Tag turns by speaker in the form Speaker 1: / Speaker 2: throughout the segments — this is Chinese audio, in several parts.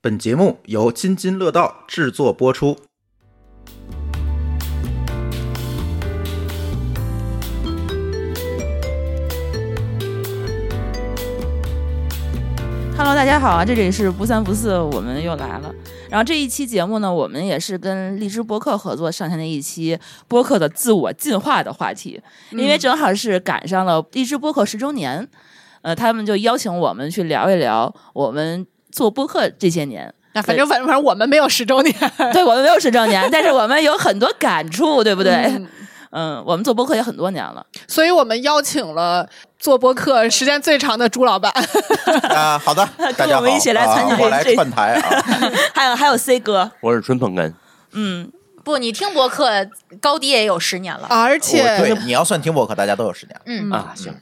Speaker 1: 本节目由津津乐道制作播出。
Speaker 2: Hello，大家好啊，这里是不三不四，我们又来了。然后这一期节目呢，我们也是跟荔枝播客合作上线的一期播客的自我进化的话题，因为正好是赶上了荔枝播客十周年，呃，他们就邀请我们去聊一聊我们做播客这些 年。
Speaker 3: 那反正反正反正我们没有十周年，
Speaker 2: 对我们没有十周年，但是我们有很多感触，对不对？嗯
Speaker 3: 嗯
Speaker 2: 我们做播客也很多年了，
Speaker 3: 所以我们邀请了做播客时间最长的朱老板。
Speaker 1: 啊，好的，大
Speaker 2: 跟
Speaker 1: 家
Speaker 2: 我
Speaker 1: 好，
Speaker 2: 们一起来参加
Speaker 1: 啊、我来
Speaker 2: 这
Speaker 1: 串台 啊。
Speaker 2: 还有还有 C 哥，
Speaker 4: 我是纯捧哏，
Speaker 2: 嗯，
Speaker 5: 不，你听博客高低也有十年了。
Speaker 3: 而
Speaker 1: 我
Speaker 3: 且
Speaker 1: 对，你要算听播客，大家都有十年。
Speaker 5: 嗯，
Speaker 4: 啊，行，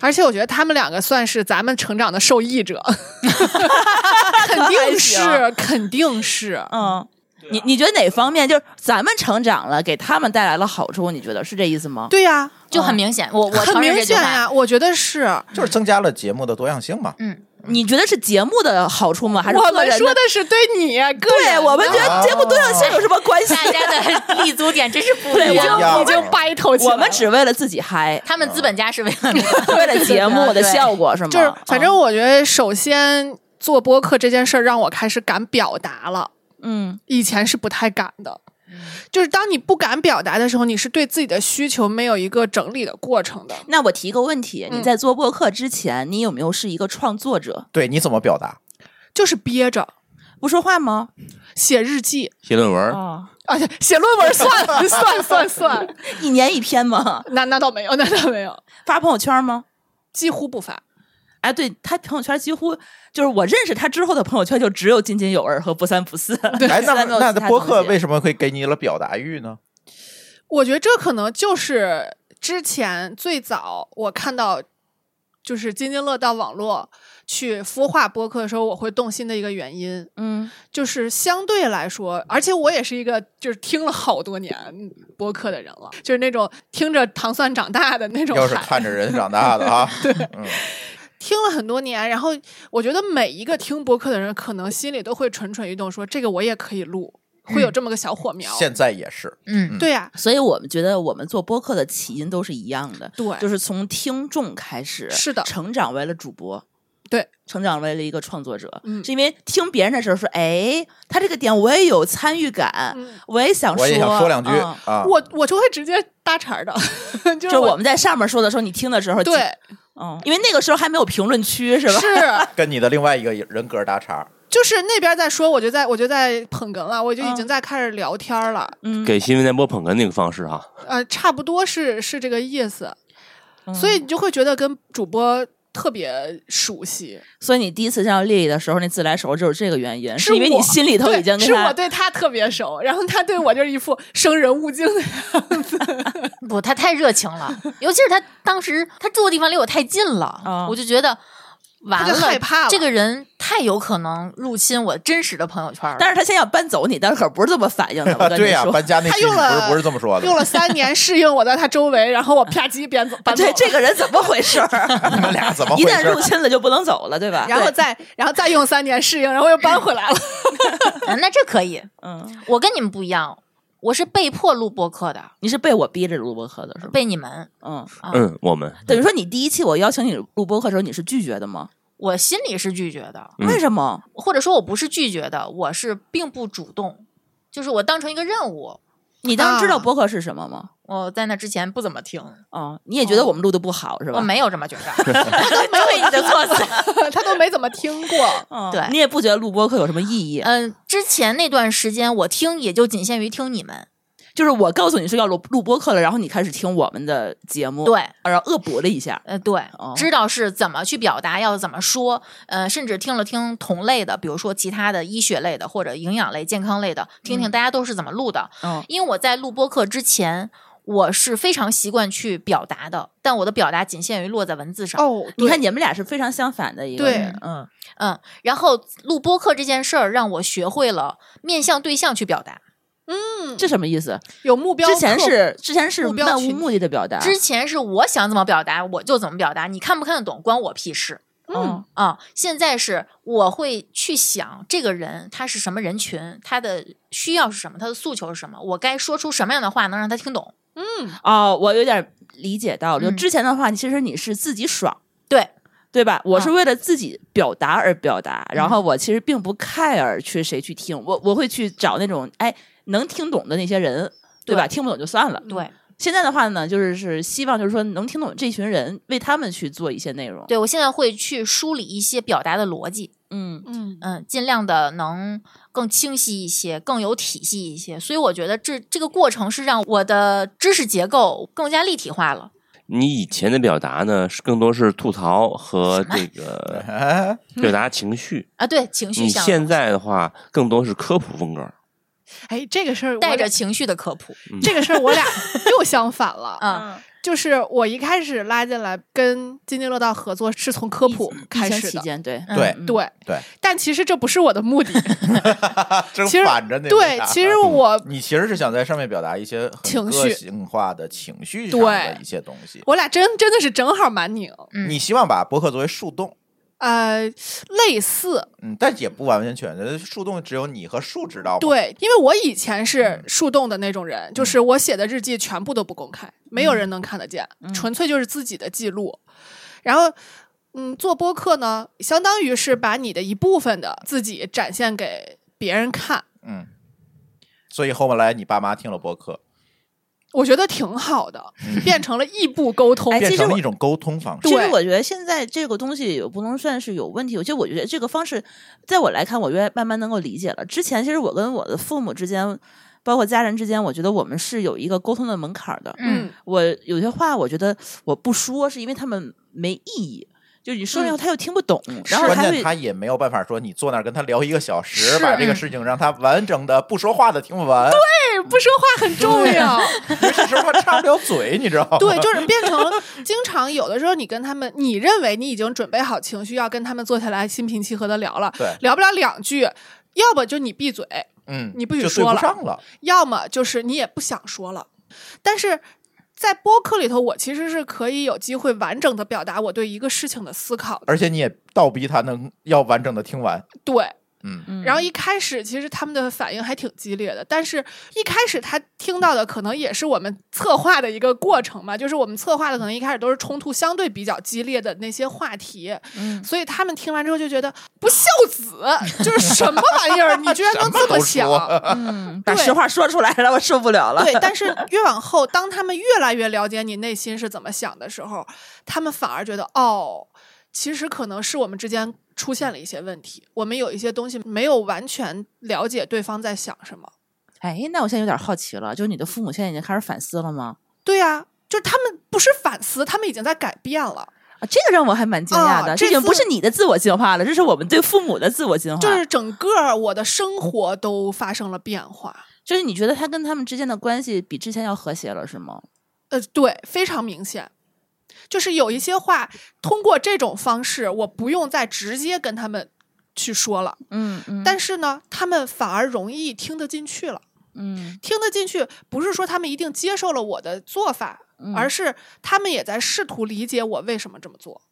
Speaker 3: 而且，我觉得他们两个算是咱们成长的受益 者，肯定是，肯定是。
Speaker 2: 嗯，你你觉得哪方面就是咱们成长了，给他们带来了好处？你觉得是这意思吗？
Speaker 3: 对呀、
Speaker 5: 就很明显，我我
Speaker 3: 哦 很
Speaker 5: 承
Speaker 3: 明
Speaker 5: 认这句
Speaker 3: 显啊呀、
Speaker 5: 话。
Speaker 3: 我觉得是。
Speaker 1: 就是增加了节目的多样性嘛。
Speaker 5: 嗯，
Speaker 2: 你觉得是节目的好处吗？还是
Speaker 3: 我
Speaker 2: 个人
Speaker 3: 们说的是对你个人
Speaker 2: 对，
Speaker 3: 的，
Speaker 2: 我们觉得节目多样性有什么关系？
Speaker 5: 大家的立足点真是不一
Speaker 2: 对
Speaker 5: 样。
Speaker 3: 已经 battle 起来 了
Speaker 2: 我们只为了自己 嗨，
Speaker 5: 他们资本家是为了那个
Speaker 2: 为了节目的
Speaker 5: 对
Speaker 2: 效果是吗？哦
Speaker 3: 就是，
Speaker 2: 嗯
Speaker 3: 反正我觉得首先做播客这件事儿让我开始敢表达了。
Speaker 2: 嗯，
Speaker 3: 以前是不太敢的。就是当你不敢表达的时候，你是对自己的需求没有一个整理的过程的。
Speaker 2: 那我提一个问题，
Speaker 3: 嗯
Speaker 2: 你在做播客之前，你有没有是一个创作者？
Speaker 1: 对，你怎么表达？
Speaker 3: 就是憋着
Speaker 2: 不说话吗？
Speaker 3: 写日记
Speaker 4: 写论文儿，
Speaker 2: 啊，
Speaker 3: 啊，写论文算 算算算，
Speaker 2: 一年一篇吗？
Speaker 3: 那那倒没有，那倒没有，
Speaker 2: 发朋友圈吗？
Speaker 3: 几乎不发。
Speaker 2: 哎，对他朋友圈几乎就是我认识他之后的朋友圈，就只有津津有味儿和不三不四。对
Speaker 1: 哎，那那播客为
Speaker 2: 什
Speaker 1: 什么会给你了表达欲呢？
Speaker 3: 我觉得这可能就是之前最早我看到，就是津津乐道网络去孵化播客的时候，我会动心的一个原因。
Speaker 2: 嗯
Speaker 3: 就是相对来说，而且我也是一个就是听了好多年播客的人了，就是那种听着糖蒜长大的那种
Speaker 1: 要是
Speaker 3: 孩
Speaker 1: 看着人长大 的啊，
Speaker 3: 听了很多年，然后我觉得每一个听播客的人，可能心里都会蠢蠢欲动说，这个我也可以录，会
Speaker 2: 嗯
Speaker 3: 有这么个小火苗。
Speaker 1: 现在也是。
Speaker 5: 嗯，
Speaker 3: 对啊呀、
Speaker 2: 所以我们觉得我们做播客的起因都是一样的，
Speaker 3: 对
Speaker 2: 就是从听众开始，
Speaker 3: 是的
Speaker 2: 成长为了主播，
Speaker 3: 对，
Speaker 2: 成长为了一个创作者，
Speaker 3: 嗯
Speaker 2: 是因为听别人的时候说，哎，他这个点我也有参与感，
Speaker 3: 嗯
Speaker 2: 我也想说，
Speaker 1: 我也想说两句
Speaker 2: 嗯
Speaker 1: 啊，
Speaker 3: 我我就会直接搭茬儿的， 就
Speaker 2: 就是是我们在上面说的时候，你听的时候，
Speaker 3: 对
Speaker 2: 嗯，因为那个时候还没有评论区，是吧？
Speaker 3: 是
Speaker 1: 跟你的另外一个人格搭茬，
Speaker 3: 就是那边在说，我就在我就在捧哏了，我就已经
Speaker 2: 嗯
Speaker 3: 在开始聊天儿了，
Speaker 2: 嗯，
Speaker 4: 给新闻联播捧哏那个方式哈，
Speaker 3: 呃，差不多是是这个意思，
Speaker 2: 嗯
Speaker 3: 所以你就会觉得跟主播特别熟悉，
Speaker 2: 所以你第一次见到丽丽的时候，那自来熟就是这个原因，
Speaker 3: 是
Speaker 2: 因为你
Speaker 3: 我
Speaker 2: 心里头
Speaker 3: 对
Speaker 2: 已经跟
Speaker 3: 是我
Speaker 2: 她
Speaker 3: 对他特别熟，然后他对我就是一副生人勿近的
Speaker 5: 不，他太热情了，尤其是他当时他住的地方离我太近了，
Speaker 2: 啊
Speaker 5: 我就觉得完
Speaker 3: 哦他就害怕了
Speaker 5: 这个人太有可能入侵我真实的朋友圈了。
Speaker 2: 但是她现在要搬走你，但是可不是这么反 应的，我
Speaker 1: 啊
Speaker 2: 跟
Speaker 1: 对
Speaker 2: 你
Speaker 1: 呀，
Speaker 2: 说。
Speaker 1: 搬家那
Speaker 3: 他
Speaker 1: 期你
Speaker 3: 用
Speaker 1: 不是
Speaker 3: 了
Speaker 1: 不是这么说的，
Speaker 3: 用了三年适应我在他周围，然后我啪叽边走搬走
Speaker 2: 啊对
Speaker 3: 了，
Speaker 2: 这个人怎么回事儿？
Speaker 1: 你们 俩怎么回
Speaker 2: 一旦 入
Speaker 1: 事？
Speaker 2: 侵了就不能走了，对吧？
Speaker 3: 然后再然后再用三年适应，然后又搬回 来了。
Speaker 5: 啊那这可 以，
Speaker 2: 嗯，
Speaker 5: 我跟你们不一样，我是被迫录播客的，
Speaker 2: 你是被我逼着录播客的是吗？
Speaker 5: 被你们，
Speaker 2: 嗯，
Speaker 5: 啊
Speaker 4: 嗯，我们
Speaker 2: 等于说你第一期我邀请你录播客的时候，你是拒绝的吗？
Speaker 5: 我心里是拒绝的，
Speaker 4: 嗯
Speaker 2: 为什么？
Speaker 5: 或者说我不是拒绝的，我是并不主动，就是我当成一个任务，
Speaker 2: 你当时知道
Speaker 3: 啊
Speaker 2: 播客是什么吗？
Speaker 5: 我在那之前不怎么听，
Speaker 2: 哦，你也觉得我们录的不好
Speaker 3: 哦
Speaker 2: 是吧？
Speaker 5: 我没有这么觉着。
Speaker 2: 没有你的错。
Speaker 3: 他都没怎么听过。
Speaker 2: 嗯
Speaker 5: 对
Speaker 2: 你也不觉得录播客有什么意
Speaker 3: 呃
Speaker 2: 义？
Speaker 5: 嗯，之前那段时间我听也就仅限于听你们，
Speaker 2: 就是我告诉你说要录录播客了，然后你开始听我们的节目，，
Speaker 5: 对，
Speaker 2: 然后恶补了一下。
Speaker 5: 呃，对
Speaker 2: 哦，
Speaker 5: 知道是怎么去表达，要怎么说，呃，甚至听了听同类的，比如说其他的医学类的或者营养类、健康类的，听听大家都是怎么录的。
Speaker 2: 嗯
Speaker 5: 因为我在录播课之前，我是非常习惯去表达的，但我的表达仅限于落在文字上。
Speaker 3: 哦，
Speaker 2: 你看
Speaker 3: 对
Speaker 2: 你们俩是非常相反的一个
Speaker 3: 对
Speaker 2: 人，嗯，
Speaker 5: 嗯，然后录播课这件事儿让我学会了面向对象去表达。
Speaker 2: 这什么意思？
Speaker 3: 有目标客
Speaker 2: 之
Speaker 3: 户，
Speaker 2: 前是之前是
Speaker 3: 目标
Speaker 2: 漫无
Speaker 3: 群体
Speaker 2: 目的的表达，
Speaker 5: 之前是我想怎么表达我就怎么表达，你看不看得懂关我屁事。
Speaker 2: 嗯
Speaker 5: 啊，现在是我会去想这个人他是什么人群，他的需要是什么，他的诉求是什么，我该说出什么样的话能让他听懂。
Speaker 2: 哦，我有点理解到了，就
Speaker 5: 嗯
Speaker 2: 之前的话，其实你是自己爽，
Speaker 5: 对
Speaker 2: 对吧？我是
Speaker 5: 嗯
Speaker 2: 为了自己表达而表达，然后我其实并不 care 去谁去听，我我会去找那种哎能听懂的那些人，对吧？听不懂就算了。
Speaker 5: 对
Speaker 2: 现在的话呢，就是是希望就是说能听懂这群人，为他们去做一些内容。
Speaker 5: 对，我现在会去梳理一些表达的逻辑，
Speaker 2: 嗯，
Speaker 3: 嗯
Speaker 5: 嗯，尽量的能更清晰一些，更有体系一些。所以我觉得这这个过程是让我的知识结构更加立体化了。
Speaker 4: 你以前的表达呢，是更多是吐槽和这个
Speaker 1: 哎
Speaker 4: 表达情绪。
Speaker 5: 啊，对，情绪
Speaker 4: 你
Speaker 5: 上
Speaker 4: 现在的话，更多是科普风格。
Speaker 3: 哎，这个事儿我
Speaker 5: 带
Speaker 3: 俩
Speaker 5: 着情绪的科普，
Speaker 3: 这个事儿我俩又相反 了。
Speaker 5: 嗯，
Speaker 3: 就是我一开始拉进来跟津津乐道合作是从科普
Speaker 2: 疫
Speaker 3: 开
Speaker 2: 情
Speaker 3: 始
Speaker 2: 期
Speaker 3: 的，
Speaker 2: 间，对
Speaker 5: 嗯
Speaker 1: 对，
Speaker 3: 对
Speaker 1: 对，
Speaker 3: 但其实这不是我的目的。
Speaker 1: 正
Speaker 3: 其实
Speaker 1: 反着那个
Speaker 3: 对
Speaker 1: 啥，
Speaker 3: 其实我
Speaker 1: 你其实是想在上面表达一些很
Speaker 3: 情
Speaker 1: 个
Speaker 3: 绪
Speaker 1: 性化的情绪上的
Speaker 3: 对
Speaker 1: 一些东西。
Speaker 3: 我俩真真的是正好蛮拧，
Speaker 5: 嗯
Speaker 1: 你希望把博客作为树洞，
Speaker 3: 呃，类似
Speaker 1: 嗯，但也不完完全全，树洞只有你和树知道嘛。
Speaker 3: 对，因为我以前是树洞的那种人，就是我写的日记全部都不公开，没有人能看得见，
Speaker 2: 嗯
Speaker 3: 纯粹就是自己的记录。然后，嗯，做播客呢，相当于是把你的一部分的自己展现给别人看，
Speaker 1: 嗯，所以后来你爸妈听了播客，
Speaker 3: 我觉得挺好的，变成了异步沟通。
Speaker 2: 哎其
Speaker 1: 变
Speaker 2: 实
Speaker 1: 成了
Speaker 2: 我
Speaker 1: 一种沟通方式。
Speaker 2: 其实
Speaker 3: 对
Speaker 2: 我觉得现在这个东西也不能算是有问题，我就我觉得这个方式，在我来看，我觉得慢慢能够理解了。之前其实我跟我的父母之间，包括家人之间，我觉得我们是有一个沟通的门槛儿的。
Speaker 5: 嗯，
Speaker 2: 我有些话，我觉得我不说，是因为他们没意义，就你说了以后他又听不懂，然后
Speaker 1: 关
Speaker 2: 他
Speaker 1: 键
Speaker 2: 会
Speaker 1: 他也没有办法说你坐那儿跟他聊一个小时，
Speaker 3: 是嗯
Speaker 1: 把这个事情让他完整的不说话的听完，
Speaker 3: 对，不说话很重要。
Speaker 1: 有些时候他插不了嘴，你知道吗？
Speaker 3: 对，就是变成了经常有的时候，你跟他们，你认为你已经准备好情绪，要跟他们坐下来心平气和的聊了，
Speaker 1: 对
Speaker 3: 聊不了两句，要不就你闭嘴，
Speaker 1: 嗯，
Speaker 3: 你不许
Speaker 1: 就对
Speaker 3: 说
Speaker 1: 不
Speaker 3: 了
Speaker 1: 上了，
Speaker 3: 要么就是你也不想说了。但是在播客里头，我其实是可以有机会完整的表达我对一个事情的思考的。
Speaker 1: 而且你也倒逼他能要完整的听完，
Speaker 3: 对，
Speaker 1: 嗯，
Speaker 2: 嗯
Speaker 3: 然后一开始其实他们的反应还挺激烈的，但是一开始他听到的可能也是我们策划的一个过程嘛，就是我们策划的可能一开始都是冲突相对比较激烈的那些话题，
Speaker 2: 嗯
Speaker 3: 所以他们听完之后就觉得不孝子，就是什么 玩意儿，你居然能这么
Speaker 1: 什
Speaker 3: 想
Speaker 1: 么都？说
Speaker 2: 嗯，把
Speaker 3: 对
Speaker 2: 实话说出来了，我受不了了。
Speaker 3: 对，但是越往后，当他们越来越了解你内心是怎么想的时候，他们反而觉得哦，其实可能是我们之间出现了一些问题，我们有一些东西没有完全了解对方在想什么。
Speaker 2: 哎，那我现在有点好奇了，就是你的父母现在已经开始反思了吗？
Speaker 3: 对呀、就是他们不是反思，他们已经在改变了。
Speaker 2: 啊，这个让我还蛮惊讶的，
Speaker 3: 哦
Speaker 2: 啊这已
Speaker 3: 这
Speaker 2: 经
Speaker 3: 次
Speaker 2: 不是你的自我进化了，这是我们对父母的自我进化。
Speaker 3: 就是整个我的生活都发生了变化。
Speaker 2: 就是你觉得他跟他们之间的关系比之前要和谐了，是吗？
Speaker 3: 呃，对，非常明显。就是有一些话，通过这种方式，我不用再直接跟他们去说了，
Speaker 2: 嗯嗯
Speaker 3: 但是呢，他们反而容易听得进去了。
Speaker 2: 嗯
Speaker 3: 听得进去，不是说他们一定接受了我的做法，
Speaker 2: 嗯
Speaker 3: 而是他们也在试图理解我为什么这么做。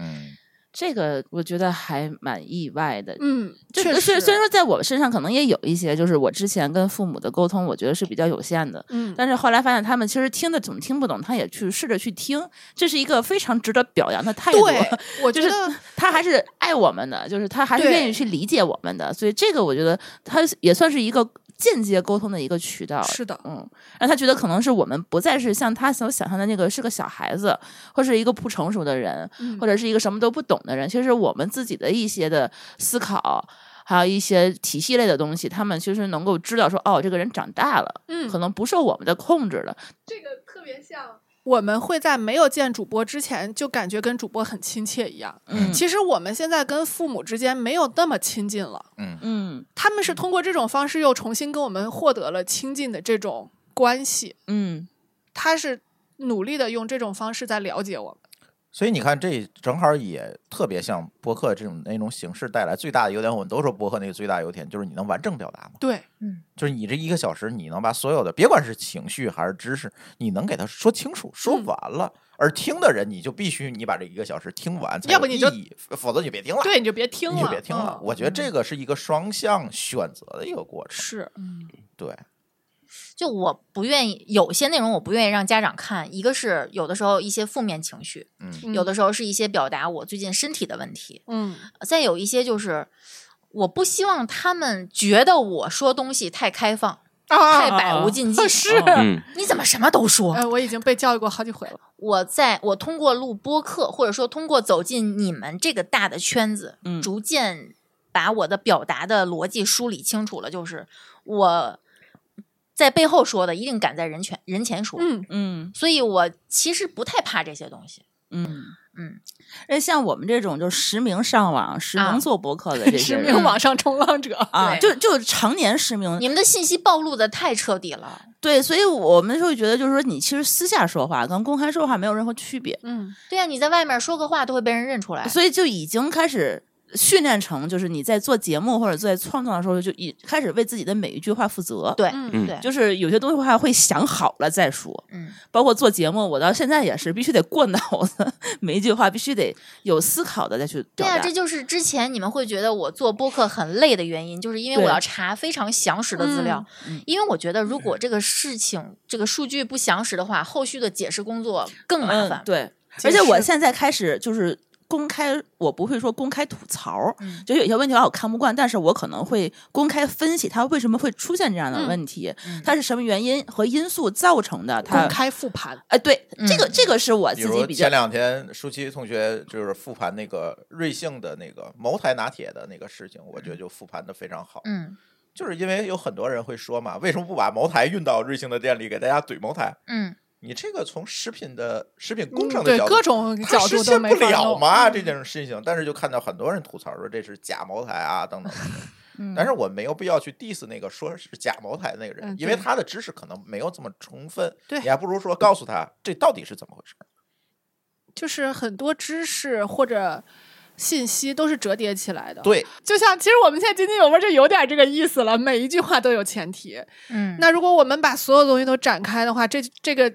Speaker 1: 嗯，
Speaker 2: 这个我觉得还蛮意外的。
Speaker 3: 嗯，
Speaker 2: 就
Speaker 3: 确
Speaker 2: 虽
Speaker 3: 实，
Speaker 2: 虽然说在我身上可能也有一些，就是我之前跟父母的沟通，我觉得是比较有限的。
Speaker 3: 嗯，
Speaker 2: 但是后来发现他们其实听得懂听不懂，他也去试着去听，这是一个非常值得表扬的态度。
Speaker 3: 对，我觉
Speaker 2: 就是
Speaker 3: 得
Speaker 2: 他还是爱我们的，就是他还是
Speaker 3: 对
Speaker 2: 愿意去理解我们的，所以这个我觉得他也算是一个间接沟通的一个渠道。
Speaker 3: 是的
Speaker 2: 嗯，让他觉得可能是我们不再是像他所想象的那个是个小孩子，或是一个不成熟的人，
Speaker 3: 嗯
Speaker 2: 或者是一个什么都不懂的人。其实我们自己的一些的思考，还有一些体系类的东西，他们其实能够知道说，哦，这个人长大了，
Speaker 3: 嗯
Speaker 2: 可能不受我们的控制了。
Speaker 3: 这个特别像。我们会在没有见主播之前，就感觉跟主播很亲切一样。
Speaker 2: 嗯
Speaker 3: 其实我们现在跟父母之间没有那么亲近了，
Speaker 2: 嗯
Speaker 3: 他们是通过这种方式又重新跟我们获得了亲近的这种关系。
Speaker 2: 嗯，
Speaker 3: 他是努力的用这种方式在了解我们。
Speaker 1: 所以你看，这正好也特别像播客这种那种形式带来最大的优点。我们都说播客那个最大的优点就是你能完整表达嘛，
Speaker 3: 对，
Speaker 1: 就是你这一个小时，你能把所有的，别管是情绪还是知识，你能给他说清楚、说
Speaker 3: 嗯
Speaker 1: 完了。而听的人，你就必须你把这一个小时听完才
Speaker 3: 要
Speaker 1: 有
Speaker 3: 不
Speaker 1: 意
Speaker 3: 你
Speaker 1: 义，
Speaker 3: 就
Speaker 1: 否则你就别听了，
Speaker 3: 对，你就别听
Speaker 1: 你
Speaker 3: 了，
Speaker 1: 就别听了。
Speaker 3: 嗯
Speaker 1: 我觉得这个是一个双向选择的一个过程，
Speaker 3: 是
Speaker 1: 对，
Speaker 3: 呃
Speaker 5: 就我不愿意有些内容我不愿意让家长看，一个是有的时候一些负面情绪，
Speaker 1: 嗯，
Speaker 5: 有的时候是一些表达我最近身体的问题，
Speaker 3: 嗯
Speaker 5: 再有一些就是我不希望他们觉得我说东西太开放，太
Speaker 3: 啊，
Speaker 5: 百无禁忌。
Speaker 3: 是，啊
Speaker 4: 嗯，
Speaker 5: 你怎么什么都说？
Speaker 3: 哎，我已经被教育过好几回了，
Speaker 5: 我在我通过录播客，或者说通过走进你们这个大的圈子，
Speaker 2: 嗯
Speaker 5: 逐渐把我的表达的逻辑梳理清楚了。就是我在背后说的，一定敢在人前人前说，
Speaker 3: 嗯
Speaker 2: 嗯
Speaker 5: 所以我其实不太怕这些东西。
Speaker 2: 嗯
Speaker 5: 嗯。
Speaker 2: 那像我们这种就实名上网、实
Speaker 5: 啊
Speaker 2: 名做博 客的这些
Speaker 3: 实
Speaker 2: 人
Speaker 3: 名网上冲浪者，
Speaker 2: 啊，
Speaker 5: 对
Speaker 2: 就就常年实名，
Speaker 5: 你们的信息暴露的太彻底了，
Speaker 2: 对，所以我们就会觉得就是说，你其实私下说话跟公开说话没有任何区别，
Speaker 3: 嗯，
Speaker 5: 对啊，你在外面说个话都会被人认出来。
Speaker 2: 所以就已经开始训练成，就是你在做节目或者在创作的时候，就已开始为自己的每一句话负责。
Speaker 5: 对，
Speaker 3: 嗯
Speaker 5: 对，
Speaker 2: 就是有些东西话会想好了再说，
Speaker 5: 嗯，
Speaker 2: 包括做节目，我到现在也是必须得过脑子， 每一句话必须得有思考的再去
Speaker 5: 对
Speaker 2: 表
Speaker 5: 啊，
Speaker 2: 达。
Speaker 5: 这就是之前你们会觉得我做播客很累的原因，就是因为
Speaker 2: 对
Speaker 5: 我要查非常详实的资料，
Speaker 2: 嗯嗯
Speaker 5: 因为我觉得如果这个事情这个数据不详实的话，后续的解释工作更麻
Speaker 2: 嗯
Speaker 5: 烦，。
Speaker 2: 对，
Speaker 3: 解
Speaker 2: 而且我
Speaker 3: 释
Speaker 2: 现在开始就是公开，我不会说公开吐槽，
Speaker 5: 嗯
Speaker 2: 就有些问题吧我看不惯，但是我可能会公开分析它为什么会出现这样的
Speaker 3: 嗯
Speaker 2: 问题，
Speaker 5: 嗯
Speaker 2: 它是什么原因和因素造成的。它
Speaker 3: 公开复盘，
Speaker 2: 哎，对，这个
Speaker 5: 嗯
Speaker 2: 这个是我
Speaker 1: 比
Speaker 2: 自己
Speaker 1: 如
Speaker 2: 比较
Speaker 1: 前两天舒淇同学就是复盘那个瑞幸的那个茅台拿铁的那个事情，我
Speaker 3: 嗯
Speaker 1: 觉得就复盘的非常好。
Speaker 5: 嗯
Speaker 1: 就是因为有很多人会说嘛，为什么不把茅台运到瑞幸的店里给大家怼茅台？
Speaker 5: 嗯，
Speaker 1: 你这个从食品的食品工
Speaker 3: 嗯
Speaker 1: 程的
Speaker 3: 对
Speaker 1: 角度，
Speaker 3: 各种
Speaker 1: 它
Speaker 3: 角
Speaker 1: 实
Speaker 3: 度
Speaker 1: 现
Speaker 3: 都
Speaker 1: 不
Speaker 3: 没法
Speaker 1: 了
Speaker 3: 弄嗯
Speaker 1: 嘛这件事情。但是就看到很多人吐槽说这是假茅台啊等等等等。 但是我没有必要去 diss 那个说是假茅台的那个人，
Speaker 3: 嗯
Speaker 1: 因为
Speaker 3: 对
Speaker 1: 他的知识可能没有这么充分，
Speaker 3: 对
Speaker 1: 你还不如说告诉他这到底是怎么回事。
Speaker 3: 就是很多知识或者信息都是折叠起来的。，
Speaker 1: 对，
Speaker 3: 就像其实我们现在津津有味儿就有点这个意思了，每一句话都有前提。
Speaker 5: 嗯，
Speaker 3: 那如果我们把所有东西都展开的话，这这个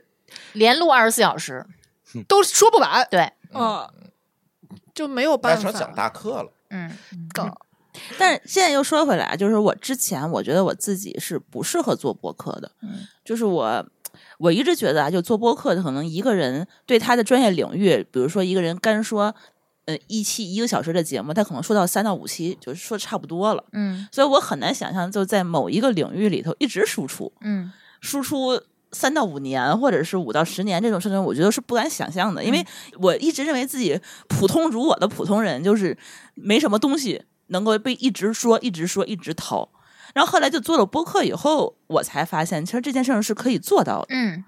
Speaker 5: 连录二十四小时，
Speaker 1: 嗯
Speaker 3: 都说不完，
Speaker 5: 对，
Speaker 3: 嗯，就没有
Speaker 1: 那
Speaker 3: 办
Speaker 1: 成
Speaker 3: 法。
Speaker 1: 讲大课了。
Speaker 5: 嗯
Speaker 3: 梗
Speaker 2: 但是现在又说回来，就是我之前我觉得我自己是不适合做播客的，
Speaker 5: 嗯
Speaker 2: 就是我我一直觉得啊，就做播客的可能一个人对他的专业领域，比如说一个人干说，呃，一期一个小时的节目，他可能说到三到五期，就是说差不多了，
Speaker 5: 嗯
Speaker 2: 所以我很难想象就在某一个领域里头一直输出，
Speaker 5: 嗯
Speaker 2: 输出三到五年，或者是五到十年这种事情，我觉得是不敢想象的，因为
Speaker 1: 嗯
Speaker 2: 我一直认为自己普通如我的普通人，就是没什么东西能够被一直说、一直说、一直掏。然后后来就做了播客以后，我才发现，其实这件事情是可以做到的。
Speaker 5: 嗯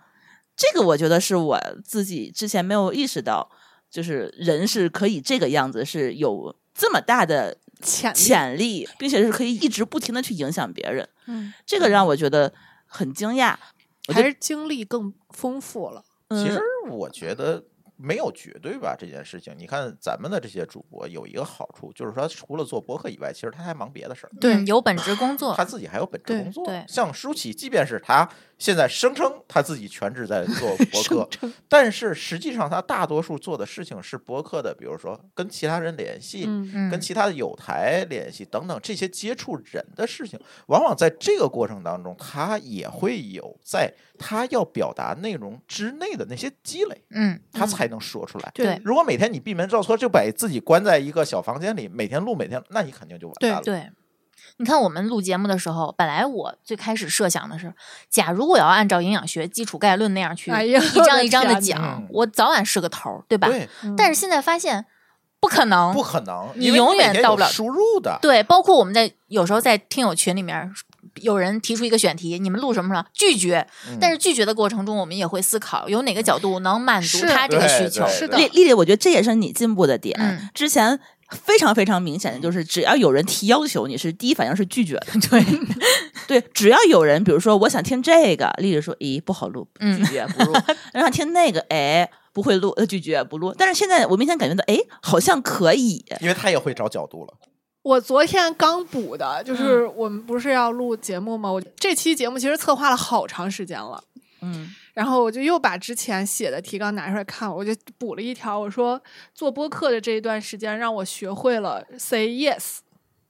Speaker 2: 这个我觉得是我自己之前没有意识到，就是人是可以这个样子，是有这么大的
Speaker 3: 潜力
Speaker 2: 潜力，并且是可以一直不停的去影响别人。
Speaker 3: 嗯，
Speaker 2: 这个让我觉得很惊讶。我
Speaker 3: 还
Speaker 2: 就是
Speaker 3: 经历更丰富了。
Speaker 1: 其
Speaker 2: 嗯
Speaker 1: 实我觉得没有绝对吧，这件事情。你看咱们的这些主播有一个好处，就是说除了做播客以外，其实他还忙别的事儿，
Speaker 3: 对
Speaker 5: 嗯有本职工作
Speaker 1: 他，自己还有本职
Speaker 3: 对
Speaker 1: 工作
Speaker 5: 对。
Speaker 1: 像舒淇，即便是他现在声称他自己全职在做播客，但是实际上他大多数做的事情是播客的，比如说跟其他人联系。
Speaker 3: 嗯，
Speaker 5: 嗯
Speaker 1: 跟其他的友台联系等等这些接触人的事情，往往在这个过程当中，他也会有在他要表达内容之内的那些积累。
Speaker 5: 嗯
Speaker 1: 他
Speaker 3: 嗯
Speaker 1: 才能说出来。
Speaker 5: 对
Speaker 1: 如果每天你闭门造车，就把自己关在一个小房间里，每天录，每天，那你肯定就完
Speaker 3: 对
Speaker 1: 蛋了。
Speaker 5: 对。你看，我们录节目的时候，本来我最开始设想的是，假如我要按照营养学基础概论那样去
Speaker 3: 哎呀
Speaker 5: 一张一张的
Speaker 3: 我的天
Speaker 1: 哪
Speaker 5: 讲，我早晚是个头儿，对吧？
Speaker 1: 对，
Speaker 5: 但是现在发现不可能，
Speaker 1: 不可能，
Speaker 5: 你
Speaker 1: 因为
Speaker 5: 永远
Speaker 1: 每天
Speaker 5: 到
Speaker 1: 有
Speaker 5: 不了
Speaker 1: 输入的。
Speaker 5: 对，包括我们在有时候在听友群里面，有人提出一个选题，你们录什么什么拒绝，
Speaker 1: 嗯
Speaker 5: 但是拒绝的过程中，我们也会思考有哪个角度能满足
Speaker 3: 是
Speaker 5: 他这个
Speaker 1: 对
Speaker 5: 需求。
Speaker 1: 对是的
Speaker 2: 丽丽丽，我觉得这也是你进步的点。
Speaker 5: 嗯
Speaker 2: 之前非常非常明显的就是，只要有人提要求，你是第一反应是拒绝的。对对，只要有人，比如说我想听这个，丽丽说：“咦，不好录，
Speaker 5: 嗯
Speaker 2: 拒绝不录。”然后想听那个，哎，不会录，呃，拒绝不录。但是现在我明显感觉到，哎，好像可以，
Speaker 1: 因为他也会找角度了。
Speaker 3: 我昨天刚补的，就是我们不是要录节目吗？我这期节目其实策划了好长时间了，
Speaker 2: 嗯，
Speaker 3: 然后我就又把之前写的提纲拿出来看，我就补了一条，我说做播客的这一段时间让我学会了 say yes，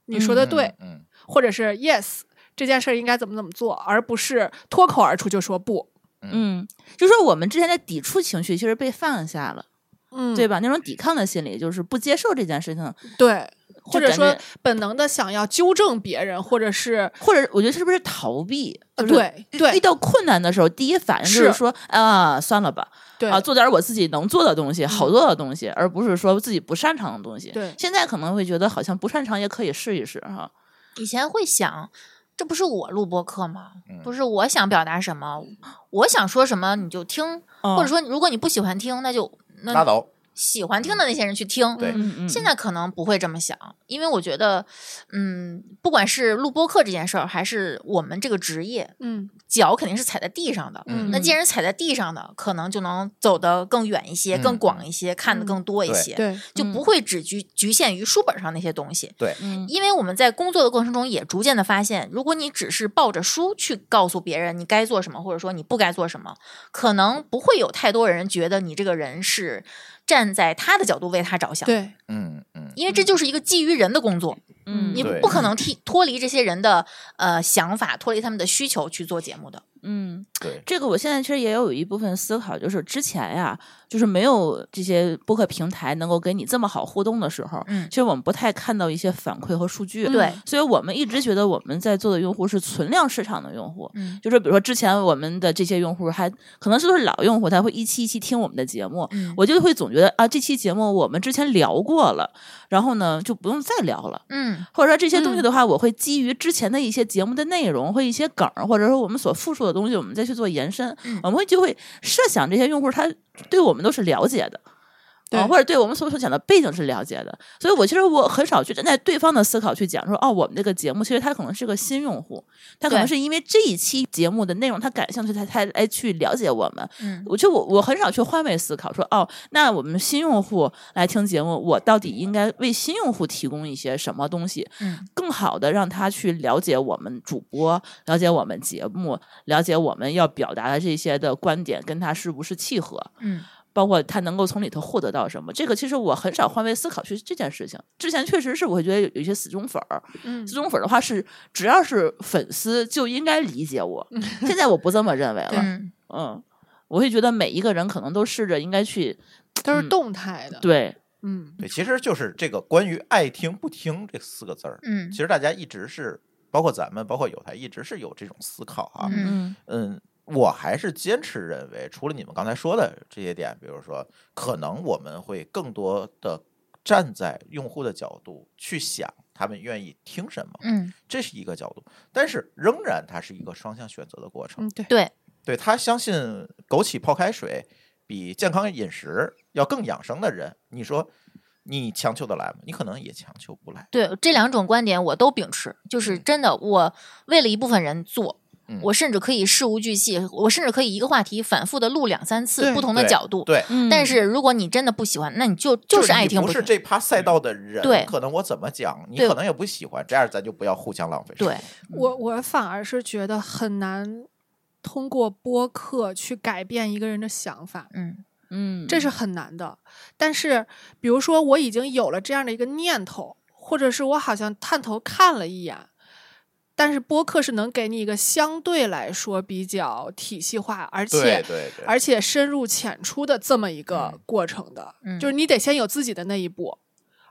Speaker 3: 你说的
Speaker 5: 呃
Speaker 1: 嗯
Speaker 3: 对，，
Speaker 1: 嗯，
Speaker 3: 或者是 yes 这件事儿应该怎么怎么做，而不是脱口而出就说不，
Speaker 2: 嗯，就说我们之前的抵触情绪其实被放下了，
Speaker 3: 嗯
Speaker 2: 对吧？那种抵抗的心理，就是不接受这件事情，
Speaker 3: 对，或者
Speaker 2: 感
Speaker 3: 说
Speaker 2: 觉
Speaker 3: 本能的想要纠正别人，或者是
Speaker 2: 或者我觉得是不是逃避？
Speaker 3: 呃
Speaker 2: 就是
Speaker 3: 对对
Speaker 2: 遇到困难的时候，第一反应就是
Speaker 3: 是
Speaker 2: 说啊，算了吧，
Speaker 3: 对
Speaker 2: 啊，做点我自己能做的东西，好做的东西，而不是说自己不擅长的东西。
Speaker 3: 对
Speaker 2: 现在可能会觉得好像不擅长也可以试一试哈。
Speaker 5: 以前会想，这不是我录播课吗？
Speaker 1: 嗯
Speaker 5: 不是我想表达什么，我想说什么你就听，或者，说如果你不喜欢听，那就
Speaker 1: 拉
Speaker 5: 那
Speaker 1: 倒，
Speaker 5: 喜欢听的那些人去听。
Speaker 1: 对
Speaker 2: 嗯嗯，
Speaker 5: 现在可能不会这么想，因为我觉得，嗯，不管是录播课这件事儿，还是我们这个职业，
Speaker 3: 嗯
Speaker 5: 脚肯定是踩在地上的。
Speaker 1: 嗯
Speaker 5: 那既然是踩在地上的，可能就能走得更远一些、
Speaker 1: 嗯
Speaker 5: 更广一些，看得更多一
Speaker 1: 对嗯
Speaker 5: 些，
Speaker 3: 对
Speaker 5: 就不会只局局限于书本上那些东西。
Speaker 2: 嗯
Speaker 5: 因为我们在工作的过程中也逐渐的发现，如果你只是抱着书去告诉别人你该做什么，或者说你不该做什么，可能不会有太多人觉得你这个人是站在他的角度为他着想。，
Speaker 3: 对，
Speaker 1: 嗯嗯，
Speaker 5: 因为这就是一个基于人的工作，
Speaker 2: 嗯，
Speaker 5: 你
Speaker 1: 对
Speaker 5: 不可能替脱离这些人的呃想法，脱离他们的需求去做节目的。
Speaker 2: 嗯，
Speaker 1: 对，
Speaker 2: 这个我现在其实也有一部分思考，就是之前呀，就是没有这些播客平台能够给你这么好互动的时候，
Speaker 5: 嗯
Speaker 2: 其实我们不太看到一些反馈和数据，
Speaker 5: 对
Speaker 2: 所以我们一直觉得我们在做的用户是存量市场的用户，
Speaker 5: 嗯
Speaker 2: 就是比如说之前我们的这些用户还可能是都是老用户，他会一期一期听我们的节目，
Speaker 5: 嗯
Speaker 2: 我就会总觉得啊，这期节目我们之前聊过了，然后呢就不用再聊了。
Speaker 5: 嗯
Speaker 2: 或者说这些东西
Speaker 3: 嗯
Speaker 2: 的话，我会基于之前的一些节目的内容或一些梗儿，或者说我们所复述的东西，我们再去做延伸，
Speaker 5: 嗯
Speaker 2: 我们会就会设想这些用户他对我们都是了解的。
Speaker 3: 对
Speaker 2: 啊，或者对我们所讲的背景是了解的，所以我其实我很少去站在对方的思考去讲说，哦，我们这个节目其实他可能是个新用户，他可能
Speaker 5: 对
Speaker 2: 是因为这一期节目的内容他感兴趣，他才来去了解我们，
Speaker 5: 嗯，
Speaker 2: 我就我我很少去换位思考说，哦，那我们新用户来听节目，我到底应该为新用户提供一些什么东西，
Speaker 5: 嗯，
Speaker 2: 更好的让他去了解我们主播，了解我们节目，了解我们要表达的这些的观点跟他是不是契合，
Speaker 5: 嗯，
Speaker 2: 包括他能够从里头获得到什么。这个其实我很少换位思考去这件事情，之前确实是我会觉得有有一些死忠粉儿，
Speaker 3: 嗯
Speaker 2: 死忠粉儿的话是只要是粉丝就应该理解我，现在我不这么认为了。
Speaker 5: 嗯，
Speaker 2: 嗯，我会觉得每一个人可能都试着应该去
Speaker 3: 都是
Speaker 2: 嗯
Speaker 3: 动态的，
Speaker 2: 对，
Speaker 3: 嗯
Speaker 1: 对，其实就是这个关于爱听不听这四个字儿，
Speaker 5: 嗯
Speaker 1: 其，实大家一直是，包括咱们，包括有台，一直是有这种思考啊。
Speaker 5: 嗯
Speaker 1: 嗯，我还是坚持认为，除了你们刚才说的这些点，比如说，可能我们会更多的站在用户的角度去想，他们愿意听什么，
Speaker 5: 嗯，
Speaker 1: 这是一个角度。但是仍然它是一个双向选择的过程。
Speaker 3: 嗯对
Speaker 5: 对，
Speaker 1: 对他相信枸杞泡开水比健康饮食要更养生的人，你说你强求得来吗？你可能也强求不来。
Speaker 5: 对这两种观点我都秉持，就是真的，我为了一部分人做，
Speaker 1: 嗯
Speaker 5: 我甚至可以事无巨细，我甚至可以一个话题反复的录两三次
Speaker 3: 对
Speaker 5: 不同的
Speaker 1: 对
Speaker 5: 角度。
Speaker 1: 对，
Speaker 2: 嗯
Speaker 5: 但是如果你真的不喜欢，那你就就是爱听
Speaker 1: 你不
Speaker 5: 听嗯
Speaker 1: 是。这趴赛道的人，
Speaker 5: 对
Speaker 1: 可能我怎么讲，你
Speaker 5: 对
Speaker 1: 可能也不喜欢，这样咱就不要互相浪费。
Speaker 5: 对，
Speaker 3: 我我反而是觉得很难通过播客去改变一个人的想法，
Speaker 5: 嗯
Speaker 2: 嗯，
Speaker 3: 这是很难的。但是，比如说我已经有了这样的一个念头，或者是我好像探头看了一眼，但是播客是能给你一个相对来说比较体系化，而
Speaker 1: 对
Speaker 3: 且
Speaker 1: 对对，
Speaker 3: 而且深入浅出的这么一个
Speaker 1: 嗯
Speaker 3: 过程的，
Speaker 5: 嗯
Speaker 3: 就是你得先有自己的那一步。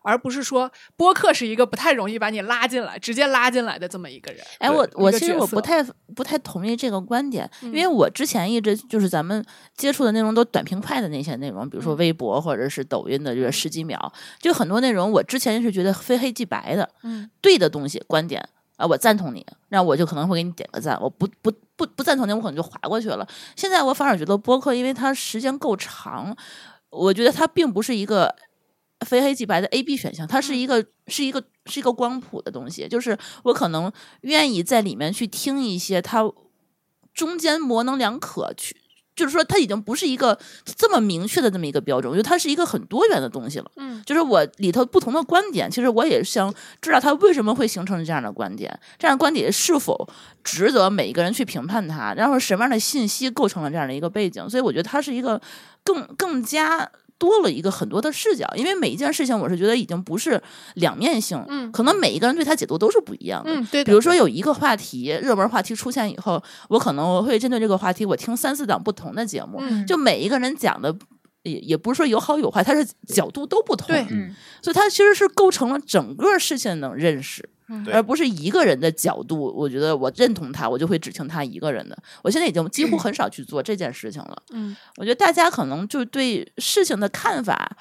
Speaker 3: 而不是说播客是一个不太容易把你拉进来、直接拉进来的这么一个人，
Speaker 2: 哎，
Speaker 1: 对
Speaker 2: 我我
Speaker 3: 一个
Speaker 2: 其实
Speaker 3: 角
Speaker 2: 我
Speaker 3: 色
Speaker 2: 不太不太同意这个观点，因为
Speaker 3: 嗯
Speaker 2: 我之前一直就是咱们接触的内容都短平快的那些内容，比如说
Speaker 3: 嗯
Speaker 2: 微博或者是抖音的这个十几秒，就很多内容我之前是觉得非黑即白的，
Speaker 3: 嗯，
Speaker 2: 对的东西观点啊，我赞同你，那我就可能会给你点个赞；我不不不不赞同你，我可能就划过去了。现在我反而觉得播客，因为它时间够长，我觉得它并不是一个非黑即白的 A B 选项，它是一个、是一个是一个光谱的东西，就是我可能愿意在里面去听一些它中间模棱两可去。就是说，它已经不是一个这么明确的这么一个标准，我觉得它是一个很多元的东西了。
Speaker 3: 嗯，
Speaker 2: 就是我里头不同的观点，其实我也想知道它为什么会形成这样的观点，这样的观点是否值得每一个人去评判它，然后什么样的信息构成了这样的一个背景，所以我觉得它是一个更更加。多了一个很多的视角，因为每一件事情，我是觉得已经不是两面性，
Speaker 3: 嗯
Speaker 2: 可能每一个人对它解读都是不一样的，
Speaker 3: 嗯，对的，
Speaker 2: 比如说有一个话题，热门话题出现以后，我可能会针对这个话题，我听三四档不同的节目，
Speaker 3: 嗯
Speaker 2: 就每一个人讲的。也也不是说有好有坏，它是角度都不同，
Speaker 3: 对
Speaker 5: 嗯
Speaker 2: 所以它其实是构成了整个事情的认识，
Speaker 3: 嗯
Speaker 1: 对
Speaker 2: 而不是一个人的角度。我觉得我认同他，我就会只听他一个人的。我现在已经几乎很少去做这件事情了。
Speaker 3: 嗯，
Speaker 2: 我觉得大家可能就对事情的看法，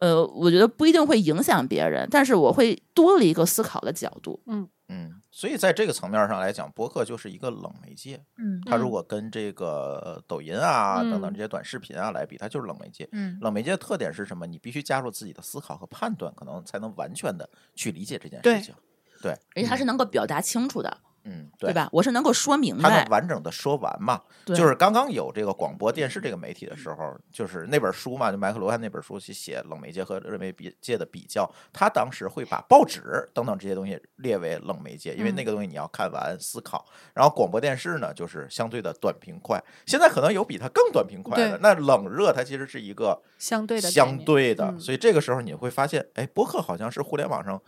Speaker 2: 呃，我觉得不一定会影响别人，但是我会多了一个思考的角度。
Speaker 1: 嗯，所以在这个层面上来讲，播客就是一个冷媒介。
Speaker 5: 嗯
Speaker 1: 它如
Speaker 3: 嗯
Speaker 1: 果跟这个抖音啊等等
Speaker 3: 嗯
Speaker 1: 这些短视频啊来比，它就是冷媒介。
Speaker 5: 嗯
Speaker 1: 冷媒介的特点是什么？你必须加入自己的思考和判断，可能才能完全的去理解这件
Speaker 3: 对
Speaker 1: 事情。
Speaker 2: 而且他是能够表达清楚的，
Speaker 1: 嗯，
Speaker 2: 对？吧？我是能够说明
Speaker 1: 它能
Speaker 2: 白，
Speaker 1: 完整的说完嘛？
Speaker 2: 对
Speaker 1: 就是刚刚有这个广播电视这个媒体的时候，就是那本书嘛，就麦克罗汉那本书去写冷媒介和热媒比介的比较，他当时会把报纸等等这些东西列为冷媒介，因为那个东西你要看完思考。然后广播电视呢，就是相对的短平快。现在可能有比它更短平快的
Speaker 3: 对，
Speaker 1: 那冷热它其实是一个
Speaker 3: 相对的概
Speaker 1: 相
Speaker 3: 念
Speaker 1: 对的，
Speaker 3: 嗯
Speaker 1: 所以这个时候你会发现，哎，播客好像是互联网上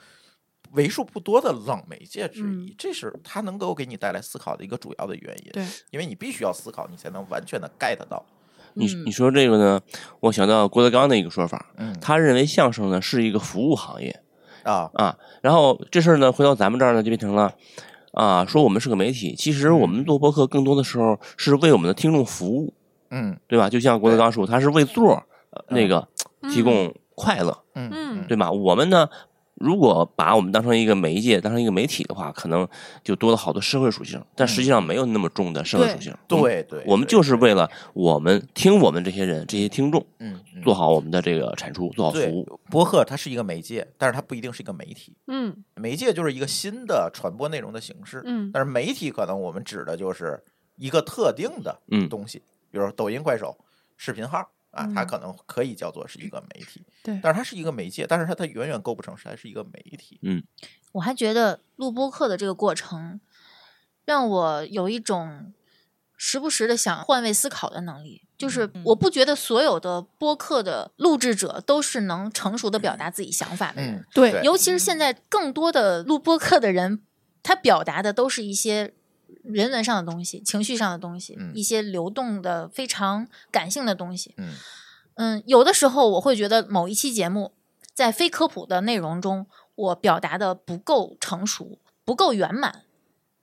Speaker 1: 为数不多的冷媒介之一，这是它能够给你带来思考的一个主要的原因。
Speaker 3: 嗯对，
Speaker 1: 因为你必须要思考，你才能完全的 get 到。
Speaker 4: 你
Speaker 2: 嗯
Speaker 4: 你说这个呢，我想到郭德纲的一个说法，
Speaker 1: 嗯
Speaker 4: 他认为相声呢是一个服务行业
Speaker 1: 啊，
Speaker 4: 啊。然后这事儿呢，回到咱们这儿呢，就变成了啊，说我们是个媒体，其实我们做播客更多的时候是为我们的听众服务，
Speaker 1: 嗯
Speaker 4: 对吧？就像郭德纲说，他是为座儿呃那个提供快乐，
Speaker 1: 嗯
Speaker 3: 嗯
Speaker 4: 对吧？我们呢，如果把我们当成一个媒介，当成一个媒体的话，可能就多了好多社会属性，但实际上没有那么重的社会属性。嗯，
Speaker 1: 嗯对对，
Speaker 4: 我们
Speaker 1: 对
Speaker 4: 就是为了我们听我们这些人、这些听众，
Speaker 1: 嗯嗯
Speaker 4: 做好我们的这个产出，做好服
Speaker 1: 对
Speaker 4: 务。
Speaker 1: 播客，它是一个媒介，但是它不一定是一个媒体。
Speaker 3: 嗯
Speaker 1: 媒介就是一个新的传播内容的形式，
Speaker 3: 嗯
Speaker 1: 但是媒体可能我们指的就是一个特定的
Speaker 4: 嗯
Speaker 1: 东西，比如说抖音、快手、视频号啊，它
Speaker 3: 嗯
Speaker 1: 可能可以叫做是一个媒体，
Speaker 3: 对
Speaker 1: 但是它是一个媒介，但是它它远远构不成是还是一个媒体。
Speaker 5: 我还觉得录播课的这个过程，让我有一种时不时的想换位思考的能
Speaker 1: 嗯
Speaker 5: 力。就是我不觉得所有的播客的录制者都是能成熟的表达自己想法的人，
Speaker 1: 嗯，
Speaker 3: 对
Speaker 1: 对
Speaker 5: 尤其是现在更多的录播课的人，他表达的都是一些人文上的东西、情绪上的东西，
Speaker 1: 嗯
Speaker 5: 一些流动的、非常感性的东西。
Speaker 1: 嗯
Speaker 5: 嗯，有的时候我会觉得某一期节目在非科普的内容中，我表达的不够成熟、不够圆满，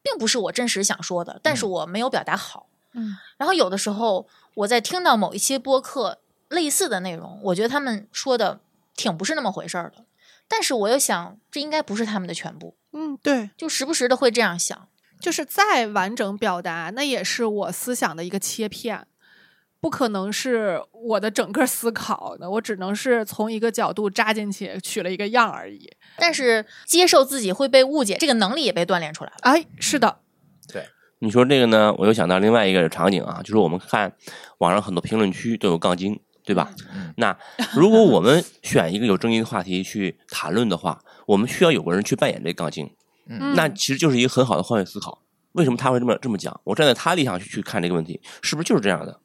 Speaker 5: 并不是我真实想说的，但是
Speaker 1: 嗯
Speaker 5: 我没有表达好。
Speaker 3: 嗯
Speaker 5: 然后有的时候我在听到某一些播客类似的内容，我觉得他们说的挺不是那么回事儿的，但是我又想，这应该不是他们的全部，
Speaker 3: 嗯，对，
Speaker 5: 就时不时的会这样想。
Speaker 3: 就是再完整表达，那也是我思想的一个切片，不可能是我的整个思考的，我只能是从一个角度扎进去，取了一个样儿而已。
Speaker 5: 但是接受自己会被误解，这个能力也被锻炼出来了。
Speaker 3: 哎，是的，
Speaker 4: 你说这个呢，我又想到另外一个场景啊，就是我们看网上很多评论区都有杠精，对吧？
Speaker 1: 嗯
Speaker 4: 那如果我们选一个有争议的话题去谈论的话，我们需要有个人去扮演这杠精，
Speaker 3: 嗯
Speaker 4: 那其实就是一个很好的换位思考。为什么他会这么这么讲？我站在他立场去去看这个问题，是不是就是这样的？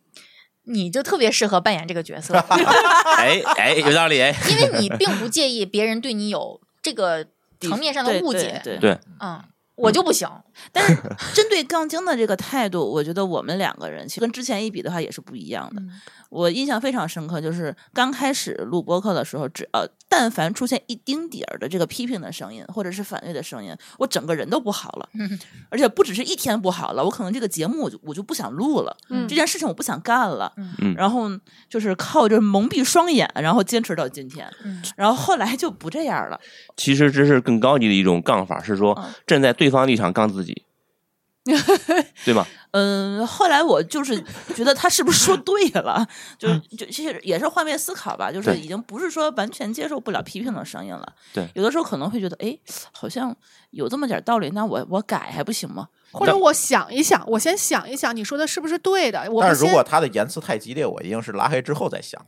Speaker 5: 你就特别适合扮演这个角色，
Speaker 4: 哎哎，有道理哎。
Speaker 5: 因为你并不介意别人对你有这个层面上的
Speaker 2: 对
Speaker 5: 误
Speaker 2: 对
Speaker 5: 解。
Speaker 2: 对
Speaker 4: 对
Speaker 5: 嗯，我就不行。
Speaker 2: 但是针对杠精的这个态度，我觉得我们两个人其实跟之前一比的话也是不一样的。
Speaker 5: 嗯
Speaker 2: 我印象非常深刻，就是刚开始录播客的时候，只要但凡出现一丁点儿的这个批评的声音或者是反对的声音，我整个人都不好了，
Speaker 5: 嗯
Speaker 2: 而且不只是一天不好了，我可能这个节目我就我就不想录了，
Speaker 3: 嗯
Speaker 2: 这件事情我不想干了。
Speaker 4: 嗯
Speaker 2: 然后就是靠着蒙蔽双眼，然后坚持到今天。
Speaker 5: 嗯
Speaker 2: 然后后来就不这样了。
Speaker 4: 其实这是更高级的一种杠法，是说
Speaker 2: 嗯
Speaker 4: 站在对方立场杠自己。对吧？
Speaker 2: 嗯，后来我就是觉得他是不是说对了，就是就其实也是换位思考吧，就是
Speaker 4: 嗯对
Speaker 2: 已经不是说完全接受不了批评的声音了。
Speaker 4: 对
Speaker 2: 有的时候可能会觉得，哎，好像有这么点道理，那我我改还不行吗？
Speaker 3: 或者我想一想，我先想一想，你说的是不是对的？我
Speaker 1: 但
Speaker 3: 们
Speaker 1: 是如
Speaker 3: 先
Speaker 1: 果他的言辞太激烈，我一定是拉黑之后再想。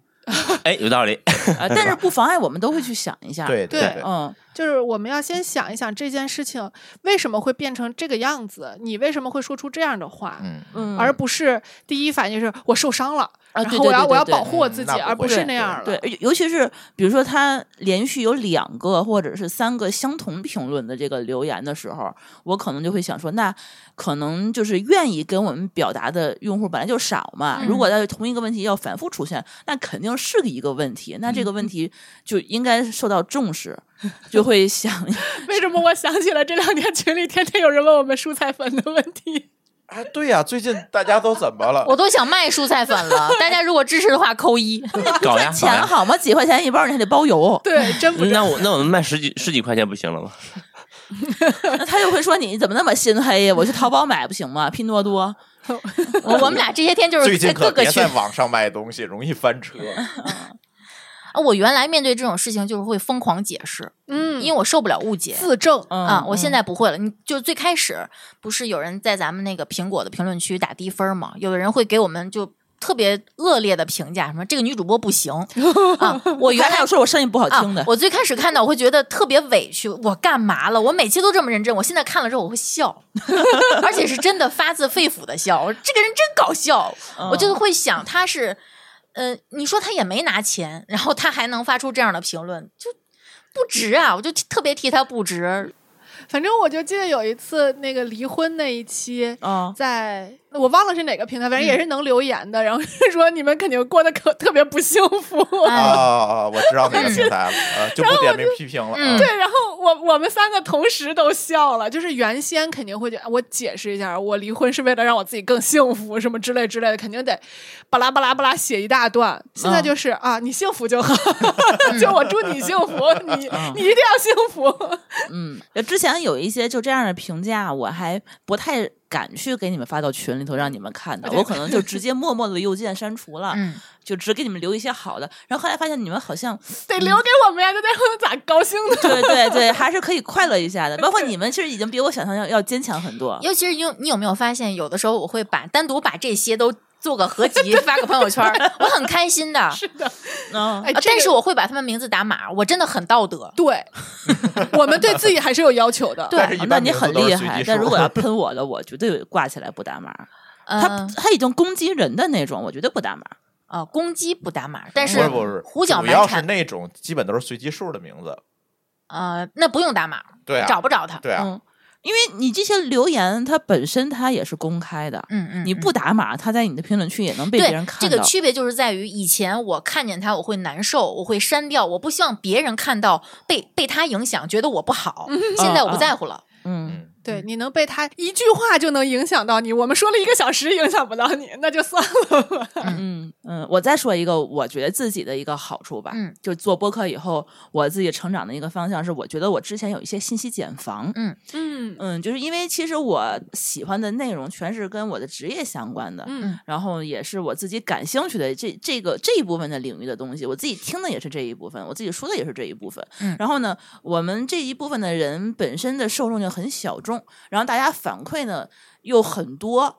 Speaker 4: 哎，有道理。
Speaker 2: 啊，但是不妨碍我们都会去想一下。，
Speaker 1: 对
Speaker 3: 对
Speaker 1: 对，
Speaker 2: 嗯，
Speaker 3: 就是我们要先想一想这件事情为什么会变成这个样子，你为什么会说出这样的话，
Speaker 1: 嗯，
Speaker 2: 嗯
Speaker 3: 而不是第一反应是我受伤了，
Speaker 2: 啊
Speaker 3: 然
Speaker 2: 对
Speaker 3: 后我
Speaker 2: 对
Speaker 3: 要
Speaker 2: 对
Speaker 3: 我要
Speaker 2: 对
Speaker 3: 保
Speaker 2: 对
Speaker 3: 护我
Speaker 1: 嗯
Speaker 3: 自己，
Speaker 1: 那不
Speaker 3: 而
Speaker 1: 会
Speaker 3: 是那
Speaker 1: 对
Speaker 3: 样了。
Speaker 2: 对，尤尤其是比如说他连续有两个或者是三个相同评论的这个留言的时候，我可能就会想说，那可能就是愿意跟我们表达的用户本来就少嘛。如果要是同一个问题要反复出现，那肯定是一个问题，那这个问题就应该受到重视，就会想
Speaker 3: 为什么我想起了这两天群里天天有人问我们蔬菜粉的问题？
Speaker 1: 哎，对呀，最近大家都怎么了？
Speaker 5: 我都想卖蔬菜粉了。大家如果支持的话，扣一。
Speaker 4: 搞呀，搞
Speaker 2: 钱
Speaker 4: 呀。
Speaker 2: 好吗？几块钱一包，你还得包邮，
Speaker 3: 对，真不
Speaker 4: 那我那我们卖十几十几块钱不行了吗？
Speaker 2: 那他就会说你怎么那么心黑呀？我去淘宝买不行吗？拼多多，
Speaker 5: 我我们俩这些天就
Speaker 1: 最
Speaker 5: 是在
Speaker 1: 近
Speaker 5: 各
Speaker 1: 可
Speaker 5: 个
Speaker 1: 别
Speaker 5: 群
Speaker 1: 在。网上卖东西，容易翻车。
Speaker 5: 啊我原来面对这种事情就是会疯狂解释，
Speaker 3: 嗯，
Speaker 5: 因为我受不了误解。
Speaker 3: 自证，
Speaker 2: 嗯
Speaker 5: 啊，我现在不会了。你就最开始不是有人在咱们那个苹果的评论区打低分吗？有的人会给我们就特别恶劣的评价，什么这个女主播不 行啊。我
Speaker 2: 我
Speaker 5: 原来
Speaker 2: 有说我声音不好听的
Speaker 5: 啊，，我最开始看到我会觉得特别委屈，我干嘛了？我每期都这么认真，我现在看了之后我会笑， 而且是真的发自肺腑的笑。我这个人真搞笑，我就会想他是，呃，你说他也没拿钱，然后他还能发出这样的评论，就不值啊！我就特别替他不值。
Speaker 3: 反正我就记得有一次那个离婚那一期，
Speaker 2: 啊。
Speaker 3: 在我忘了是哪个平台，反正也是能留言的，然后是说你们肯定过得可特别不幸福。
Speaker 1: 啊
Speaker 5: 哎，
Speaker 1: 啊！我知道哪个平台了，呃，就不点名批评了。
Speaker 5: 嗯
Speaker 1: 啊
Speaker 3: 对，然后我我们三个同时都笑了，就是原先肯定会觉得，我解释一下，我离婚是为了让我自己更幸福，什么之类之类的，肯定得巴拉巴拉巴拉写一大段。现在就是、啊，你幸福就好， 就我祝你幸福，你、
Speaker 2: 嗯
Speaker 3: 你一定要幸福。
Speaker 2: 嗯，呃之前有一些就这样的评价，我还不太敢去给你们发到群里头让你们看的，我可能就直接默默的右键删除了，
Speaker 5: 嗯，
Speaker 2: 就只给你们留一些好的。然后后来发现你们好 像，
Speaker 3: 得留给我们呀，这待会儿咋高兴呢？
Speaker 2: 对对对，还是可以快乐一下的。包括你们其实已经比我想象要要坚强很多。
Speaker 5: 尤其是有你有没有发现，有的时候我会把单独把这些都做个合集 发个朋友圈儿，我很开心的。
Speaker 3: 是的，
Speaker 2: 嗯、
Speaker 3: 哎，
Speaker 5: 啊
Speaker 3: 这
Speaker 5: 但
Speaker 3: 个
Speaker 5: 是我会把他们名字打码，我真的很道德。
Speaker 3: 对，我们对自己还是有要求的。
Speaker 5: 对
Speaker 1: 但是一
Speaker 2: 哦
Speaker 1: 般
Speaker 2: 那你
Speaker 1: 名字
Speaker 2: 很
Speaker 1: 都是
Speaker 2: 厉
Speaker 1: 随
Speaker 2: 害
Speaker 1: 机。
Speaker 2: 但
Speaker 1: 数
Speaker 2: 如 果要喷我的，我绝对挂起来不打码。他
Speaker 5: 嗯
Speaker 2: 他已经攻击人的那种，我绝对不打码。
Speaker 5: 啊，公鸡不打码，但
Speaker 1: 不是不是，
Speaker 5: 胡搅
Speaker 1: 主要
Speaker 5: 蛮
Speaker 1: 是
Speaker 5: 缠，
Speaker 1: 那种基本都是随机数的名字。
Speaker 5: 呃，那不用打码，
Speaker 1: 对啊，
Speaker 5: 找不着他。
Speaker 1: 对啊，
Speaker 2: 嗯，因为你这些留言，它本身它也是公开的，
Speaker 5: 嗯嗯，
Speaker 2: 你
Speaker 5: 嗯
Speaker 2: 不打码，他在你的评论区也能被别
Speaker 5: 对
Speaker 2: 人看
Speaker 5: 这
Speaker 2: 到。
Speaker 5: 个区别就是在于，以前我看见他我会难受，我会删掉，我不希望别人看到被被他影响，觉得我不好。现在我不在乎了。
Speaker 2: 嗯，
Speaker 1: 嗯，
Speaker 3: 对，你能被他一句话就能影响到你，我们说了一个小时影响不到你，那就算了吧。
Speaker 2: 嗯嗯，我再说一个，我觉得自己的一个好处吧，
Speaker 5: 嗯，
Speaker 2: 就做播客以后，我自己成长的一个方向是，我觉得我之前有一些信息茧房，
Speaker 3: 嗯
Speaker 2: 嗯，就是因为其实我喜欢的内容全是跟我的职业相关的，
Speaker 3: 嗯
Speaker 2: 然后也是我自己感兴趣的这这个这一部分的领域的东西，我自己听的也是这一部分，我自己说的也是这一部分。
Speaker 5: 嗯
Speaker 2: 然后呢，我们这一部分的人本身的受众就很小众，然后大家反馈呢又很多。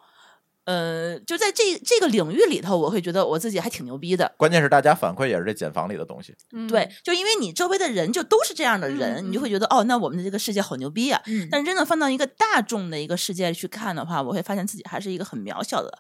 Speaker 2: 呃，就在这这个领域里头，我会觉得我自己还挺牛逼的。
Speaker 1: 关键是大家反馈也是这茧房里的东西。
Speaker 3: 嗯，
Speaker 2: 对，就因为你周围的人就都是这样的人，
Speaker 3: 嗯
Speaker 2: 你就会觉得哦，那我们的这个世界好牛逼啊。
Speaker 5: 嗯
Speaker 2: 但真的放到一个大众的一个世界去看的话，我会发现自己还是一个很渺小的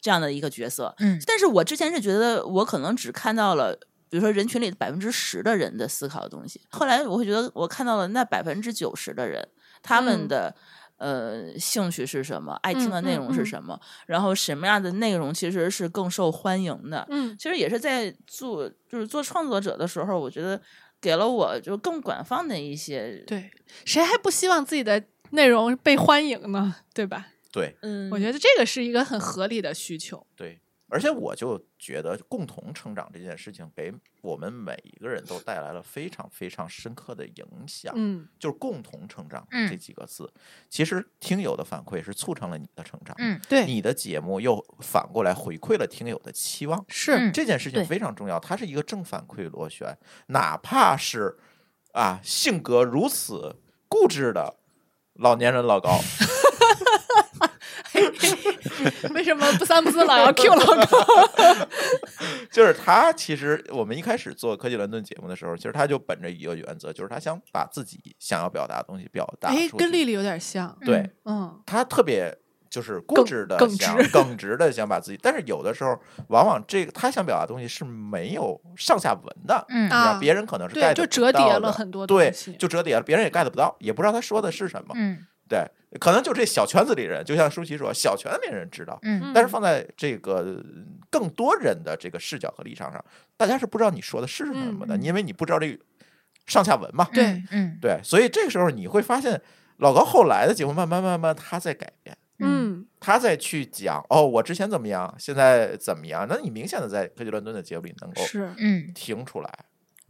Speaker 2: 这样的一个角色。
Speaker 5: 嗯
Speaker 2: 但是我之前是觉得我可能只看到了。比如说，人群里百分之十的人的思考的东西，后来我会觉得我看到了那百分之九十的人，他们
Speaker 3: 嗯
Speaker 2: 的、呃兴趣是什么，爱听的
Speaker 3: 嗯
Speaker 2: 内
Speaker 3: 嗯
Speaker 2: 容是
Speaker 3: 嗯
Speaker 2: 什么，然后什么样的内容其实是更受欢迎的，
Speaker 3: 嗯
Speaker 2: 其实也是在做就是做创作者的时候，我觉得给了我就更广泛的一些，
Speaker 3: 对，谁还不希望自己的内容被欢迎呢？对吧？
Speaker 1: 对
Speaker 2: 嗯，
Speaker 3: 我觉得这个是一个很合理的需求。
Speaker 1: 对，而且我就觉得共同成长这件事情给我们每一个人都带来了非常非常深刻的影响。
Speaker 3: 嗯
Speaker 1: 就是共同成长
Speaker 5: 嗯
Speaker 1: 这几个字，其实听友的反馈是促成了你的成长，
Speaker 5: 嗯，
Speaker 3: 对
Speaker 1: 你的节目又反过来回馈了听友的期望，
Speaker 3: 是
Speaker 5: 嗯
Speaker 1: 这件事情
Speaker 5: 对
Speaker 1: 非常重要，它是一个正反馈螺旋，哪怕是啊性格如此固执的老年人老高，
Speaker 3: 为什么不三不四老要 Q 老高？
Speaker 1: 就是他其实我们一开始做科技伦敦节目的时候，其实他就本着一个原则，就是他想把自己想要表达的东西表达
Speaker 3: 哎，
Speaker 1: 出
Speaker 3: 跟
Speaker 1: 去
Speaker 3: 丽丽有点像，
Speaker 1: 对。
Speaker 5: 嗯
Speaker 3: 嗯，
Speaker 1: 他特别就是固
Speaker 3: 耿
Speaker 1: 执的
Speaker 3: 耿
Speaker 1: 想
Speaker 3: 直
Speaker 1: 耿直的想把自己，但是有的时候往往这个他想表达的东西是没有上下文的，
Speaker 5: 嗯
Speaker 1: 你知道
Speaker 3: 啊
Speaker 1: 别人可能是 get
Speaker 3: 对，就折叠
Speaker 1: 不到的
Speaker 3: 了很多东
Speaker 1: 对，
Speaker 3: 西。
Speaker 1: 就折叠了，别人也 get 不到，也不知道他说的是什么，
Speaker 5: 嗯
Speaker 1: 对，可能就这小圈子里人，就像舒淇说，小圈子里人知道。
Speaker 5: 嗯
Speaker 1: 但是放在这个更多人的这个视角和立场上，大家是不知道你说的是什么的，
Speaker 5: 嗯嗯
Speaker 1: 因为你不知道这个上下文嘛。
Speaker 3: 对
Speaker 5: 嗯嗯
Speaker 1: 对，所以这个时候你会发现，老高后来的节目慢慢慢慢他在改变，
Speaker 3: 嗯，
Speaker 1: 他再去讲哦，我之前怎么样，现在怎么样？那你明显的在科技伦敦的节目里能够
Speaker 3: 是
Speaker 5: 嗯
Speaker 1: 听出来，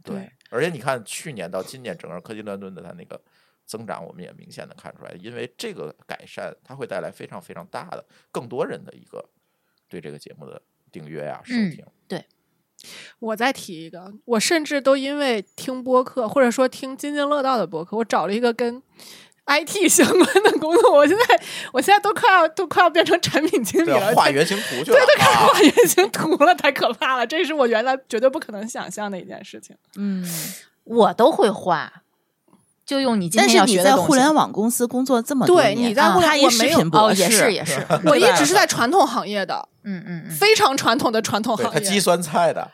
Speaker 3: 对
Speaker 1: 而且你看去年到今年整个科技伦敦的它那个增长，我们也明显的看出来，因为这个改善，它会带来非常非常大的更多人的一个对这个节目的订阅啊、收
Speaker 5: 嗯
Speaker 1: 听。
Speaker 3: 我再提一个，我甚至都因为听播客，或者说听津津乐道的播客，我找了一个跟 IT 相关的工作。我现在，我现在都快要都快要变成产品经理
Speaker 1: 对啊，
Speaker 3: 了，
Speaker 1: 画
Speaker 3: 太
Speaker 1: 原型 图去了啊！
Speaker 3: 画原型图了，太可怕了！这是我原来绝对不可能想象的一件事情。
Speaker 2: 嗯，
Speaker 5: 我都会画，就用你今
Speaker 2: 但
Speaker 5: 天
Speaker 2: 是
Speaker 5: 要
Speaker 2: 你
Speaker 5: 学的
Speaker 2: 在
Speaker 5: 东西。
Speaker 2: 互联网公司工作这么多
Speaker 3: 对
Speaker 2: 年
Speaker 3: 你在
Speaker 2: 啊
Speaker 3: 互联
Speaker 2: 他一
Speaker 3: 我没
Speaker 2: 视
Speaker 3: 有
Speaker 2: 频博
Speaker 5: 哦，也
Speaker 2: 士
Speaker 5: 也是，
Speaker 3: 我
Speaker 5: 对
Speaker 3: 一
Speaker 5: 吧
Speaker 3: 直是在传统行业的，
Speaker 5: 嗯嗯嗯，
Speaker 3: 非常传统的传统
Speaker 1: 对
Speaker 3: 行
Speaker 1: 他
Speaker 3: 业
Speaker 1: 鸡。酸菜的，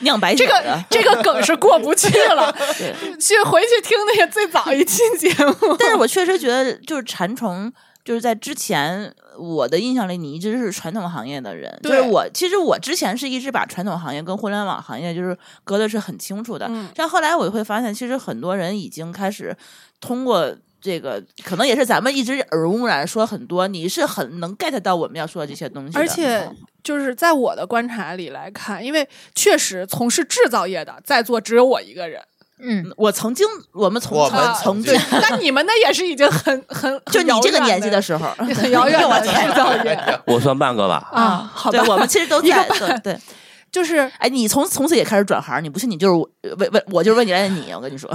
Speaker 2: 酿白酒
Speaker 3: 这个
Speaker 2: 的。
Speaker 3: 这个梗是过不去了，
Speaker 2: 啊 对，
Speaker 3: 去回去听那些最早一期节目。
Speaker 2: 但是我确实觉得，就是馋虫，就是在之前我的印象里，你一直是传统行业的人。就是
Speaker 3: 对
Speaker 2: 我，其实我之前是一直把传统行业跟互联网行业就是隔的是很清楚的。
Speaker 3: 嗯
Speaker 2: 但后来我会发现，其实很多人已经开始通过。这个可能也是咱们一直耳濡目染，说很多，你是很能 get 到我们要说的这些东西的。嗯
Speaker 3: 而且就是在我的观察里来看，因为确实从事制造业的在座只有我一个人，啊
Speaker 5: 嗯
Speaker 2: 我曾经，我们从
Speaker 1: 我
Speaker 2: 曾
Speaker 1: 们
Speaker 2: 曾经
Speaker 1: 经，
Speaker 3: 但你们那也是已经很很
Speaker 2: 就你这个年纪的
Speaker 3: 时
Speaker 2: 时候，
Speaker 3: 候， 很遥 远的制造业
Speaker 4: 我算半个吧。
Speaker 3: 啊。好吧
Speaker 2: 对，，我们其实都
Speaker 3: 一个
Speaker 2: 在
Speaker 3: 半
Speaker 2: 对对。
Speaker 3: 就是
Speaker 2: 哎，你从从此也开始转行，你不信你就是我问问，我就是问你来的你，我跟你说，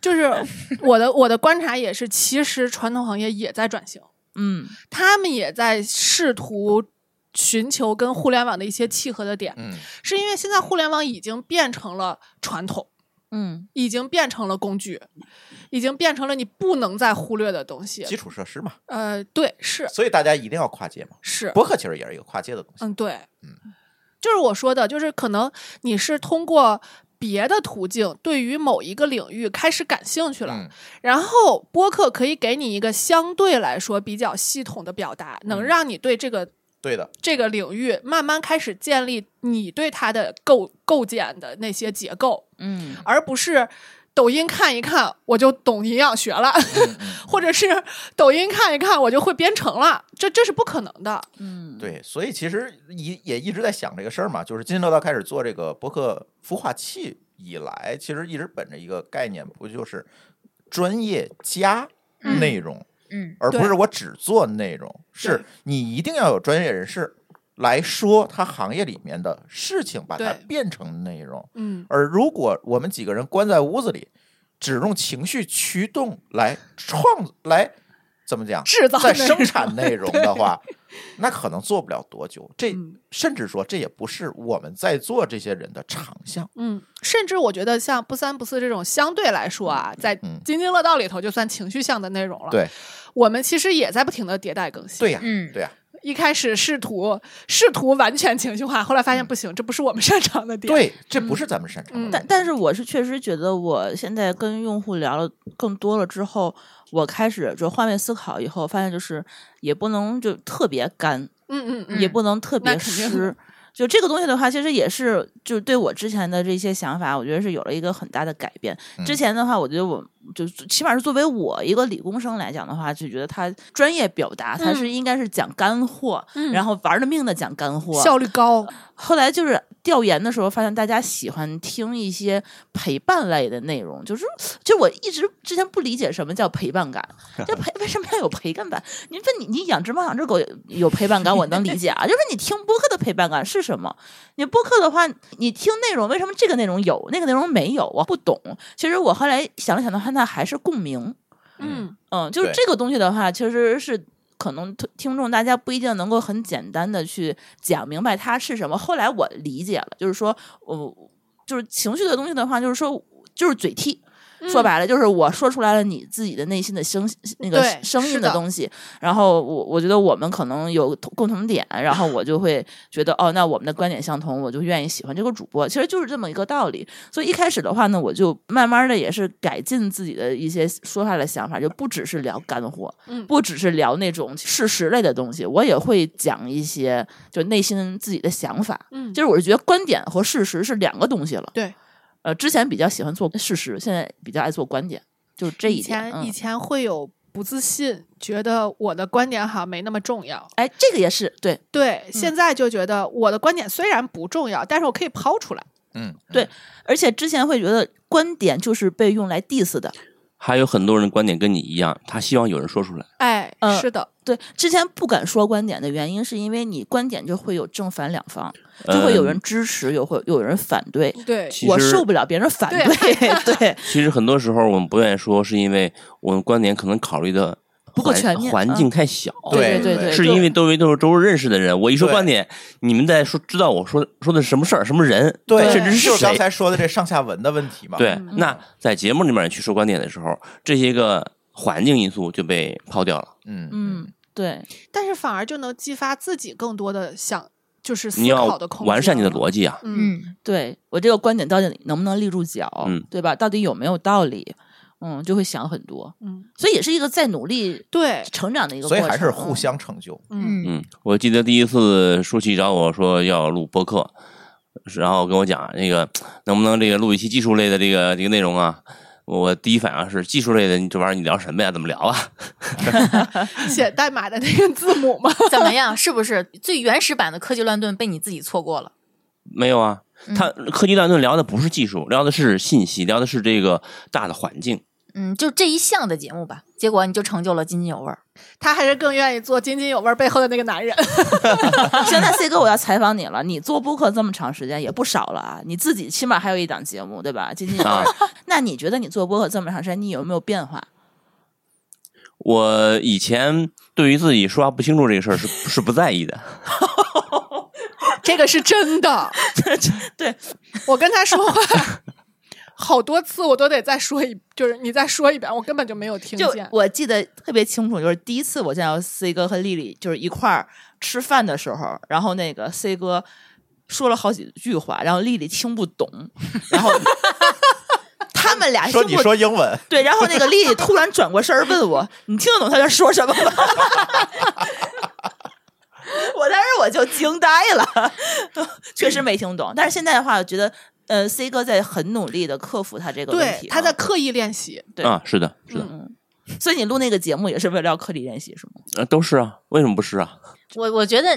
Speaker 3: 就是我的我的观察也是，其实传统行业也在转型，
Speaker 2: 嗯
Speaker 3: 他们也在试图。寻求跟互联网的一些契合的点，
Speaker 1: 嗯，
Speaker 3: 是因为现在互联网已经变成了传统，
Speaker 2: 嗯，
Speaker 3: 已经变成了工具，已经变成了你不能再忽略的东西
Speaker 1: 基。础设施嘛，
Speaker 3: 呃，对，是
Speaker 1: 所以大家一定要跨界嘛。
Speaker 3: 是，
Speaker 1: 博客其实也是一个跨界的东西，
Speaker 3: 嗯，对，
Speaker 1: 嗯，
Speaker 3: 就是我说的，就是可能你是通过别的途径对于某一个领域开始感兴趣了，
Speaker 1: 嗯，
Speaker 3: 然后播客可以给你一个相对来说比较系统的表达，能
Speaker 1: 嗯
Speaker 3: 让你对这个。
Speaker 1: 对的，
Speaker 3: 这个领域慢慢开始建立你对它的构构建的那些结构，
Speaker 2: 嗯，
Speaker 3: 而不是抖音看一看我就懂营养学了，
Speaker 1: 嗯嗯
Speaker 3: 或者是抖音看一看我就会编程了，这这是不可能的。
Speaker 2: 嗯，
Speaker 1: 对，所以其实也也一直在想这个事儿嘛，就是津津乐道开始做这个博客孵化器以来，其实一直本着一个概念，不就是专业加
Speaker 5: 嗯
Speaker 1: 内容，
Speaker 5: 嗯
Speaker 1: 而不
Speaker 3: 对
Speaker 1: 是我只做内容，是你一定要有专业人士来说他行业里面的事情，把它
Speaker 3: 对
Speaker 1: 变成内容。
Speaker 3: 嗯，
Speaker 1: 而如果我们几个人关在屋子里，只用情绪驱动来创来怎么讲
Speaker 3: 制造
Speaker 1: 在
Speaker 3: 内容
Speaker 1: 生产内容的话，那可能做不了多久。这
Speaker 3: 嗯
Speaker 1: 甚至说这也不是我们在座这些人的长项。
Speaker 3: 嗯，甚至我觉得像不三不四这种相对来说啊，在
Speaker 1: 嗯
Speaker 3: 津津乐道里头就算情绪向的内容了。
Speaker 1: 对，
Speaker 3: 我们其实也在不停的迭代更新。
Speaker 1: 对呀、
Speaker 5: 嗯，
Speaker 1: 对呀、
Speaker 3: 一开始试图试图完全情绪化，后来发现不行，这不是我们 擅长的点。
Speaker 1: 对，这不是咱们擅长的东西。
Speaker 3: 嗯
Speaker 2: 但但是我是确实觉得，我现在跟用户聊了更多了之后，我开始就换位思考以后，发现就是也不能就特别干，
Speaker 3: 嗯嗯嗯，
Speaker 2: 也不能特
Speaker 3: 那
Speaker 2: 别
Speaker 3: 肯定
Speaker 2: 湿。就这个东西的话，其实也是就对我之前的这些想法，我觉得是有了一个很大的改变。之前的话，我觉得我就起码是作为我一个理工生来讲的话，就觉得他专业表达，
Speaker 3: 嗯
Speaker 2: 他是应该是讲干货，
Speaker 5: 嗯
Speaker 2: 然后玩了命的讲干货，
Speaker 3: 效率高，
Speaker 2: 后来就是调研的时候，发现大家喜欢听一些陪伴类的内容，就是就我一直之前不理解什么叫陪伴感，这陪为什么要有陪伴感？你问你你养只猫养只狗有有陪伴感，我能理解啊。就是你听播客的陪伴感是什么？你播客的话，你听内容为什么这个内容有，那个内容没有？啊我不懂。其实我后来想了想的话，那还是共鸣。
Speaker 5: 嗯
Speaker 2: 嗯，就是
Speaker 1: 对
Speaker 2: 这个东西的话，其实是可能听听众大家不一定能够很简单的去讲明白它是什么。后来我理解了，就是说，我、呃就是情绪的东西的话，就是说，就是嘴替。
Speaker 3: 嗯
Speaker 2: 说白了，就是我说出来了你自己的内心的声那个
Speaker 3: 对
Speaker 2: 声
Speaker 3: 是
Speaker 2: 音
Speaker 3: 的
Speaker 2: 的东西，然后我我觉得我们可能有同共同点，然后我就会觉得哦，那我们的观点相同，我就愿意喜欢这个主播，其实就是这么一个道理。所以一开始的话呢，我就慢慢的也是改进自己的一些说话的想法，就不只是聊干货，
Speaker 3: 嗯
Speaker 2: 不只是聊那种事实类的东西，我也会讲一些就内心自己的想法。
Speaker 3: 嗯
Speaker 2: 就是我是觉得观点和事实是两个东西了。
Speaker 3: 对，
Speaker 2: 呃，之前比较喜欢做事实，现在比较爱做观点，就是这一
Speaker 3: 以
Speaker 2: 点。
Speaker 3: 前以
Speaker 2: 嗯、
Speaker 3: 前会有不自信，觉得我的观点好像没那么重要。嗯
Speaker 2: 哎，这个也是对
Speaker 3: 对，现在就觉得我的观点虽然不重要，但是我可以抛出来。
Speaker 1: 嗯，
Speaker 2: 对，而且之前会觉得观点就是被用来 diss 的。
Speaker 4: 还有很多人观点跟你一样，他希望有人说出来。
Speaker 3: 哎，
Speaker 2: 嗯
Speaker 3: 是的，
Speaker 2: 对，之前不敢说观点的原因，是因为你观点就会有正反两方，
Speaker 4: 嗯
Speaker 2: 就会有人支持，有会有人反对。
Speaker 3: 对，
Speaker 4: 其
Speaker 2: 我
Speaker 4: 实
Speaker 2: 受不了别人反对， 对
Speaker 4: 其实很多时候我们不愿意说，是因为我们观点可能考虑的
Speaker 2: 不够
Speaker 4: 环
Speaker 2: 全面嗯
Speaker 4: 环境太小。
Speaker 2: 对对
Speaker 1: 对
Speaker 2: 对，
Speaker 4: 是
Speaker 2: 就
Speaker 4: 因为周围都是都是认识的人，我一说
Speaker 1: 对
Speaker 4: 观点，你们在说知道我说说的是什么事儿、什么人，
Speaker 1: 对，
Speaker 4: 甚至是
Speaker 1: 就是刚
Speaker 4: 谁。
Speaker 1: 才说的这上下文的问题嘛。
Speaker 2: 嗯
Speaker 4: 对，那在节目里面去说观点的时候，这些个环境因素就被抛掉了。
Speaker 1: 嗯
Speaker 2: 嗯，对，
Speaker 3: 但是反而就能激发自己更多的想，就是思
Speaker 4: 你要
Speaker 3: 考的空间，
Speaker 4: 完善你的逻。辑啊，
Speaker 3: 嗯，
Speaker 5: 嗯
Speaker 2: 对我这个观点到底能不能立住脚，
Speaker 4: 嗯
Speaker 2: 对吧？到底有没有道理？嗯，就会想很多，
Speaker 3: 嗯，
Speaker 2: 所以也是一个在努力
Speaker 3: 对，
Speaker 2: 成长的一个
Speaker 1: 所
Speaker 2: 过
Speaker 1: 以
Speaker 2: 程，
Speaker 1: 还是互
Speaker 2: 嗯。
Speaker 1: 相成就。
Speaker 3: 嗯，
Speaker 5: 嗯
Speaker 4: 嗯，我记得第一次舒淇找我说要录播客，然后跟我讲那个能不能这个录一期技术类的这个这个内容啊。我第一反应是技术类的，你这玩意儿你聊什么呀？怎么聊啊？
Speaker 3: 写代码的那个字母嘛，
Speaker 5: 怎么样？是不是最原始版的科技乱炖被你自己错过了？
Speaker 4: 没有啊，他科技乱炖聊的不是技术，聊的是信息，聊的是这个大的环境。
Speaker 5: 嗯，就这一项的节目吧，结果你就成就了津津有味儿。
Speaker 3: 他还是更愿意做津津有味儿背后的那个男人。
Speaker 2: 行，那 C 哥，我要采访你了。你做播客这么长时间也不少了啊，你自己起码还有一档节目，对吧？今天有
Speaker 4: 啊
Speaker 2: 那你觉得你做播客这么长时间，你有没有变化？
Speaker 4: 我以前对于自己说话不清楚这个事儿是是不在意的，
Speaker 3: 这个是真的。
Speaker 2: 对，
Speaker 3: 我跟他说话好多次，我都得再说一，就是你再说一遍，我根本就没有听
Speaker 2: 就
Speaker 3: 见。
Speaker 2: 我记得特别清楚，就是第一次我见到 C 哥和丽丽就是一块儿吃饭的时候，然后那个 C 哥说了好几句话，然后丽丽听不懂，然后哎他们俩听
Speaker 1: 说
Speaker 2: 不
Speaker 1: 你说英文，
Speaker 2: 对，然后那个丽丽突然转过身儿问我：“你听得懂他在说什么吗？” 我当时我就惊呆了，确实没听懂。但是现在的话，我觉得呃，C 哥在很努力的克服他这个问
Speaker 3: 对
Speaker 2: 题，，啊
Speaker 3: 他在，刻意练习。
Speaker 2: 对
Speaker 4: 啊，是的，是的，
Speaker 3: 嗯，
Speaker 2: 所以你录那个节目也是为了要克里练习，是吗？
Speaker 4: 呃都是啊，为什么不是啊？
Speaker 5: 我我觉得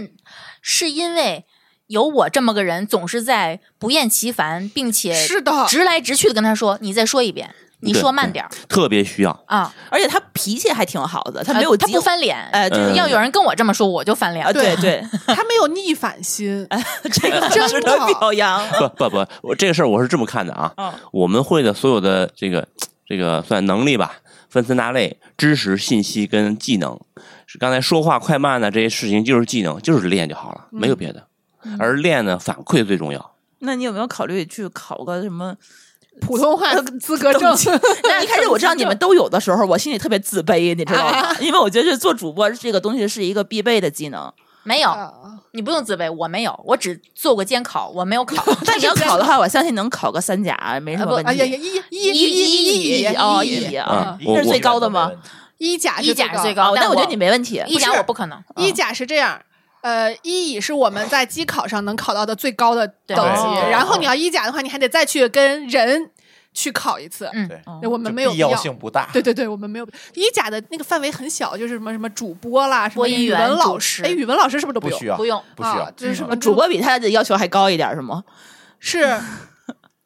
Speaker 5: 是因为有我这么个人，总是在不厌其烦，并且
Speaker 3: 是的，
Speaker 5: 直来直去的跟他说：“你再说一遍，你
Speaker 4: 对
Speaker 5: 说慢
Speaker 4: 对
Speaker 5: 点儿
Speaker 4: 特别需要，
Speaker 5: 啊。
Speaker 2: 而且他脾气还挺好的，他
Speaker 5: 呃”
Speaker 2: 没有
Speaker 5: 他
Speaker 2: 激
Speaker 5: 不翻脸，
Speaker 2: 哎，对
Speaker 4: 嗯
Speaker 5: 要有人跟我这么说，我就翻脸
Speaker 2: 啊，。对对，
Speaker 3: 他没有逆反心。
Speaker 2: 这个
Speaker 3: 真
Speaker 2: 值得
Speaker 3: 的
Speaker 2: 表扬。
Speaker 4: 不不不，我这个事儿我是这么看的啊，
Speaker 2: 嗯
Speaker 4: 我们会的所有的这个这个算能力吧，分三大类：知识、信息跟技能。是刚才说话快慢的这些事情就是技能，就是练就好了，没有别的。而练呢，反馈最重要。
Speaker 2: 那你有没有考虑去考个什么？
Speaker 3: 普通话资格证，
Speaker 2: 那一开始我知道你们都有的时候，我心里特别自卑，你知道吗？ 因为我觉得做主播这个东西是一个必备的技能，
Speaker 5: 没有，
Speaker 3: 啊
Speaker 5: 你不用自卑，我没有，我只做过监考，我没 有考。
Speaker 2: 但你要考的话，我相信能考个三甲没什么问题。
Speaker 3: 哎呀呀，一一
Speaker 5: 一一
Speaker 3: 一一
Speaker 5: 一
Speaker 2: 哦，
Speaker 3: 一
Speaker 2: 一啊
Speaker 4: 啊，
Speaker 1: 嗯
Speaker 2: 这是最高的吗？
Speaker 1: 我
Speaker 3: 一甲
Speaker 5: 一甲是最
Speaker 3: 最
Speaker 5: 高嗯
Speaker 2: 哦，
Speaker 5: 但
Speaker 2: 那我觉
Speaker 5: 我
Speaker 2: 得你没问题。
Speaker 5: 一
Speaker 3: 不
Speaker 5: 讲
Speaker 3: 是
Speaker 5: 我不可能。
Speaker 3: 一甲是这样，呃，一乙是我们在机考上能考到的最高的
Speaker 5: 对
Speaker 3: 等级
Speaker 1: 对，
Speaker 3: 然后你要一甲的话，你还得再去跟人去考一次。
Speaker 5: 嗯
Speaker 1: 对，
Speaker 2: 哦
Speaker 3: 我
Speaker 1: 就
Speaker 3: 们没有
Speaker 1: 必
Speaker 3: 必
Speaker 1: 要性不大。
Speaker 3: 对对对，我们没有一甲的那个范围很小，就是什么什么主播啦，什
Speaker 5: 播
Speaker 3: 么
Speaker 5: 音
Speaker 3: 语
Speaker 5: 员
Speaker 3: 文老
Speaker 5: 主持嗯
Speaker 3: 师，哎，语文老师是不是都
Speaker 1: 不
Speaker 3: 有
Speaker 1: 需？要，
Speaker 5: 不用
Speaker 1: 不需要
Speaker 3: 啊就是什么
Speaker 2: 呃主播比他的要求还高一点是吗？
Speaker 3: 是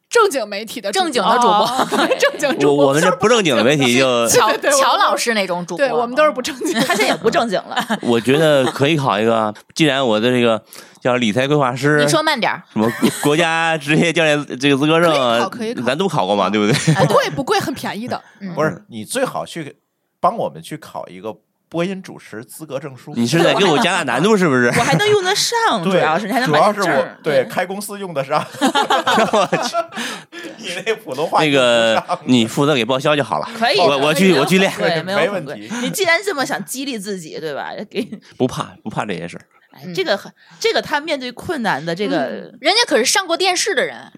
Speaker 3: 正经媒体的
Speaker 5: 正经
Speaker 3: 播
Speaker 5: 的主播，
Speaker 2: 哦
Speaker 5: 对
Speaker 3: 正经
Speaker 4: 我
Speaker 3: 主播，
Speaker 4: 我们这不正经的媒体 就，
Speaker 5: 乔
Speaker 3: 对对我
Speaker 5: 乔
Speaker 3: 们
Speaker 5: 老师那种主播，
Speaker 3: 对我们都是不正 经哎的。
Speaker 2: 他现在也不正经了，
Speaker 4: 我觉得可以考一个。 既然我的这个叫理财规划师，
Speaker 5: 嗯你说慢点儿，
Speaker 4: 什么国国家职业教练这个资格证
Speaker 3: 可
Speaker 4: 啊
Speaker 3: 以考可以，考嗯
Speaker 4: 咱都考过嘛，对不对？
Speaker 5: 哎
Speaker 3: 不贵不贵，很便宜
Speaker 4: 啊
Speaker 3: 的。
Speaker 5: 嗯
Speaker 1: 不是你最好去帮我们去考一个播音主持资格证书。
Speaker 4: 你是在给我加大难度是不 是？
Speaker 2: 我还能用得 上，
Speaker 1: 嗯
Speaker 2: 主
Speaker 1: 对，
Speaker 2: 要是你还能
Speaker 1: 主
Speaker 2: 买
Speaker 1: 要
Speaker 2: 个
Speaker 1: 是
Speaker 2: 证
Speaker 1: 我
Speaker 2: 儿
Speaker 1: 对开公司用得上。你那普通话
Speaker 4: 那
Speaker 1: 用
Speaker 4: 个
Speaker 1: 不上
Speaker 4: 你负责给报销就好了，
Speaker 2: 可以，
Speaker 4: 我我去
Speaker 2: 可以啊
Speaker 4: 我去练
Speaker 2: 对，没有
Speaker 1: 没
Speaker 2: 很
Speaker 1: 问
Speaker 2: 贵
Speaker 1: 题
Speaker 2: 你既然这么想激励自己，对吧？给
Speaker 4: 不怕不怕这些事儿。
Speaker 2: 哎这个很这个他面对困难的这个
Speaker 5: 人家可是上过电视的人，
Speaker 1: 啊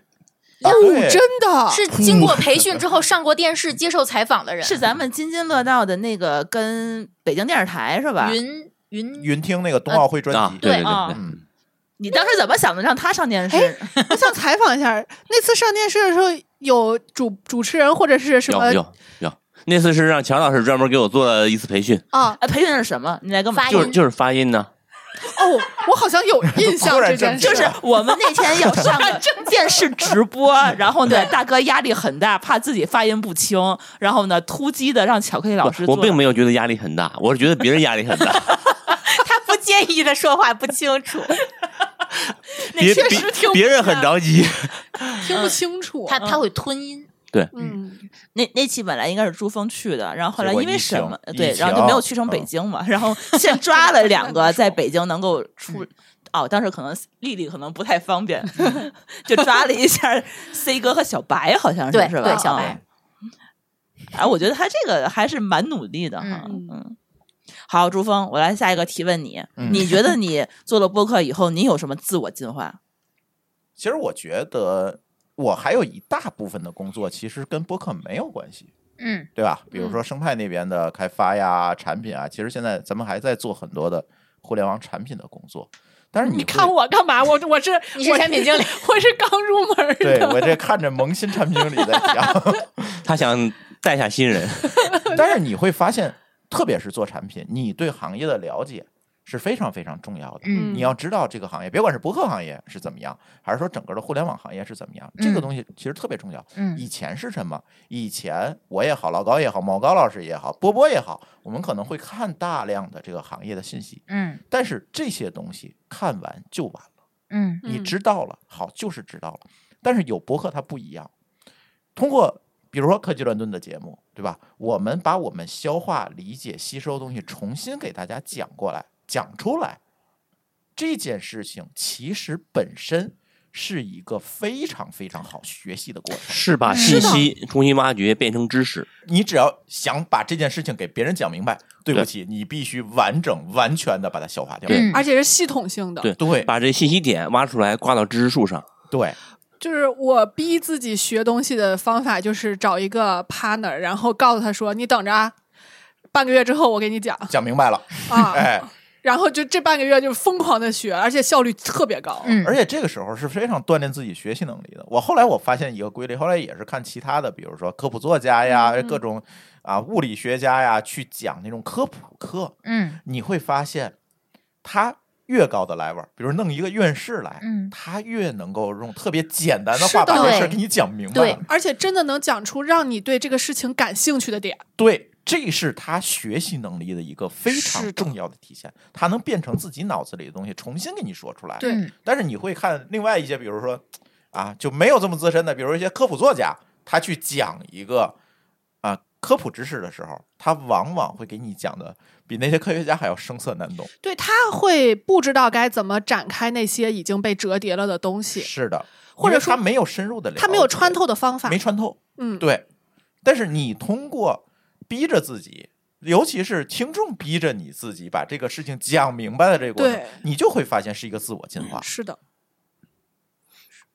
Speaker 1: 对
Speaker 3: 哎真的
Speaker 5: 是经过培训之后上过电视接受采访的人，
Speaker 2: 是咱们津津乐道的那个跟北京电视台是吧？
Speaker 5: 云云
Speaker 1: 云听那个冬奥会专
Speaker 4: 啊
Speaker 1: 辑，，
Speaker 4: 对
Speaker 2: 对
Speaker 4: 对对，
Speaker 1: 嗯，
Speaker 2: 你当时怎么想的让他上电
Speaker 5: 哎
Speaker 2: 视？
Speaker 3: 哎我想采访一下， 那次上电视的时候，有主主持人或者是什么
Speaker 4: 有有有。那次是让乔老师专门给我做了一次培训，
Speaker 3: 啊？
Speaker 2: 哎，培训是什么？你来跟我们
Speaker 5: 发
Speaker 4: 就
Speaker 5: 音
Speaker 4: 是就是发音呢，
Speaker 3: 哦，我好像有印象
Speaker 1: 忽然
Speaker 3: 这件事，
Speaker 1: 正
Speaker 2: 就
Speaker 1: 经
Speaker 2: 是我们那天要 上个电视直播，然后呢，大哥压力很大，怕自己发音不清，然后呢，突击的让巧克力老师
Speaker 4: 我
Speaker 2: 做。
Speaker 4: 并没有觉得压力很大，我是觉得别人压力很大，
Speaker 5: 他不介意他说话不清楚，
Speaker 4: 别
Speaker 2: 确实听
Speaker 4: 别
Speaker 2: 不
Speaker 4: 别人很着急。
Speaker 3: 听不清楚。
Speaker 5: 他他会吞音，
Speaker 3: 嗯，
Speaker 2: 那那期本来应该是朱峰去的，然后后来
Speaker 1: 结果
Speaker 2: 因为
Speaker 1: 疫
Speaker 2: 什
Speaker 1: 情
Speaker 2: 么
Speaker 1: 疫
Speaker 2: 对，然后
Speaker 1: 情
Speaker 2: 就没有去成北
Speaker 1: 嗯
Speaker 2: 京嘛，然后现抓了两 个在北京能够
Speaker 5: 嗯
Speaker 2: 出。哦，当时可能丽丽可能不太方便，
Speaker 5: 嗯
Speaker 2: 就抓了一下 C 哥和小白，好像是
Speaker 5: 对
Speaker 2: 是吧？
Speaker 5: 对
Speaker 2: 嗯
Speaker 5: 小白。
Speaker 2: 啊，我觉得他这个还是蛮努力的哈。
Speaker 3: 嗯
Speaker 2: 嗯，好，朱峰，我来下一个提问你，
Speaker 1: 嗯
Speaker 2: 你觉得你做了播客以后，你有什么自我进化？
Speaker 1: 其实我觉得我还有一大部分的工作其实跟播客没有关系，
Speaker 5: 嗯
Speaker 1: 对吧？比如说生态那边的开发呀、产品啊，其实现在咱们还在做很多的互联网产品的工作。但是
Speaker 3: 你
Speaker 1: 你
Speaker 3: 看
Speaker 1: 会
Speaker 3: 我干嘛？我我是
Speaker 5: 你是
Speaker 3: 我
Speaker 5: 产品经理，
Speaker 3: 我是刚入门儿
Speaker 1: 对
Speaker 3: 的。
Speaker 1: 我这看着萌新产品经理在讲，
Speaker 4: 他想带下 新人，
Speaker 1: 但是你会发现，特别是做产品，你对行业的了解是非常非常重要的。
Speaker 5: 嗯
Speaker 1: 你要知道这个行业，别管是博客行业是怎么样，还是说整个的互联网行业是怎么样，这个
Speaker 5: 嗯
Speaker 1: 东西其实特别重要。
Speaker 5: 嗯
Speaker 1: 以前是什么？以前我也好，老高也好，毛高老师也好，波波也好，我们可能会看大量的这个行业的信息，
Speaker 5: 嗯
Speaker 1: 但是这些东西看完就完了，
Speaker 5: 嗯
Speaker 1: 你
Speaker 3: 嗯
Speaker 1: 知道了，好就是知道了。但是有博客它不一样，通过比如说科技乱炖的节目，对吧？我们把我们消化、理解、吸收的东西重新给大家讲过来、讲出来，这件事情其实本身是一个非常非常好学习的过程。
Speaker 4: 是把信息重新挖掘变成知识。
Speaker 1: 你只要想把这件事情给别人讲明白，对不
Speaker 4: 对
Speaker 1: 起，你必须完整、完全的把它消化掉。
Speaker 5: 嗯
Speaker 4: 对
Speaker 3: 而且是系统性的，
Speaker 4: 对
Speaker 1: 对
Speaker 4: 把这信息点挖出来，挂到知识树上。
Speaker 1: 对
Speaker 3: 就是我逼自己学东西的方法，就是找一个 partner，然后告诉他说：“你等着啊，半个月之后我给你 讲
Speaker 1: 讲明白了，
Speaker 3: 啊。
Speaker 1: 哎，
Speaker 3: 然后就这半个月就疯狂的学，而且效率特别高。
Speaker 5: 嗯，
Speaker 1: 而且这个时候是非常锻炼自己学习能力的。我后来我发现一个规律，后来也是看其他的，比如说科普作家呀，各种啊物理学家呀，去讲那种科普课，
Speaker 5: 嗯
Speaker 1: 你会发现他越高的 level，比如弄一个院士来，
Speaker 5: 嗯
Speaker 1: 他越能够用特别简单的
Speaker 3: 是
Speaker 1: 话把
Speaker 3: 的
Speaker 1: 这事儿给你讲明白
Speaker 5: 对
Speaker 1: 了。
Speaker 3: 而且真的能讲出让你对这个事情感兴趣的点。
Speaker 1: 对，这是他学习能力的一个非
Speaker 3: 是
Speaker 1: 常
Speaker 3: 的
Speaker 1: 重要的体现，他能变成自己脑子里的东西，重新给你说出来。
Speaker 3: 对
Speaker 5: 嗯
Speaker 1: 但是你会看另外一些，比如说啊，就没有这么资深的，比如一些科普作家，他去讲一个啊科普知识的时候，他往往会给你讲的比那些科学家还要生涩难懂。
Speaker 3: 对他会不知道该怎么展开那些已经被折叠了的东西，
Speaker 1: 是的，
Speaker 3: 或
Speaker 1: 因
Speaker 3: 者
Speaker 1: 为他
Speaker 3: 说
Speaker 1: 没有深入的了解，
Speaker 3: 他没有穿透的方法
Speaker 1: 没。穿透。
Speaker 3: 嗯，
Speaker 1: 对，但是你通过逼着自己，尤其是听众逼着你自己把这个事情讲明白的这个过程
Speaker 3: 对，
Speaker 1: 你就会发现是一个自我进化。
Speaker 3: 是的，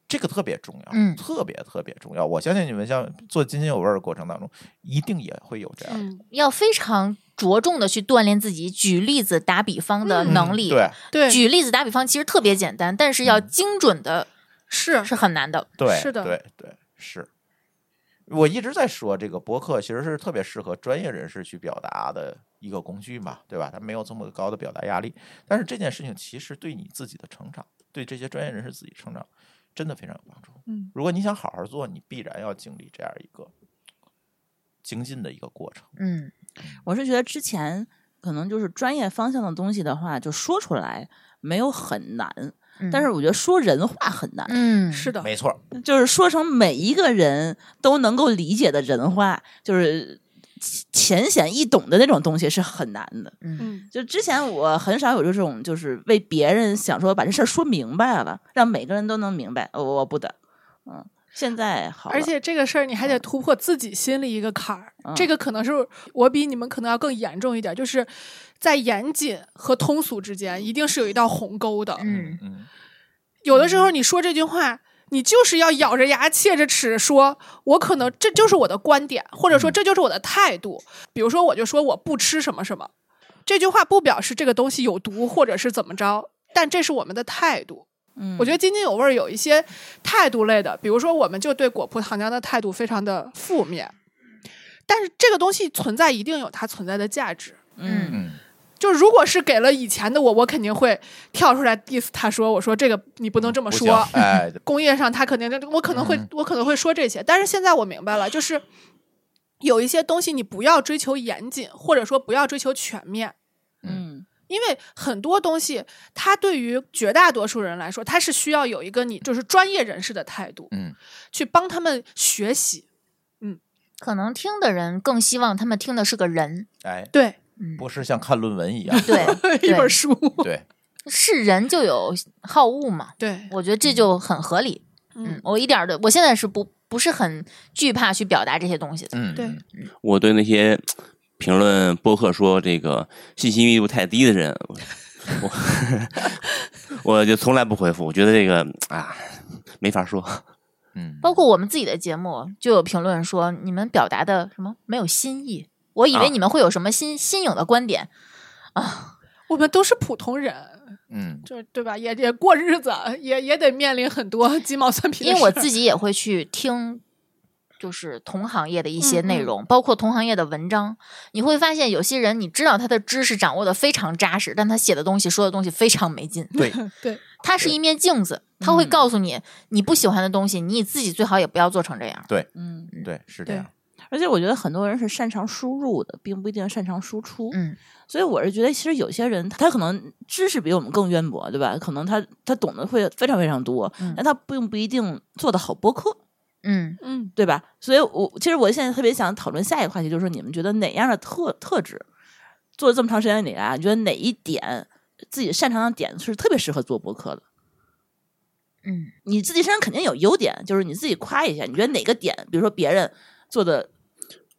Speaker 1: 这个特别重要，
Speaker 5: 嗯
Speaker 1: 特别特别重要。我相信你们像做津津有味儿的过程当中，一定也会有这样的。
Speaker 3: 嗯，
Speaker 5: 要非常着重的去锻炼自己举例子、打比方的
Speaker 3: 嗯
Speaker 5: 能力。
Speaker 1: 对
Speaker 3: 对，
Speaker 5: 举例子、打比方其实特别简单，但是要
Speaker 1: 嗯
Speaker 5: 精准的
Speaker 3: 是
Speaker 5: 是很难的。
Speaker 1: 对，
Speaker 3: 是的
Speaker 1: 对对是。我一直在说，这个博客其实是特别适合专业人士去表达的一个工具嘛，对吧？它没有这么高的表达压力，但是这件事情其实对你自己的成长，对这些专业人士自己成长，真的非常有帮助。
Speaker 3: 嗯，
Speaker 1: 如果你想好好做，你必然要经历这样一个精进的一个过程。
Speaker 5: 嗯，
Speaker 2: 我是觉得之前可能就是专业方向的东西的话，就说出来没有很难，
Speaker 5: 嗯
Speaker 2: 但是我觉得说人话很难，
Speaker 5: 嗯
Speaker 3: 是的，
Speaker 1: 没错儿，
Speaker 2: 就是说成每一个人都能够理解的人话，就是浅浅显易懂的那种东西是很难的。
Speaker 5: 嗯
Speaker 3: 嗯
Speaker 2: 就之前我很少有这种，就是为别人想说把这事儿说明白了，让每个人都能明白。我我不的，嗯，现在好了，
Speaker 3: 而且这个事儿你还得突破自己心里一个坎儿，
Speaker 2: 嗯
Speaker 3: 这个可能是我比你们可能要更严重一点，就是在严谨和通俗之间一定是有一道鸿沟的。
Speaker 5: 嗯
Speaker 1: 嗯，
Speaker 3: 有的时候你说这句话，你就是要咬着牙切着齿说，我可能这就是我的观点，或者说这就是我的态度。比如说，我就说我不吃什么什么，这句话不表示这个东西有毒或者是怎么着，但这是我们的态度。
Speaker 2: 嗯
Speaker 3: 我觉得津津有味儿有一些态度类的，比如说我们就对果葡糖浆的态度非常的负面，但是这个东西存在一定有它存在的价值。
Speaker 2: 嗯
Speaker 1: 嗯
Speaker 3: 就如果是给了以前的我，我肯定会跳出来 diss 他说，我说这个你不能这么
Speaker 1: 不
Speaker 3: 说，
Speaker 1: 行哎，
Speaker 3: 工业上他肯定就我可能会、
Speaker 1: 嗯
Speaker 3: 我可能会说这些，但是现在我明白了，就是有一些东西你不要追求严谨，或者说不要追求全面，
Speaker 2: 嗯
Speaker 3: 因为很多东西它对于绝大多数人来说，它是需要有一个你就是专业人士的态度
Speaker 1: 嗯，
Speaker 3: 去帮他们学习。
Speaker 5: 可能听的人更希望他们听的是个人，
Speaker 1: 哎，
Speaker 3: 对，
Speaker 5: 嗯，
Speaker 1: 不是像看论文一 样，
Speaker 5: 对
Speaker 3: 一
Speaker 5: 对
Speaker 3: 本书，
Speaker 1: 对，
Speaker 5: 是人就有好恶嘛，
Speaker 3: 对，
Speaker 5: 我觉得这就很合理。嗯，我一点儿的，我现在是不不是很惧怕去表达这些东西的。
Speaker 1: 嗯，
Speaker 3: 对
Speaker 1: 嗯
Speaker 4: 我对那些评论播客说这个信息密度太低的人，我 我我就从来不回复。我觉得这个啊，没法说。
Speaker 1: 嗯，
Speaker 3: 哦
Speaker 5: 包括我们自己的节目，就有评论说你们表达的什么没有新意，我以为
Speaker 4: 啊
Speaker 5: 你们会有什么新新颖的观点，
Speaker 3: 我们都是普通人，
Speaker 1: 嗯，
Speaker 3: 就是对吧？也也过日子，也也得面临很多鸡毛蒜皮的事。
Speaker 5: 因为我自己也会去听，就是同行业的一些内容，包括同行业的文章，你会发现有些人你知道他的知识掌握的非常扎实，但他写的东西说的东西非常没劲。
Speaker 1: 对，
Speaker 3: 对，
Speaker 5: 它是一面镜子，他会告诉你你不喜欢的东西，你自己最好也不要做成这样。
Speaker 2: 嗯，
Speaker 1: 对，是这
Speaker 3: 对
Speaker 1: 样，
Speaker 2: 而且我觉得很多人是擅长输入的，并不一定擅长输出。
Speaker 5: 嗯
Speaker 2: 所以我是觉得，其实有些人他可能知识比我们更渊博，对吧？可能他他懂得会非常非常多，
Speaker 5: 嗯
Speaker 2: 但他并不一定做的好播客，
Speaker 5: 嗯
Speaker 3: 嗯，
Speaker 2: 对吧？所以我其实我现在特别想讨论下一个话题，就是说你们觉得哪样的特特质，做了这么长时间以来啊，你觉得哪一点自己擅长的点是特别适合做播客的？
Speaker 5: 嗯
Speaker 2: 你自己身上肯定有优点，就是你自己夸一下，你觉得哪个点，比如说别人做的，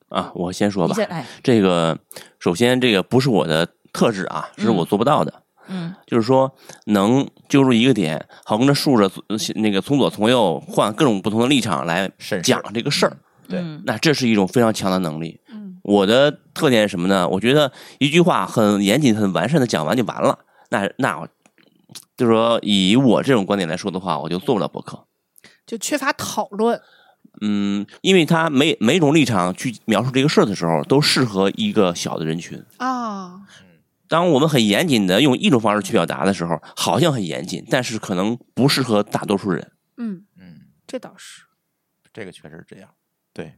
Speaker 4: 啊，我先说
Speaker 2: 你
Speaker 4: 吧。
Speaker 2: 先哎，
Speaker 4: 这个首先，这个不是我的特质啊，是我做不到的。
Speaker 2: 嗯
Speaker 4: 就是说，能揪住一个点，横着竖着，呃那个从左从右换各种不同的立场来
Speaker 1: 审视
Speaker 4: 讲这个事儿，
Speaker 1: 对
Speaker 2: 嗯
Speaker 4: 那这是一种非常强的能力。
Speaker 3: 嗯，
Speaker 4: 我的特点是什么呢？我觉得一句话很严谨、很完善的讲完就完了。那那我，就是说以我这种观点来说的话，我就做不了博客。
Speaker 3: 就缺乏讨论。
Speaker 4: 嗯，因为他每每种立场去描述这个事儿的时候，都适合一个小的人群。
Speaker 3: 啊，
Speaker 4: 当我们很严谨的用一种方式去表达的时候，好像很严谨，但是可能不适合大多数人。
Speaker 3: 嗯，
Speaker 1: 嗯，
Speaker 3: 这倒是，
Speaker 1: 这个确实这样，对，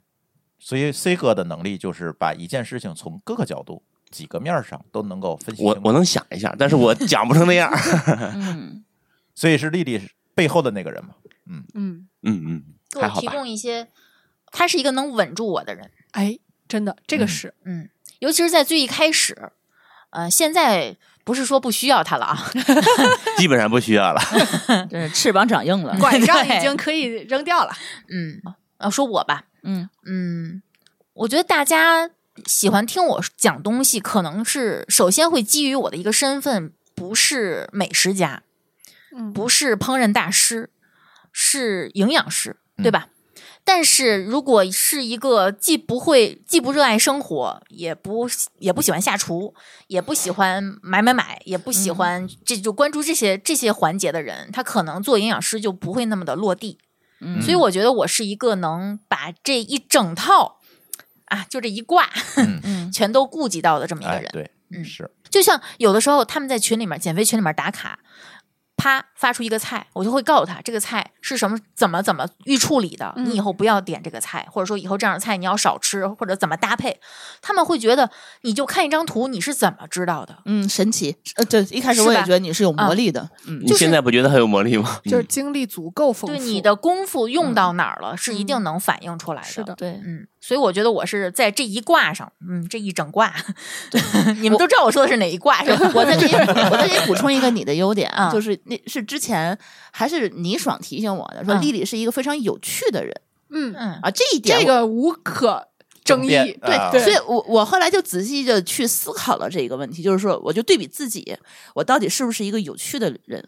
Speaker 1: 所以 C 哥的能力就是把一件事情从各个角度、几个面儿上都能够分析
Speaker 4: 我
Speaker 1: 清
Speaker 4: 我
Speaker 1: 楚
Speaker 4: 能想一下，但是我讲不成那 样。
Speaker 5: 哎
Speaker 2: 嗯
Speaker 1: 所以是丽丽背后的那个人嘛，
Speaker 3: 嗯，
Speaker 4: 嗯嗯，
Speaker 5: 给
Speaker 4: 还
Speaker 5: 我
Speaker 4: 好
Speaker 5: 提
Speaker 4: 吧。
Speaker 5: 供一些，他是一个能稳住我的人，
Speaker 3: 哎，真的，这个
Speaker 1: 嗯
Speaker 3: 是，
Speaker 5: 嗯，尤其是在最一开始，呃，现在不是说不需要他了啊，
Speaker 4: 基本上不需 要了。
Speaker 2: 嗯，真是翅膀长硬了，
Speaker 3: 拐杖已
Speaker 5: 对
Speaker 3: 经可以扔掉了。
Speaker 5: 嗯，呃，说我吧，
Speaker 2: 嗯
Speaker 5: 嗯，我觉得大家喜欢听我讲东西，可能是首先会基于我的一个身份，不是美食家，
Speaker 3: 嗯，
Speaker 5: 不是烹饪大师，是营养师，对吧？但是如果是一个既不会、既不热爱生活，也不也不喜欢下厨，也不喜欢买买买，也不喜欢这就关注这些这些环节的人，他可能做营养师就不会那么的落地。
Speaker 2: 嗯
Speaker 5: 所以我觉得我是一个能把这一整套啊，就这一挂
Speaker 1: 嗯
Speaker 2: 嗯
Speaker 5: 全都顾及到的这么一个
Speaker 1: 哎
Speaker 5: 人，。
Speaker 1: 对，
Speaker 5: 嗯
Speaker 1: 是，
Speaker 5: 就像有的时候他们在群里面减肥群里面打卡，啪发出一个菜，我就会告诉他这个菜是什么怎么怎么预处理的，
Speaker 3: 嗯
Speaker 5: 你以后不要点这个菜，或者说以后这样的菜你要少吃，或者怎么搭配。他们会觉得你就看一张图，你是怎么知道的？
Speaker 2: 嗯，神奇。呃，对，一开始
Speaker 5: 是
Speaker 2: 我也
Speaker 5: 吧
Speaker 2: 觉得你是有魔
Speaker 5: 啊
Speaker 2: 力的，嗯
Speaker 4: 你现在不觉得很有魔力吗？嗯
Speaker 3: 就是精力足够丰富。嗯
Speaker 5: 嗯对你的功夫用到哪儿了，是一定能反映出来
Speaker 3: 是的，
Speaker 2: 对。
Speaker 5: 嗯，所以我觉得我是在这一卦上，嗯，这一整卦， 你们都知道我说的是哪 一卦是吧？
Speaker 2: 我 再给你，我再给你补充一个你的优点啊，
Speaker 5: 嗯
Speaker 2: 就是那是之前还是倪爽提醒我的，说
Speaker 5: 嗯
Speaker 2: 丽丽是一个非常有趣的人
Speaker 3: 嗯，
Speaker 5: 嗯
Speaker 2: 啊，这一点
Speaker 3: 这
Speaker 2: 我
Speaker 3: 个无可争议。
Speaker 1: 辩
Speaker 3: 对
Speaker 1: 啊
Speaker 3: 对，
Speaker 2: 所以我我后来就仔细的去思考了这个问题，就是说，我就对比自己，我到底是不是一个有趣的人？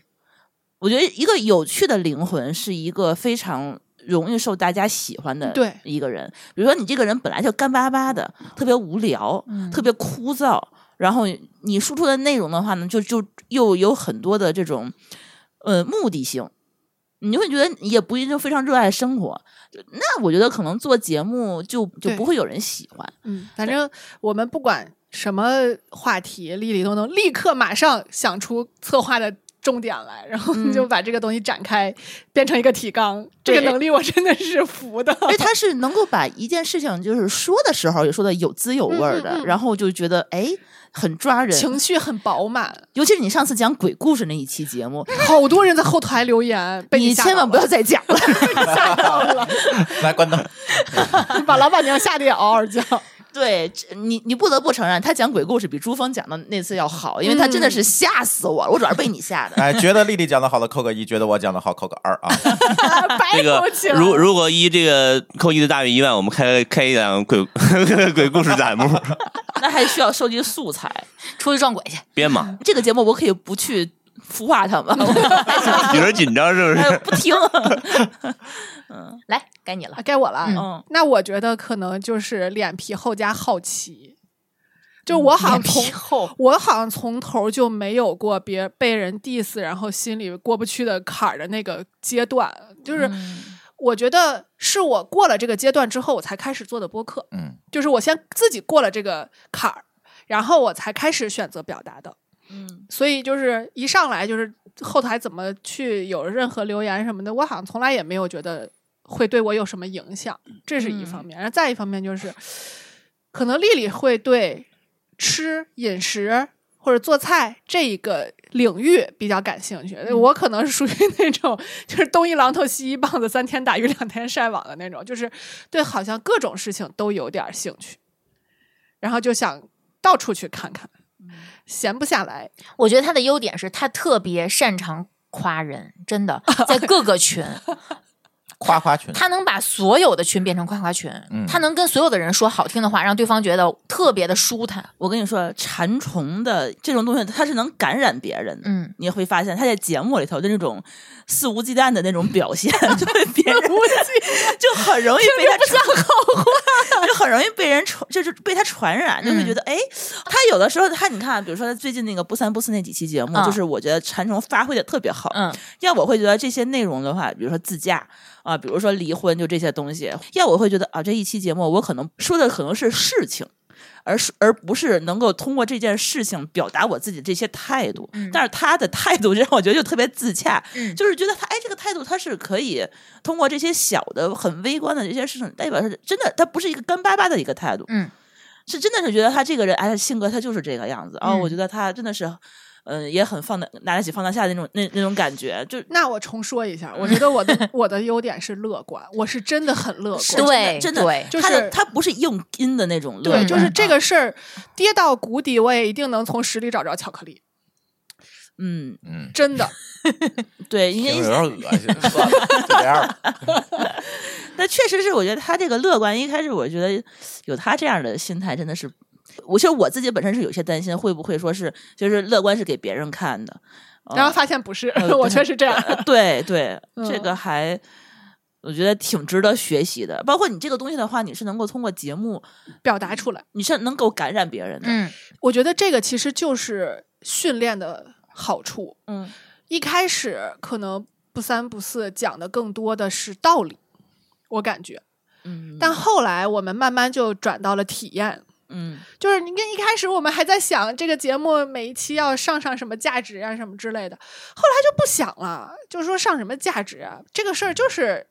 Speaker 2: 我觉得一个有趣的灵魂是一个非常容易受大家喜欢的
Speaker 3: 对
Speaker 2: 一个人。比如说，你这个人本来就干巴巴的，特别无聊，
Speaker 5: 嗯
Speaker 2: 特别枯燥，然后你输出的内容的话呢，就就又有很多的这种呃目的性。你会觉得也不一定非常热爱生活，那我觉得可能做节目就就
Speaker 3: 对
Speaker 2: 不会有人喜欢。
Speaker 3: 嗯，反正我们不管什么话题，丽丽都能立刻马上想出策划的重点来，然后
Speaker 2: 嗯
Speaker 3: 就把这个东西展开，变成一个提纲。这个
Speaker 2: 对
Speaker 3: 能力我真的是服的。
Speaker 2: 因为哎他是能够把一件事情，就是说的时候也说的有滋有味儿的，
Speaker 3: 嗯嗯嗯
Speaker 2: 然后就觉得哎很抓人。
Speaker 3: 情绪很饱满，
Speaker 2: 尤其是你上次讲鬼故事那一期节目，
Speaker 3: 好多人在后台留言，被
Speaker 2: 你
Speaker 3: 吓
Speaker 2: 千万不要再讲 了。
Speaker 3: 到了，
Speaker 1: 来 关灯。
Speaker 3: 把老板娘吓得也嗷嗷叫。
Speaker 2: 对这你，你不得不承认，他讲鬼故事比朱峰讲的那次要好，因为他真的是吓死我了，我主要是被你吓的。
Speaker 1: 哎，觉得丽丽讲的好的扣个一，觉得我讲的好扣个二啊。
Speaker 3: 白
Speaker 4: 这个
Speaker 3: 口起来。
Speaker 4: 如如果依这个扣一的大于一万，我们开开一档鬼 鬼故事 栏目，
Speaker 2: 那还需要收集素材，
Speaker 5: 出去撞鬼去，
Speaker 4: 编嘛，
Speaker 2: 这个节目我可以不去孵化他吗？我
Speaker 4: 有点紧张是不
Speaker 2: 哎
Speaker 4: 是？
Speaker 2: 不 听。
Speaker 5: 嗯来该你了
Speaker 3: 啊，。该我了。
Speaker 5: 嗯
Speaker 2: 嗯，
Speaker 3: 那我觉得可能就是脸皮厚加好奇，就我好像从
Speaker 5: 后，
Speaker 3: 我好像从头就没有过别被人 diss，然后心里过不去的坎儿的那个阶段，就是我觉得是我过了这个阶段之后，我才开始做的播客，
Speaker 1: 嗯，
Speaker 3: 就是我先自己过了这个坎儿，然后我才开始选择表达的。
Speaker 2: 嗯，
Speaker 3: 所以就是一上来就是后台怎么去有任何留言什么的，我好像从来也没有觉得会对我有什么影响，这是一方面。然后再一方面就是，可能丽丽会对吃饮食或者做菜这一个领域比较感兴趣，我可能是属于那种就是东一榔头西一棒子，三天打鱼两天晒网的那种，就是对好像各种事情都有点儿兴趣，然后就想到处去看看。闲不下 来，
Speaker 5: 我觉得他的优点是他特别擅长夸人，真的，在各个群，
Speaker 1: 夸夸群，
Speaker 5: 他能把所有的群变成夸夸群，
Speaker 1: 嗯
Speaker 5: 他能跟所有的人说好听的话，让对方觉得特别的舒坦。
Speaker 2: 我跟你说，馋虫的这种东西，它是能感染别人的。
Speaker 5: 嗯，
Speaker 2: 你会发现他在节目里头的那种肆无忌惮的那种表 现，就会别人就很容易被他传话， 就很容易被人传，就是被他传染，就会觉得
Speaker 5: 嗯
Speaker 2: 哎，他有的时候他你看，比如说他最近那个不三不四那几期节目，
Speaker 5: 嗯
Speaker 2: 就是我觉得馋虫发挥的特别好。
Speaker 5: 嗯，
Speaker 2: 要我会觉得这些内容的话，比如说自驾啊，比如说离婚，就这些东西，要我会觉得啊，这一期节目我可能说的可能是事情。而是而不是能够通过这件事情表达我自己这些态度，
Speaker 5: 嗯
Speaker 2: 但是他的态度让我觉得就特别自洽，
Speaker 5: 嗯
Speaker 2: 就是觉得他哎这个态度他是可以通过这些小的很微观的这些事情代表是真的，他不是一个干巴巴的一个态度，
Speaker 5: 嗯，
Speaker 2: 是真的是觉得他这个人哎性格他就是这个样子啊、
Speaker 5: 嗯
Speaker 2: 我觉得他真的是嗯、呃也很放得拿得起放得下的那种那那种感觉，就
Speaker 3: 那我重说一下，我觉得我 的我的优点是乐观，我是真的很乐
Speaker 2: 是
Speaker 3: 观。
Speaker 5: 对
Speaker 2: 真的
Speaker 5: 对
Speaker 2: 他
Speaker 3: 就是
Speaker 2: 的他不是硬拼的那种乐
Speaker 3: 对，嗯
Speaker 2: 观，
Speaker 3: 就是这个事儿，跌到谷底，我也一定能从屎里找着巧克力，
Speaker 2: 嗯，
Speaker 1: 嗯，
Speaker 3: 真的。
Speaker 2: 对，因
Speaker 1: 听着
Speaker 2: 为
Speaker 1: 有点恶心，算了，就这样 吧。
Speaker 2: 但确实是，我觉得他这个乐观，一开始我觉得有他这样的心态，真的是，我其实我自己本身是有些担心，会不会说是就是乐观是给别人看的，
Speaker 3: 然后发现不是，
Speaker 2: 呃
Speaker 3: 我确实这样。
Speaker 2: 对 对，这
Speaker 3: 啊嗯
Speaker 2: 个还我觉得挺值得学习的。包括你这个东西的话，你是能够通过节目，
Speaker 3: 表达出来。
Speaker 2: 你是能够感染别人的。
Speaker 5: 嗯
Speaker 3: 我觉得这个其实就是训练的好处。
Speaker 2: 嗯
Speaker 3: 一开始可能不三不四讲的更多的是道理，我感觉，
Speaker 2: 嗯，
Speaker 3: 但后来我们慢慢就转到了体验。
Speaker 2: 嗯
Speaker 3: 就是你看，一开始我们还在想这个节目每一期要上上什么价值啊什么之类的，后来就不想了，就是说上什么价值啊这个事儿，就是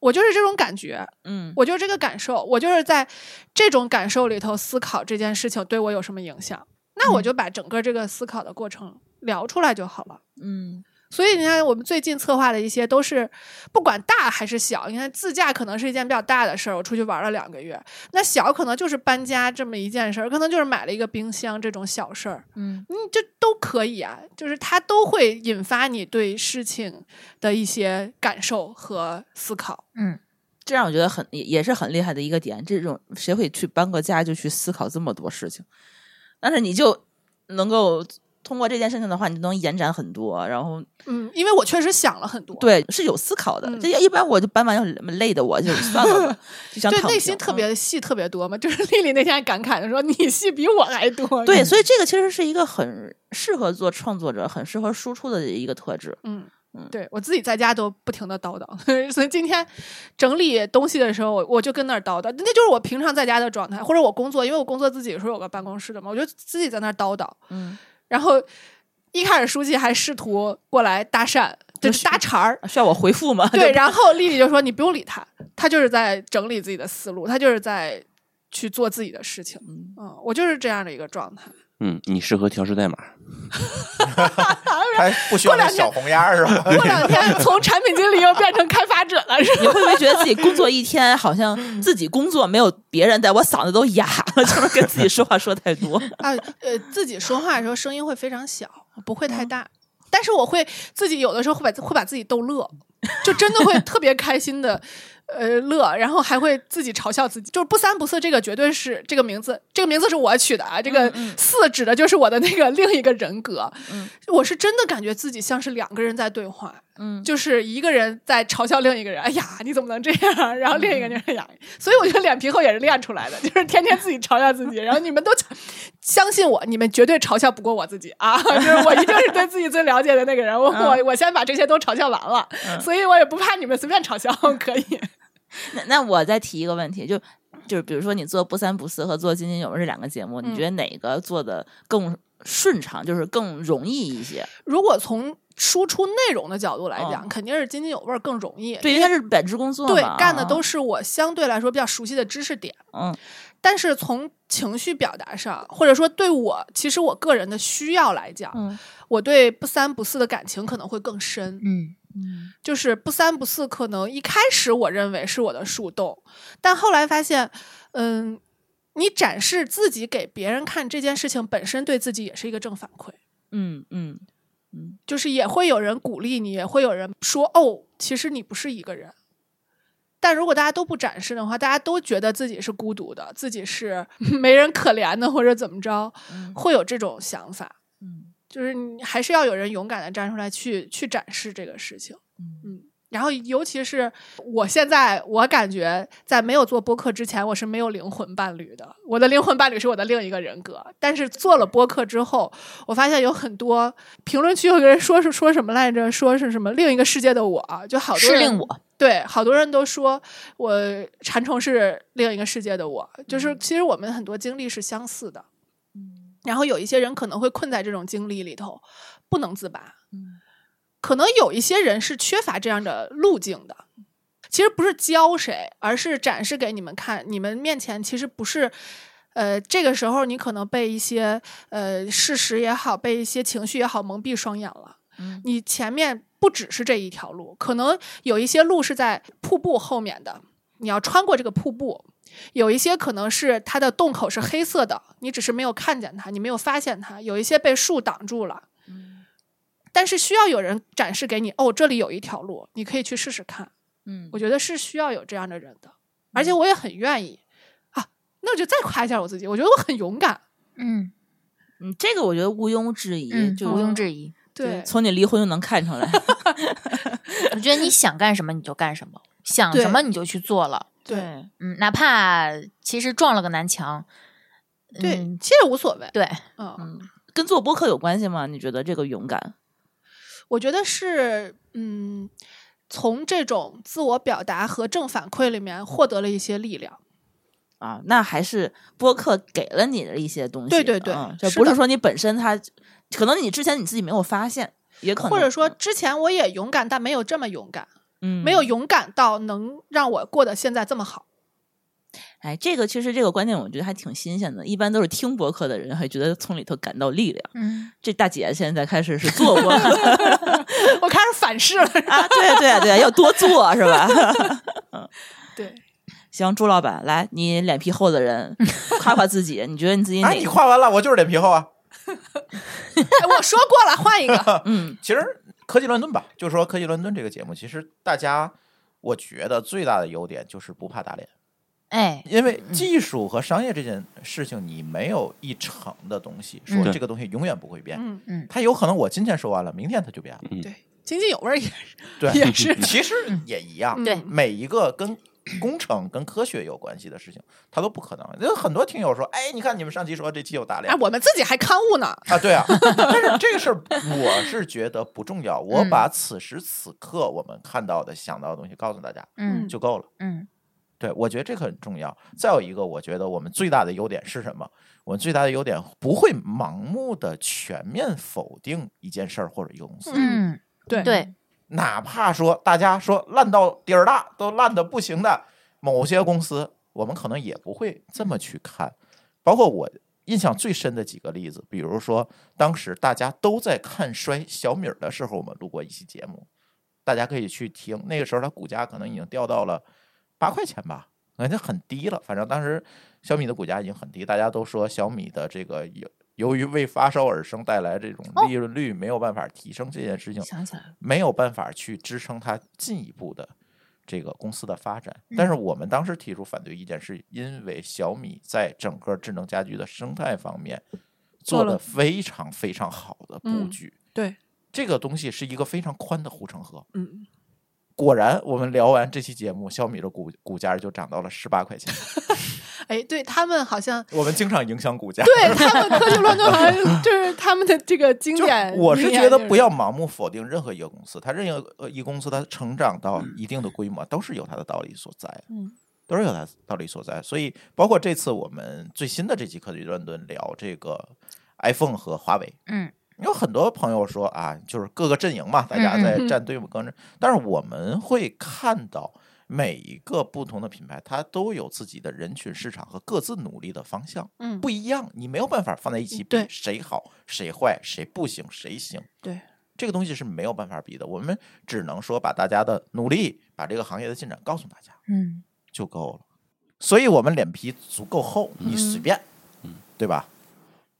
Speaker 3: 我就是这种感觉，
Speaker 2: 嗯
Speaker 3: 我就是这个感受，我就是在这种感受里头思考这件事情对我有什么影响，那我就把整个这个思考的过程聊出来就好了。
Speaker 2: 嗯
Speaker 3: 所以你看，我们最近策划的一些都是，不管大还是小，你看自驾可能是一件比较大的事儿，我出去玩了两个月；那小可能就是搬家这么一件事儿，可能就是买了一个冰箱这种小事儿，
Speaker 5: 嗯
Speaker 3: 嗯，这都可以啊，就是它都会引发你对事情的一些感受和思考。
Speaker 5: 嗯，
Speaker 2: 这让我觉得很也也是很厉害的一个点。这种谁会去搬个家就去思考这么多事情？但是你就能够通过这件事情的话，你就能延展很多，然后
Speaker 3: 嗯，因为我确实想了很多，
Speaker 2: 对是有思考的。
Speaker 3: 嗯
Speaker 2: 这一般我就搬完就累的我就算了 吧，就想
Speaker 3: 对
Speaker 2: 躺
Speaker 3: 内
Speaker 2: 平
Speaker 3: 心特
Speaker 2: 嗯
Speaker 3: 别戏特别多嘛，就是 丽丽那天还感慨的说：“你戏比我还多。”
Speaker 2: 对，，所以这个其实是一个很适合做创作者、很适合输出的一个特质。
Speaker 3: 嗯
Speaker 2: 嗯，
Speaker 3: 对我自己在家都不停的叨叨， 所以今天整理东西的时候，我我就跟那儿叨叨，那就是我平常在家的状态，或者我工作，因为我工作自己有时候有个办公室的嘛，我就自己在那儿叨叨，
Speaker 2: 嗯，
Speaker 3: 然后一开始书记还试图过来搭讪，就
Speaker 2: 就是是
Speaker 3: 搭 茬儿。
Speaker 2: 啊需要我回复吗？
Speaker 3: 对，然后丽丽就说：“你不用理他，他就是在整理自己的思路，他就是在去做自己的事情。”
Speaker 2: 嗯
Speaker 3: 嗯，我就是这样的一个状态。
Speaker 4: 嗯，你适合调试代码。
Speaker 1: 还不需要那小红鸭是吧？
Speaker 3: 过两天从产品经理又变成开发者了，是吧？
Speaker 2: 你会不会觉得自己工作一天，好像自己工作没有别人在，我嗓子都哑了，就是跟自己说话说太多。
Speaker 3: 啊，呃，自己说话的时候声音会非常小，不会
Speaker 2: 嗯
Speaker 3: 太大，但是我会自己有的时候会把会把自己逗乐，就真的会特别开心的，呃，乐，然后还会自己嘲笑自己，就是不三不四，这个绝对是这个名字，这个名字是我取的啊，这个四指的就是我的那个另一个人格，
Speaker 2: 嗯
Speaker 3: 我是真的感觉自己像是两个人在对话，
Speaker 2: 嗯，
Speaker 3: 就是一个人在嘲笑另一个人，哎呀，你怎么能这样？然后另一
Speaker 2: 嗯
Speaker 3: 个人就哎呀，所以我觉得脸皮厚也是练出来的，就是天天自己嘲笑自己，然后你们都相信我，你们绝对嘲笑不过我自己啊！就是我一定是对自己最了解的那个人，我
Speaker 2: 嗯
Speaker 3: 我我先把这些都嘲笑完了，所以我也不怕你们随便嘲笑，可以。
Speaker 2: 那那我再提一个问题，就就是比如说你做不三不四和做津津有味这两个节目，
Speaker 3: 嗯
Speaker 2: 你觉得哪个做的更顺畅，就是更容易一些？
Speaker 3: 如果从输出内容的角度来讲，
Speaker 2: 嗯
Speaker 3: 肯定是津津有味儿更容易，
Speaker 2: 对，因为它是本职工作嘛，
Speaker 3: 对干的
Speaker 2: 啊
Speaker 3: 都是我相对来说比较熟悉的知识点。
Speaker 2: 嗯
Speaker 3: 但是从情绪表达上，或者说对我其实我个人的需要来讲，
Speaker 2: 嗯
Speaker 3: 我对不三不四的感情可能会更深。
Speaker 5: 嗯
Speaker 2: 嗯
Speaker 3: 就是不三不四，可能一开始我认为是我的树洞，但后来发现，嗯，你展示自己给别人看这件事情本身对自己也是一个正反馈，
Speaker 2: 嗯嗯
Speaker 3: 就是也会有人鼓励你，也会有人说哦，其实你不是一个人。但如果大家都不展示的话，大家都觉得自己是孤独的，自己是没人可怜的，或者怎么着，
Speaker 2: 嗯
Speaker 3: 会有这种想法。
Speaker 2: 嗯
Speaker 3: 就是你还是要有人勇敢的站出来去去展示这个事情。
Speaker 2: 嗯
Speaker 3: 嗯，然后尤其是我现在，我感觉在没有做播客之前，我是没有灵魂伴侣的。我的灵魂伴侣是我的另一个人格，但是做了播客之后，我发现有很多评论区有个人说是说什么来着，说是什么另一个世界的我，啊就好多
Speaker 5: 是
Speaker 3: 人
Speaker 5: 令我，
Speaker 3: 对，好多人都说我馋虫是另一个世界的我，就是其实我们很多经历是相似的，然后有一些人可能会困在这种经历里头，不能自拔，
Speaker 2: 嗯
Speaker 3: 可能有一些人是缺乏这样的路径的。其实不是教谁，而是展示给你们看，你们面前其实不是。呃，这个时候你可能被一些呃事实也好，被一些情绪也好蒙蔽双眼了。
Speaker 2: 嗯
Speaker 3: 你前面不只是这一条路，可能有一些路是在瀑布后面的，你要穿过这个瀑布；有一些可能是它的洞口是黑色的，你只是没有看见它，你没有发现它；有一些被树挡住了，
Speaker 2: 嗯
Speaker 3: 但是需要有人展示给你，哦，这里有一条路，你可以去试试看。
Speaker 2: 嗯
Speaker 3: 我觉得是需要有这样的人的，而且我也很愿意啊。那我就再夸一下我自己，我觉得我很勇敢。
Speaker 5: 嗯
Speaker 2: 嗯，这个我觉得毋庸置疑，
Speaker 5: 嗯，
Speaker 2: 就
Speaker 5: 毋庸置疑，
Speaker 3: 对，
Speaker 2: 从你离婚就能看出来。
Speaker 5: 我觉得你想干什么你就干什么，想
Speaker 3: 对
Speaker 5: 什么你就去做了。
Speaker 3: 对，
Speaker 5: 嗯，哪怕其实撞了个南墙，
Speaker 3: 对
Speaker 5: 嗯，
Speaker 3: 其实无所谓。
Speaker 5: 对，
Speaker 3: 嗯，
Speaker 2: 嗯，跟做播客有关系吗？你觉得这个勇敢？
Speaker 3: 我觉得是，嗯，从这种自我表达和正反馈里面获得了一些力量。
Speaker 2: 啊，那还是播客给了你的一些东西。
Speaker 3: 对对对
Speaker 2: 嗯，就是不是
Speaker 3: 的
Speaker 2: 说你本身它，可能你之前你自己没有发现，也可能
Speaker 3: 或者说，之前我也勇敢，但没有这么勇敢，
Speaker 2: 嗯
Speaker 3: 没有。勇敢到能让我过得现在这么好。
Speaker 2: 哎，这个其实这个观念我觉得还挺新鲜的，一般都是听播客的人还觉得从里头感到力量。
Speaker 5: 嗯，
Speaker 2: 这大姐现在开始是做播客
Speaker 3: 我开始反噬了。
Speaker 2: 啊，对对对，要多做是吧？
Speaker 3: 对，哎
Speaker 2: 行，朱老板，来，你脸皮厚的人夸夸自己，你觉得你自己哪
Speaker 1: 哎，你夸完了，我就是脸皮厚啊。
Speaker 3: 哎我说过了，换一个。
Speaker 2: 嗯
Speaker 1: 其实科技伦敦吧，就说科技伦敦这个节目，其实大家我觉得最大的优点就是不怕打脸，
Speaker 5: 哎，
Speaker 1: 因为技术和商业这件事情，你没有一成的东西，说
Speaker 5: 嗯
Speaker 1: 这个东西永远不会变，
Speaker 3: 嗯，
Speaker 1: 它有可能我今天说完了，明天它就变了。
Speaker 3: 对，津津有味儿也
Speaker 1: 对，
Speaker 3: 也是。
Speaker 1: 其实也一样，
Speaker 5: 对
Speaker 3: 嗯，
Speaker 1: 每一个跟工程、跟科学有关系的事情，它都不可能。有很多听友说，哎，你看你们上期说这期有打脸
Speaker 3: 哎，我们自己还刊物呢。
Speaker 1: 啊，对 啊，但是这个事儿我是觉得不重要，我
Speaker 5: 嗯
Speaker 1: 把此时此刻我们看到的、想到的东西告诉大家
Speaker 5: 嗯
Speaker 1: 就够了。
Speaker 5: 嗯
Speaker 1: 对，我觉得这个很重要。再有一个，我觉得我们最大的优点是什么？我们最大的优点不会盲目的全面否定一件事儿或者一个公司，
Speaker 5: 嗯，
Speaker 3: 对
Speaker 5: 对，
Speaker 1: 哪怕说大家说烂到底儿大，都烂的不行的某些公司，我们可能也不会这么去看。包括我印象最深的几个例子，比如说当时大家都在看衰小米儿的时候，我们录过一期节目，大家可以去听。那个时候它股价可能已经掉到了八块钱吧，感觉很低了。反正当时小米的股价已经很低，大家都说小米的这个由由于为发烧而生带来这种利润率没有办法提升这件事
Speaker 3: 哦
Speaker 1: 情，
Speaker 5: 想起来了，
Speaker 1: 没有办法去支撑它进一步的这个公司的发展。
Speaker 3: 嗯
Speaker 1: 但是我们当时提出反对意见，是因为小米在整个智能家居的生态方面做
Speaker 3: 做了
Speaker 1: 了非常非常好的布
Speaker 3: 嗯
Speaker 1: 局。
Speaker 3: 对，
Speaker 1: 这个东西是一个非常宽的护城河。
Speaker 3: 嗯，
Speaker 1: 果然，我们聊完这期节目，小米的股股价就涨到了十八块钱。
Speaker 3: 哎，对他们好像，
Speaker 1: 我们经常影响股价。
Speaker 3: 对他们科技论坛好像就是他们的这个经
Speaker 1: 就
Speaker 3: 典。
Speaker 1: 我是
Speaker 3: 名言
Speaker 1: 觉得
Speaker 3: 就是
Speaker 1: 不要盲目否定任何一个公司，它任何一个公司它成长到一定的规模都是有它的道理所在，
Speaker 3: 嗯，
Speaker 1: 都是有它的道理所在。所以包括这次我们最新的这期科技乱炖聊这个 iPhone 和华为，
Speaker 5: 嗯
Speaker 1: 有很多朋友说啊，就是各个阵营嘛，大家在
Speaker 3: 嗯嗯
Speaker 1: 站队伍跟着，但是我们会看到。每一个不同的品牌，它都有自己的人群市场和各自努力的方向，
Speaker 3: 嗯
Speaker 1: 不一样，你没有办法放在一起比
Speaker 3: 对
Speaker 1: 谁好谁坏，谁不行谁行。
Speaker 3: 对，
Speaker 1: 这个东西是没有办法比的，我们只能说把大家的努力，把这个行业的进展告诉大家
Speaker 5: 嗯
Speaker 1: 就够了。所以我们脸皮足够厚，
Speaker 3: 嗯
Speaker 1: 你随便，对吧？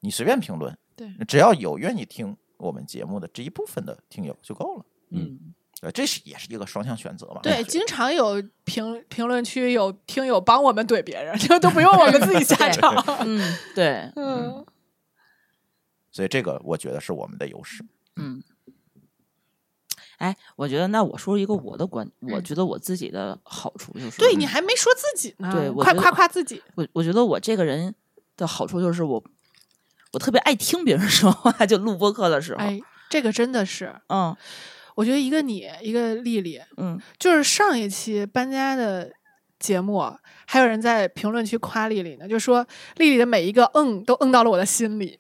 Speaker 1: 你随便评论，
Speaker 3: 对，
Speaker 1: 只要有愿意听我们节目的这一部分的听友就够了。
Speaker 2: 嗯，
Speaker 1: 对，这是也是一个双向选择
Speaker 2: 啊
Speaker 1: 嘛。
Speaker 2: 哎
Speaker 3: 对，
Speaker 1: 我觉得
Speaker 3: 经常有评评论区有听友帮我们怼别人，这都不用我们自己下 场。
Speaker 2: 嗯，对，
Speaker 3: 嗯，
Speaker 1: 所以这个我觉得是我们的优势。
Speaker 2: 嗯，哎，我觉得那我说一个我的观，我觉得我自己的好处就是，
Speaker 3: 对你还没说自己呢，
Speaker 2: 对我
Speaker 3: 快
Speaker 2: 觉得
Speaker 3: 夸夸自己。
Speaker 2: 我我觉得我这个人的好处就是我我特别爱听别人说话，就录播客的时候，
Speaker 3: 哎，这个真的是，
Speaker 2: 嗯
Speaker 3: 我觉得一个你，一个丽丽，
Speaker 2: 嗯，
Speaker 3: 就是上一期搬家的节目，啊还有人在评论区夸丽丽呢，就说丽丽的每一个嗯都嗯到了我的心里。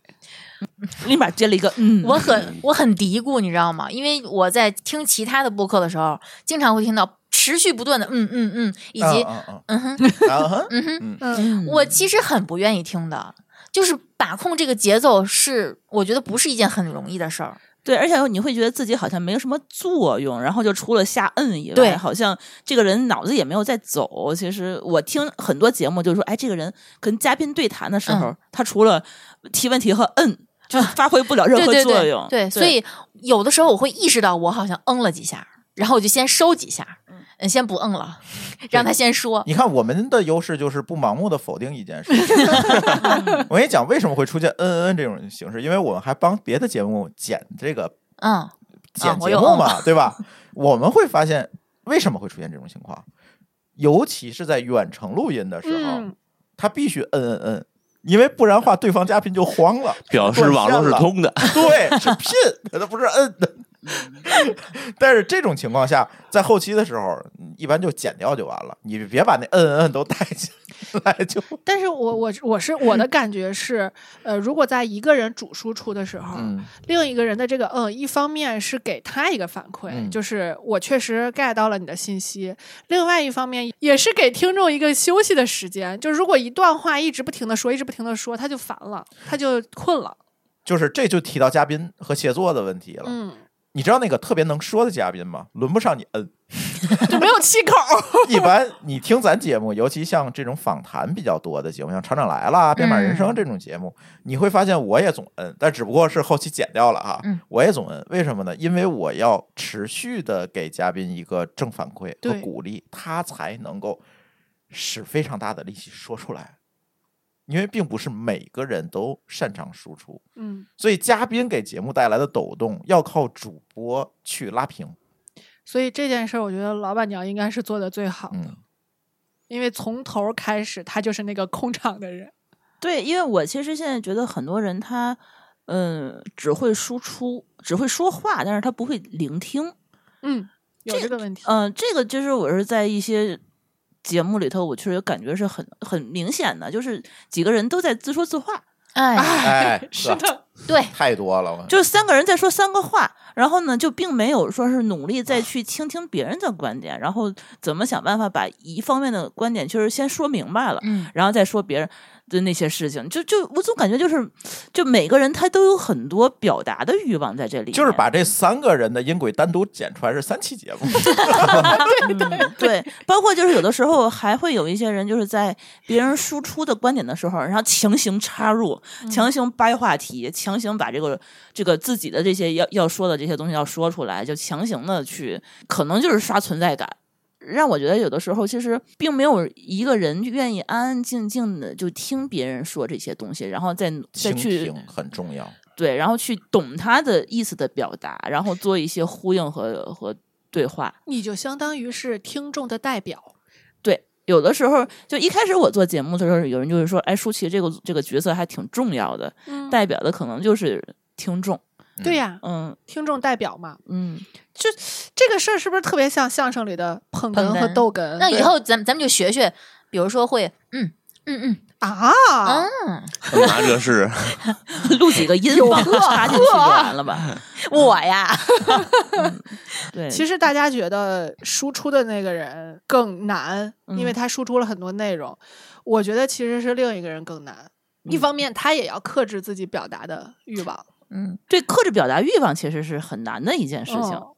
Speaker 2: 立马接了一个嗯，
Speaker 5: 我很我很嘀咕，你知道吗？因为我在听其他的播客的时候，经常会听到持续不断的嗯嗯嗯，以及
Speaker 1: 嗯嗯
Speaker 5: 嗯哼
Speaker 1: 嗯 啊哈
Speaker 5: 嗯哼，
Speaker 1: 嗯，
Speaker 3: 嗯，
Speaker 2: 嗯
Speaker 5: 我其实很不愿意听的。就是把控这个节奏是，我觉得不是一件很容易的事儿。
Speaker 2: 对，而且你会觉得自己好像没有什么作用，然后就除了下摁以
Speaker 5: 对
Speaker 2: 外，好像这个人脑子也没有在走。其实我听很多节目就是说，哎，这个人跟嘉宾对谈的时
Speaker 5: 嗯
Speaker 2: 候，他除了提问题和摁，就是发挥不了任
Speaker 5: 啊对
Speaker 2: 何
Speaker 5: 对
Speaker 2: 作
Speaker 5: 对
Speaker 2: 用。
Speaker 5: 对，所以有的时候我会意识到我好像嗯了几下，然后我就先收几下，嗯，先不嗯了，让他先说。
Speaker 1: 你看我们的优势就是不盲目的否定一件事。 情。我跟你讲，为什么会出现嗯嗯嗯这种形式，因为我们还帮别的节目剪这个
Speaker 5: 嗯，
Speaker 1: 剪
Speaker 5: 啊我
Speaker 1: 节
Speaker 5: 有
Speaker 1: 目
Speaker 5: 嗯
Speaker 1: 嘛，对 吧？我们会发现为什么会出现这种情况，尤其是在远程录音的时候，
Speaker 2: 哦
Speaker 3: 嗯，
Speaker 1: 他必须摁摁摁，因为不然的话对方嘉宾就慌了，
Speaker 4: 表示网络是通的，
Speaker 1: 对，是拼，他不是摁的。 但是这种情况下，在后期的时候，一般就剪掉就完了，你别把那摁摁摁都带进来就。
Speaker 3: 但是我我我是 我的感觉是，呃，如果在一个人主输出的时候，
Speaker 1: 嗯
Speaker 3: 另一个人的这个嗯，一方面是给他一个反馈，
Speaker 1: 嗯
Speaker 3: 就是我确实 get 到了你的信息；另外一方面也是给听众一个休息的时间。就如果一段话一直不停的说，一直不停的说，他就烦了，他就困了。
Speaker 1: 就是这就提到嘉宾和协作的问题了。
Speaker 3: 嗯，
Speaker 1: 你知道那个特别能说的嘉宾吗？轮不上你摁。
Speaker 3: 就没有气口。
Speaker 1: 一般你听咱节目，尤其像这种访谈比较多的节目，像《厂长来了》《编码人
Speaker 3: 嗯
Speaker 1: 生》这种节目，你会发现我也总摁，但只不过是后期剪掉了哈。
Speaker 5: 嗯
Speaker 1: 我也总摁，为什么呢？因为我要持续的给嘉宾一个正反馈和
Speaker 3: 对
Speaker 1: 鼓励，他才能够使非常大的力气说出来。因为并不是每个人都擅长输出，
Speaker 3: 嗯，
Speaker 1: 所以嘉宾给节目带来的抖动要靠主播去拉平。
Speaker 3: 所以这件事儿，我觉得老板娘应该是做的最好的，
Speaker 1: 嗯，
Speaker 3: 因为从头儿开始，她就是那个控场的人。
Speaker 2: 对，因为我其实现在觉得很多人他，嗯，只会输出，只会说话，但是他不会聆听。
Speaker 3: 嗯，有这个问题。
Speaker 2: 嗯、这个就是我是在一些节目里头，我确实感觉是很很明显的，就是几个人都在自说自话，
Speaker 5: 哎，
Speaker 1: 哎，
Speaker 3: 是的，
Speaker 5: 对，
Speaker 1: 太多了。我
Speaker 2: 就是三个人在说三个话，然后呢，就并没有说是努
Speaker 1: 啊
Speaker 2: 力再去倾听别人的观点，然后怎么想办法把一方面的观点就是先说明白了，
Speaker 5: 嗯，
Speaker 2: 然后再说别人的那些事情，就就我总感觉就是，就每个人他都有很多表达的欲望在这里面，
Speaker 1: 就是把这三个人的音轨单独剪出来是三期节目，
Speaker 2: 嗯对，包括就是有的时候还会有一些人就是在别人输出的观点的时候，然后强行插入，强
Speaker 1: 嗯
Speaker 2: 行掰话题，强行把这个这个自己的这些要要说的这些东西要说出来，就强行的去，可能就是刷存在感。让我觉得有的时候其实并没有一个人愿意安安静静的就听别人说这些东西，然后再再
Speaker 1: 倾
Speaker 2: 去
Speaker 1: 听很重要。
Speaker 2: 对，然后去懂他的意思的表达，然后做一些呼应和和对话。
Speaker 3: 你就相当于是听众的代表。
Speaker 2: 对，有的时候就一开始我做节目的时候，有人就会说，哎，舒淇这个这个角色还挺重要的，
Speaker 3: 嗯
Speaker 2: 代表的可能就是听众。
Speaker 3: 对呀、
Speaker 2: 嗯
Speaker 3: 听众代表嘛，
Speaker 2: 嗯，
Speaker 3: 这个事儿是不是特别像相声里的捧
Speaker 5: 捧
Speaker 3: 哏和
Speaker 5: 哏
Speaker 3: 逗哏？
Speaker 5: 那以
Speaker 3: 对
Speaker 5: 后咱们咱们就学学，比如说会，嗯嗯
Speaker 3: 啊，
Speaker 5: 嗯
Speaker 4: 拿这是
Speaker 2: 录几个音放插进去就完了 吧？
Speaker 5: 嗯，我呀，
Speaker 2: 对，
Speaker 3: 其
Speaker 2: 实
Speaker 3: 实大家觉得输出的那个人更难，因为
Speaker 2: 嗯
Speaker 3: 他输出了很多内容。我觉得其实是另一个人更难。一
Speaker 2: 嗯
Speaker 3: 方面，他也要克制自己表达的欲望。
Speaker 5: 嗯，
Speaker 2: 对克制表达欲望其实是很难的一件事情。
Speaker 3: 哦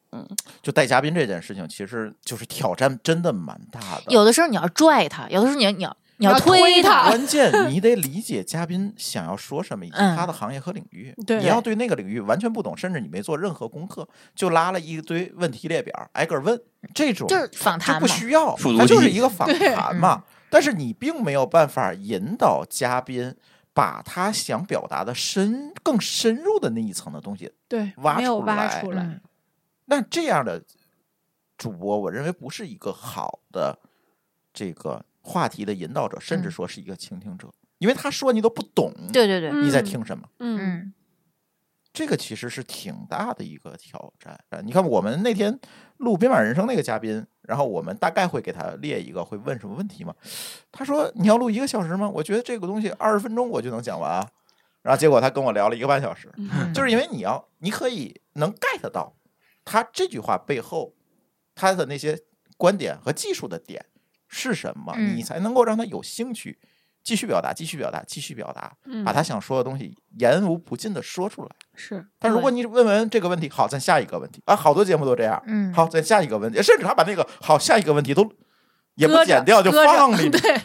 Speaker 1: 就带嘉宾这件事情，其实就是挑战真的蛮大的。
Speaker 5: 有的时候你要拽他，有的时候你要你要你
Speaker 3: 要
Speaker 5: 要
Speaker 3: 推
Speaker 5: 他，
Speaker 1: 关键你得理解嘉宾想要说什么，以及
Speaker 5: 嗯
Speaker 1: 他的行业和领域。
Speaker 3: 对
Speaker 1: 你要对那个领域完全不懂，甚至你没做任何功课，就拉了一堆问题列表挨个问，这种
Speaker 5: 就是访
Speaker 1: 他
Speaker 5: 谈
Speaker 1: 不
Speaker 5: 嘛，嗯
Speaker 1: 需要
Speaker 4: 复，读
Speaker 1: 它就是
Speaker 4: 机
Speaker 1: 一个访
Speaker 3: 对
Speaker 1: 谈嘛。但是你并没有办法引导嘉宾把他想表达的深更深入的那一层的东西
Speaker 3: 对，
Speaker 1: 挖
Speaker 3: 没有
Speaker 1: 出
Speaker 3: 挖
Speaker 1: 来
Speaker 3: 出来。
Speaker 5: 嗯，
Speaker 1: 那这样的主播，我认为不是一个好的这个话题的引导者，甚至
Speaker 5: 嗯
Speaker 1: 说是一个倾听者，因为他说你都不懂，
Speaker 5: 对对对，
Speaker 1: 你在听什么？
Speaker 3: 嗯，
Speaker 5: 嗯
Speaker 1: 这个其实是挺大的一个挑战。啊你看，我们那天录《编码人生》那个嘉宾，然后我们大概会给他列一个会问什么问题嘛。他说：“你要录一个小时吗？”我觉得这个东西二十分钟我就能讲完啊。然后结果他跟我聊了一个半小时，
Speaker 3: 嗯
Speaker 1: 就是因为你要，你可以能 get 到他这句话背后他的那些观点和技术的点是什么，
Speaker 5: 嗯
Speaker 1: 你才能够让他有兴趣继续表达、继续表达、继续表达，
Speaker 3: 嗯
Speaker 1: 把他想说的东西言无不尽的说出来。
Speaker 3: 是。嗯
Speaker 1: 但如果
Speaker 3: 对
Speaker 1: 你问完这个问题，好，咱下一个问题啊，好多节目都这样。
Speaker 5: 嗯，
Speaker 1: 好，咱下一个问题，甚至他把那个好下一个问题都也不
Speaker 3: 搁
Speaker 1: 剪
Speaker 3: 着
Speaker 1: 掉，就
Speaker 3: 搁着
Speaker 1: 放里面，
Speaker 3: 对，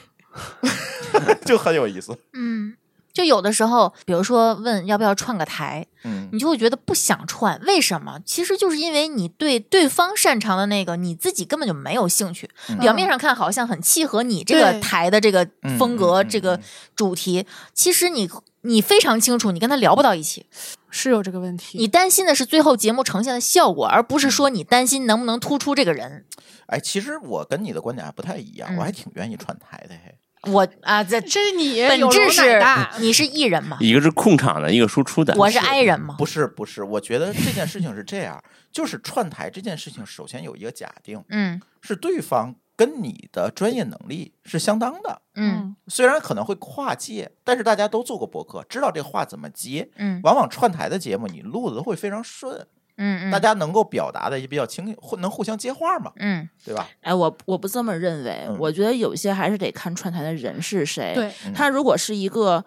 Speaker 1: 就很有意思。
Speaker 5: 嗯，就有的时候，比如说问要不要串个台，
Speaker 1: 嗯
Speaker 5: 你就会觉得不想串，为什么？其实就是因为你对对方擅长的那个，你自己根本就没有兴趣。
Speaker 1: 嗯
Speaker 5: 表面上看好像很契合你这个
Speaker 3: 对
Speaker 5: 台的这个风格、
Speaker 1: 嗯嗯嗯
Speaker 5: 这个主题，其实你你非常清楚，你跟他聊不到一起。
Speaker 3: 是有这个问题。
Speaker 5: 你担心的是最后节目呈现的效果，而不
Speaker 1: 嗯
Speaker 5: 是说你担心能不能突出这个人。
Speaker 1: 哎，其实我跟你的观点还不太一样，我
Speaker 3: 嗯
Speaker 1: 还挺愿意串台的嘿。
Speaker 5: 我啊，这
Speaker 3: 这是你
Speaker 5: 本
Speaker 3: 有
Speaker 5: 质
Speaker 3: 容乃
Speaker 5: 是
Speaker 3: 大
Speaker 5: 你是艺人嘛，
Speaker 4: 一个是控场的，一个输出的。
Speaker 5: 我是 I 人嘛。
Speaker 1: 不是不是，我觉得这件事情是这样， 就是串台这件事情，首先有一个假定，
Speaker 5: 嗯
Speaker 1: 是对方跟你的专业能力是相当的，
Speaker 5: 嗯
Speaker 1: 虽然可能会跨界，但是大家都做过博客，知道这话怎么接。
Speaker 5: 嗯
Speaker 1: 往往串台的节目，你录的都会非常顺，
Speaker 5: 嗯嗯，
Speaker 1: 大家能够表达的也比较清，互能互相接话嘛，
Speaker 5: 嗯
Speaker 1: 对吧？
Speaker 2: 哎，我我不这么认为，
Speaker 1: 嗯
Speaker 2: 我觉得有些还是得看串台的人是谁。，
Speaker 3: 对，
Speaker 2: 他如果是一个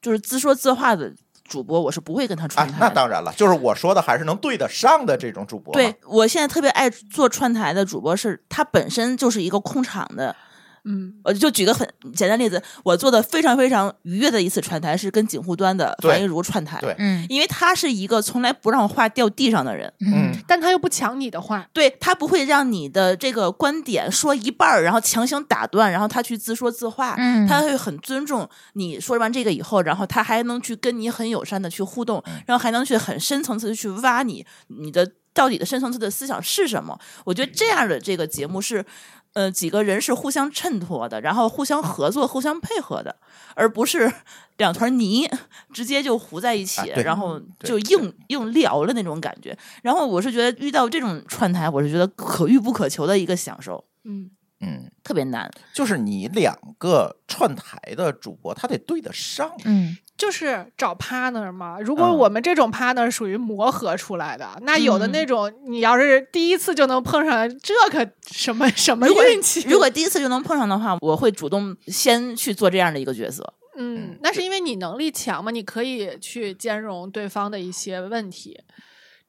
Speaker 2: 就是自说自话的主播，我是不会跟他
Speaker 1: 啊
Speaker 2: 串，台
Speaker 1: 那
Speaker 2: 的。
Speaker 1: 当然了，就是我说的还是能对得上的这种主播嘛。
Speaker 2: 对我现在特别爱做串台的主播是，他本身就是一个控场的。
Speaker 3: 嗯，
Speaker 2: 我呃就举个很简单例子，我做的非常非常愉悦的一次串台是跟锦户端的
Speaker 1: 对
Speaker 2: 樊一茹串台，
Speaker 1: 对
Speaker 5: 嗯
Speaker 2: 因为他是一个从来不让话掉地上的人，
Speaker 1: 嗯，
Speaker 3: 但他又不抢你的话，
Speaker 2: 对他不会让你的这个观点说一半儿，然后强行打断，然后他去自说自话，
Speaker 5: 嗯
Speaker 2: 他会很尊重你说完这个以后，然后他还能去跟你很友善的去互动，
Speaker 1: 嗯
Speaker 2: 然后还能去很深层次的去挖你你的到底的深层次的思想是什么。我觉得这样的这个节目是。呃，几个人是互相衬托的，然后互
Speaker 1: 嗯
Speaker 2: 相合作、互相配合的，而不是 两团泥直接就糊在一起，
Speaker 1: 啊对
Speaker 2: 然后
Speaker 1: 对
Speaker 2: 就硬硬聊的那种感觉。然后我是觉得遇到这种串台，我是觉得可遇不可求的一个享受，
Speaker 3: 嗯，
Speaker 1: 嗯，
Speaker 2: 特别难。
Speaker 1: 就是你两个串台的主播，他得对得上。
Speaker 5: 嗯
Speaker 3: 就是找 partner 嘛。如果
Speaker 1: 嗯
Speaker 3: 我们这种 partner 属于磨合出来的，那有的那种你要是第一次就能碰上，这可什么什么
Speaker 2: 如果
Speaker 3: 运气？
Speaker 2: 如果第一次就能碰上的话，我会主动先去做这样的一个角色。
Speaker 3: 嗯
Speaker 1: 嗯，
Speaker 3: 那是因为你能力强嘛，你可以去兼容对方的一些问题，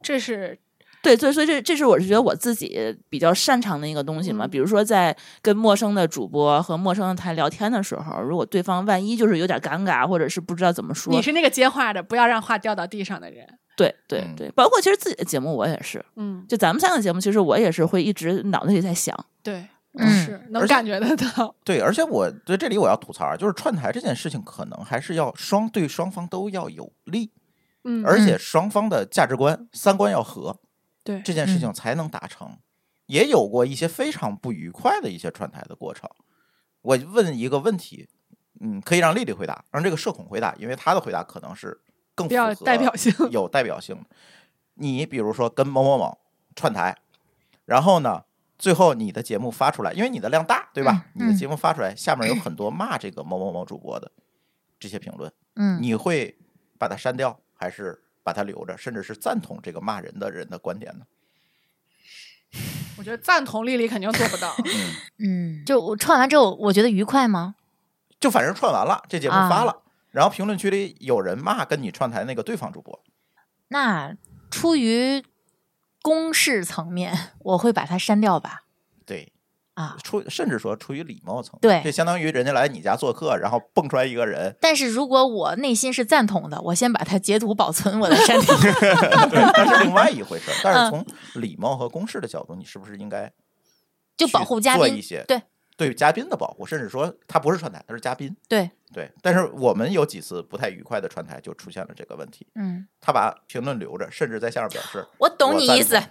Speaker 3: 这是
Speaker 2: 对，所以所以这这是我是觉得我自己比较擅长的一个东西嘛。
Speaker 3: 嗯
Speaker 2: 比如说在跟陌生的主播和陌生的台聊天的时候，如果对方万一就是有点尴尬，或者是不知道怎么说，
Speaker 3: 你是那个接话的，不要让话掉到地上的人。
Speaker 2: 对对
Speaker 1: 嗯
Speaker 2: 对，包括其实自己的节目我也是，
Speaker 3: 嗯，
Speaker 2: 就咱们三个节目，其实我也是会一直脑子里在想，
Speaker 3: 对，
Speaker 5: 嗯
Speaker 3: 是能
Speaker 1: 而且
Speaker 3: 感觉得到。
Speaker 1: 对，而且我对这里我要吐槽啊，就是串台这件事情，可能还是要双对双方都要有利，
Speaker 3: 嗯，
Speaker 1: 而且双方的价值观、三观要合，
Speaker 3: 对嗯
Speaker 1: 这件事情才能达成。也有过一些非常不愉快的一些串台的过程。我问一个问题，嗯，可以让丽丽回答，让这个社恐回答，因为她的回答可能是更
Speaker 3: 比较
Speaker 1: 符合
Speaker 3: 代表性
Speaker 1: 有代表性的。你比如说跟某某某串台，然后呢，最后你的节目发出来，因为你的量大，对吧？
Speaker 5: 嗯
Speaker 1: 你的节目发出来，下面有很多骂这个某某某主播的这些评论，
Speaker 5: 嗯
Speaker 1: 你会把它删掉，还是把它留着，甚至是赞同这个骂人的人的观点呢？
Speaker 3: 我觉得赞同丽丽肯定做不到。
Speaker 1: 嗯，
Speaker 5: 嗯，就我串完之后，我觉得愉快吗？
Speaker 1: 就反正串完了，这节目
Speaker 5: 啊
Speaker 1: 发了，然后评论区里有人骂跟你串台那个对方主播，
Speaker 5: 那出于公事层面，我会把它删掉吧。
Speaker 1: 对。
Speaker 5: 啊，
Speaker 1: 出甚至说出于礼貌层面，
Speaker 5: 对
Speaker 1: 这相当于人家来你家做客，然后蹦出来一个人，
Speaker 5: 但是如果我内心是赞同的，我先把它截图保存，我再 删掉。
Speaker 1: 对，那是另外一回事儿。但
Speaker 5: 嗯
Speaker 1: 是从礼貌和公式的角度，你是不是应该
Speaker 5: 就
Speaker 1: 去
Speaker 5: 保护嘉
Speaker 1: 做
Speaker 5: 宾
Speaker 1: 一些
Speaker 5: 对
Speaker 1: 对嘉宾的保护，甚至说他不是串台，他是嘉宾。
Speaker 5: 对，
Speaker 1: 对，但是我们有几次不太愉快的串台就出现了这个问题。
Speaker 5: 嗯，
Speaker 1: 他把评论留着，甚至在下面表示，
Speaker 5: 我懂
Speaker 1: 我
Speaker 5: 你
Speaker 1: 赞
Speaker 5: 意思
Speaker 1: 同，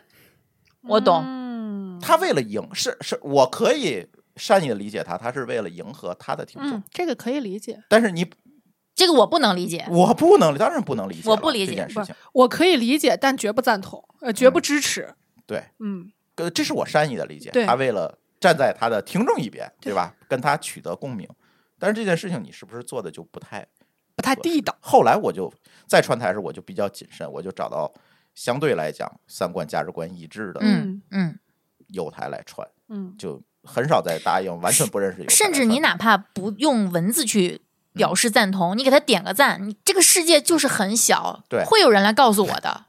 Speaker 5: 我懂。
Speaker 3: 嗯，
Speaker 1: 他为了迎是是，我可以善意的理解他，他是为了迎合他的听众。
Speaker 3: 嗯，这个可以理解。
Speaker 1: 但是你
Speaker 5: 这个我不能理解。
Speaker 1: 我不能，当然不能理解了，
Speaker 5: 我不理解
Speaker 1: 这件
Speaker 3: 不
Speaker 1: 事
Speaker 3: 是
Speaker 1: 情。
Speaker 3: 我可以理解，但绝不赞同，呃，绝不支持。
Speaker 1: 对，
Speaker 3: 嗯，
Speaker 1: 呃，这是我善意的理解
Speaker 3: 对，
Speaker 1: 他为了站在他的听众一边，
Speaker 3: 对
Speaker 1: 对吧？跟他取得共鸣。但是这件事情你是不是做的就不太
Speaker 3: 不太地道。
Speaker 1: 后来我就在串台时，我就比较谨慎，我就找到相对来讲三观价值观一致的
Speaker 5: 嗯嗯，
Speaker 1: 友台来串，
Speaker 3: 嗯，
Speaker 1: 就很少再答应完全不认识友台来串。
Speaker 5: 甚至你哪怕不用文字去表示赞同，你给他点个赞，你这个世界就是很小，
Speaker 1: 对
Speaker 5: 会有人来告诉我的。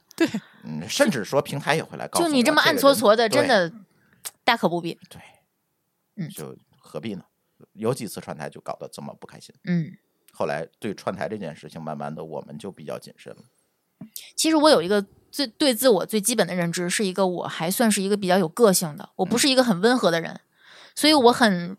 Speaker 1: 嗯，甚至说平台也会来告诉
Speaker 5: 就你
Speaker 1: 我
Speaker 5: 这
Speaker 1: 个
Speaker 5: 么暗
Speaker 1: 人
Speaker 5: 搓搓的，真
Speaker 1: 对
Speaker 5: 的大可不必。
Speaker 1: 对，
Speaker 5: 嗯
Speaker 1: 就何必呢？有几次串台就搞得这么不开心。
Speaker 5: 嗯，
Speaker 1: 后来对串台这件事情，慢慢的我们就比较谨慎了。
Speaker 5: 其实我有一个最对自我最基本的认知，是一个我还算是
Speaker 1: 嗯
Speaker 5: 一个比较有个性的，我不是一个很温和的人，所以我很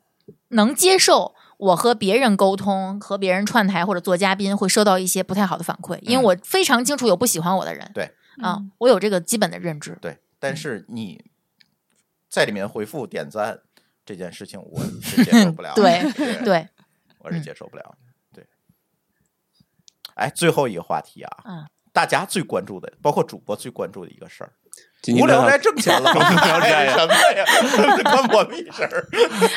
Speaker 5: 能接受我和别人沟通、和别人串台或者做嘉宾，会收到一些不太好的反馈，因为我非常清楚有不喜欢我的人。
Speaker 1: 嗯对
Speaker 5: 啊，
Speaker 3: 嗯
Speaker 5: 我有这个基本的认知。
Speaker 1: 对，但是你在里面回复点赞这件事情，我是接受不了的。
Speaker 5: 对
Speaker 1: 对，
Speaker 5: 对，
Speaker 1: 我是
Speaker 5: 嗯
Speaker 1: 接受不了的。对，哎，最后一个话题啊，
Speaker 5: 嗯
Speaker 1: 大家最关注的，包括主播最关注的一个事儿，
Speaker 4: 今
Speaker 1: 无
Speaker 4: 天
Speaker 1: 聊斋挣钱了吗？
Speaker 4: 无 聊斋呀
Speaker 1: 哎什么呀？ 这关我屁事儿。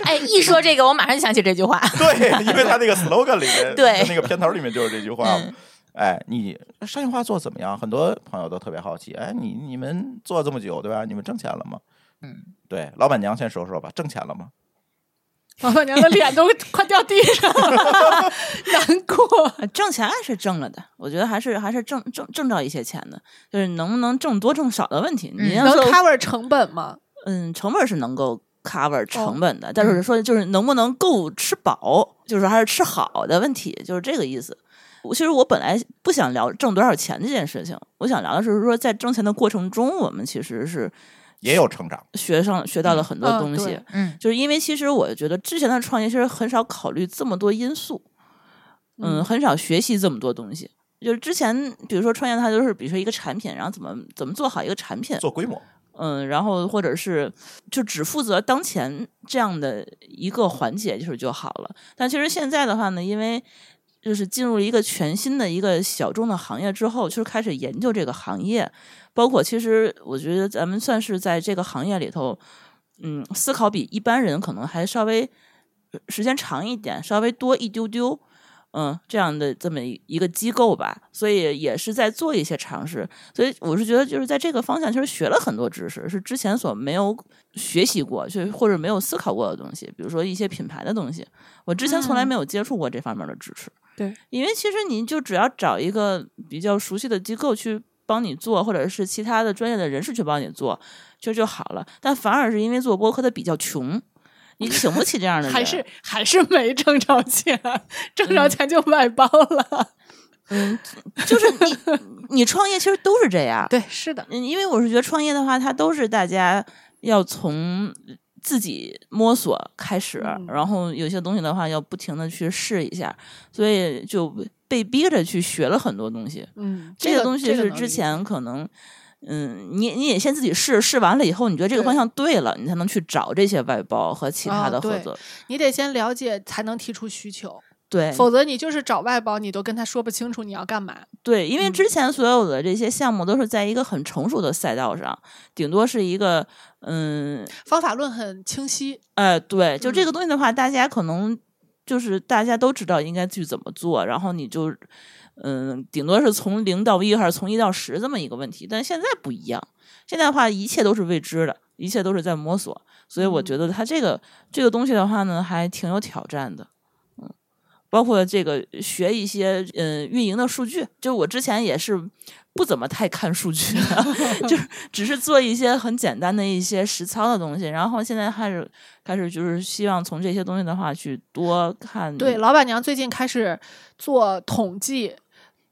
Speaker 5: 哎，一说这个，我马上就想起这句话。
Speaker 1: 对，因为他那个 slogan 里面，
Speaker 5: 对
Speaker 1: 那个片头里面就是这句话嘛。
Speaker 5: 嗯
Speaker 1: 哎，你商业化做怎么样？很多朋友都特别好奇。哎，你你们做这么久，对吧？你们挣钱了吗？
Speaker 5: 嗯，
Speaker 1: 对，老板娘先说说吧，挣钱了吗？
Speaker 3: 老板娘的 脸都快掉地上了， 难过。
Speaker 2: 啊挣钱还是挣了的，我觉得还是还是挣挣挣着一些钱的，就是能不能挣多挣少的问题。你
Speaker 5: 嗯
Speaker 2: 要
Speaker 3: 能
Speaker 2: 说
Speaker 3: cover 成本吗？
Speaker 2: 嗯，成本是能够
Speaker 3: 哦
Speaker 2: cover 成本的，但
Speaker 3: 嗯
Speaker 2: 是说就是能不能够吃饱，就是还是吃好的问题，就是这个意思。我其实我本来不想聊挣多少钱这件事情，我想聊的是说在挣钱的过程中，我们其实是
Speaker 1: 也有成长，
Speaker 2: 学上学到了很
Speaker 3: 嗯
Speaker 2: 多
Speaker 3: 嗯
Speaker 2: 东西。
Speaker 3: 对
Speaker 5: 嗯
Speaker 2: 就是因为其实我觉得之前的创业其实很少考虑这么多因素，嗯，
Speaker 3: 嗯
Speaker 2: 很少学习这么多东西。就是之前，比如说创业，它就是比如说一个产品，然后怎么怎么做好一个产品，
Speaker 1: 做规模，
Speaker 2: 嗯，然后或者是就只负责当前这样的一个环节就是就好了。但其实现在的话呢，因为就是进入了一个全新的一个小众的行业之后，就是开始研究这个行业，包括其实我觉得咱们算是在这个行业里头，嗯，思考比一般人可能还稍微呃时间长一点，稍微多一丢丢。嗯，这样的这么一一个机构吧，所以也是在做一些尝试。所以我是觉得，就是在这个方向，其实学了很多知识，是之前所没有学习过，就是或者没有思考过的东西，比如说一些品牌的东西，我之前从来没有接触过这方面的知识。
Speaker 3: 嗯对，
Speaker 2: 因为其实你就只要找一个比较熟悉的机构去帮你做，或者是其他的专业的人士去帮你做，就就好了。但反而是因为做播客的比较穷，你请不起这样的人，
Speaker 3: 嗯还是还是没挣着钱，挣
Speaker 2: 嗯
Speaker 3: 着钱就买包了。
Speaker 2: 就是你你 创业其实都是这样，
Speaker 3: 对，是的，
Speaker 2: 嗯，因为我是觉得创业的话，它都是大家要从自己摸索开始，
Speaker 3: 嗯
Speaker 2: 然后有些东西的话要不停的去试一下，所以就被逼着去学了很多东西。
Speaker 3: 嗯，
Speaker 2: 这
Speaker 3: 个
Speaker 2: 东西
Speaker 3: 这个
Speaker 2: 是
Speaker 3: 能
Speaker 2: 之
Speaker 3: 理解
Speaker 2: 前可能，嗯，你你也先自己试试完了以后，你觉得这个方
Speaker 3: 对
Speaker 2: 向对了，你才能去找这些外包和其他
Speaker 3: 啊
Speaker 2: 的合
Speaker 3: 对
Speaker 2: 作。
Speaker 3: 你得先了解才能提出需求，
Speaker 2: 对，
Speaker 3: 否则你就是找外包，你都跟他说不清楚你要干嘛。
Speaker 2: 对，因为之
Speaker 3: 嗯
Speaker 2: 前所有的这些项目都是在一个很成熟的赛道上，顶多是一个嗯
Speaker 3: 方法论很清晰，
Speaker 2: 哎，对，就这
Speaker 3: 嗯
Speaker 2: 个东西的话，大家可能就是大家都知道应该去怎么做，然后你就嗯，顶多是从零到一还是从一到十这么一个问题。但现在不一样，现在的话一切都是未知的，一切都是在摸索，所以
Speaker 3: 嗯
Speaker 2: 我觉得它这个、这个东西的话呢，还挺有挑战的。嗯，包括这个学一些嗯运营的数据，就我之前也是不怎么太看数据的， 就是只是做一些很简单的一些实操的东西。然后现在开始开始就是希望从这些东西的话去多看。
Speaker 3: 对，老板娘最近开始做统计，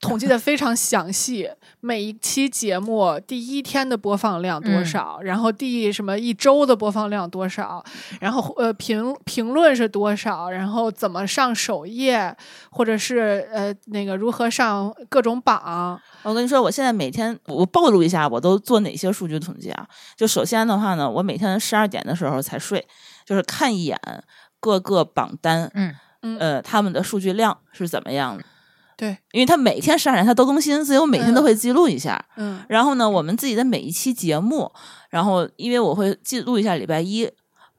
Speaker 3: 统计的非常详细，每一期节目第一天的播放量多少，然后第什么一周的播放量多少，然后呃评评论是多少，然后怎么上首页，或者是呃那个如何上各种榜，
Speaker 2: 我跟你说，我现在每天我暴露一下，我都做哪些数据统计啊？就首先的话呢，我每天十二点的时候才睡，就是看一眼各个榜单，
Speaker 5: 嗯
Speaker 3: 嗯
Speaker 2: 呃，他们的数据量是怎么样的。
Speaker 3: 对，
Speaker 2: 因为它每天十二点它都更新，所以我每天都会记录一下。
Speaker 3: 嗯
Speaker 2: 然后呢，我们自己的每一期节目，然后因为我会记录一下礼拜一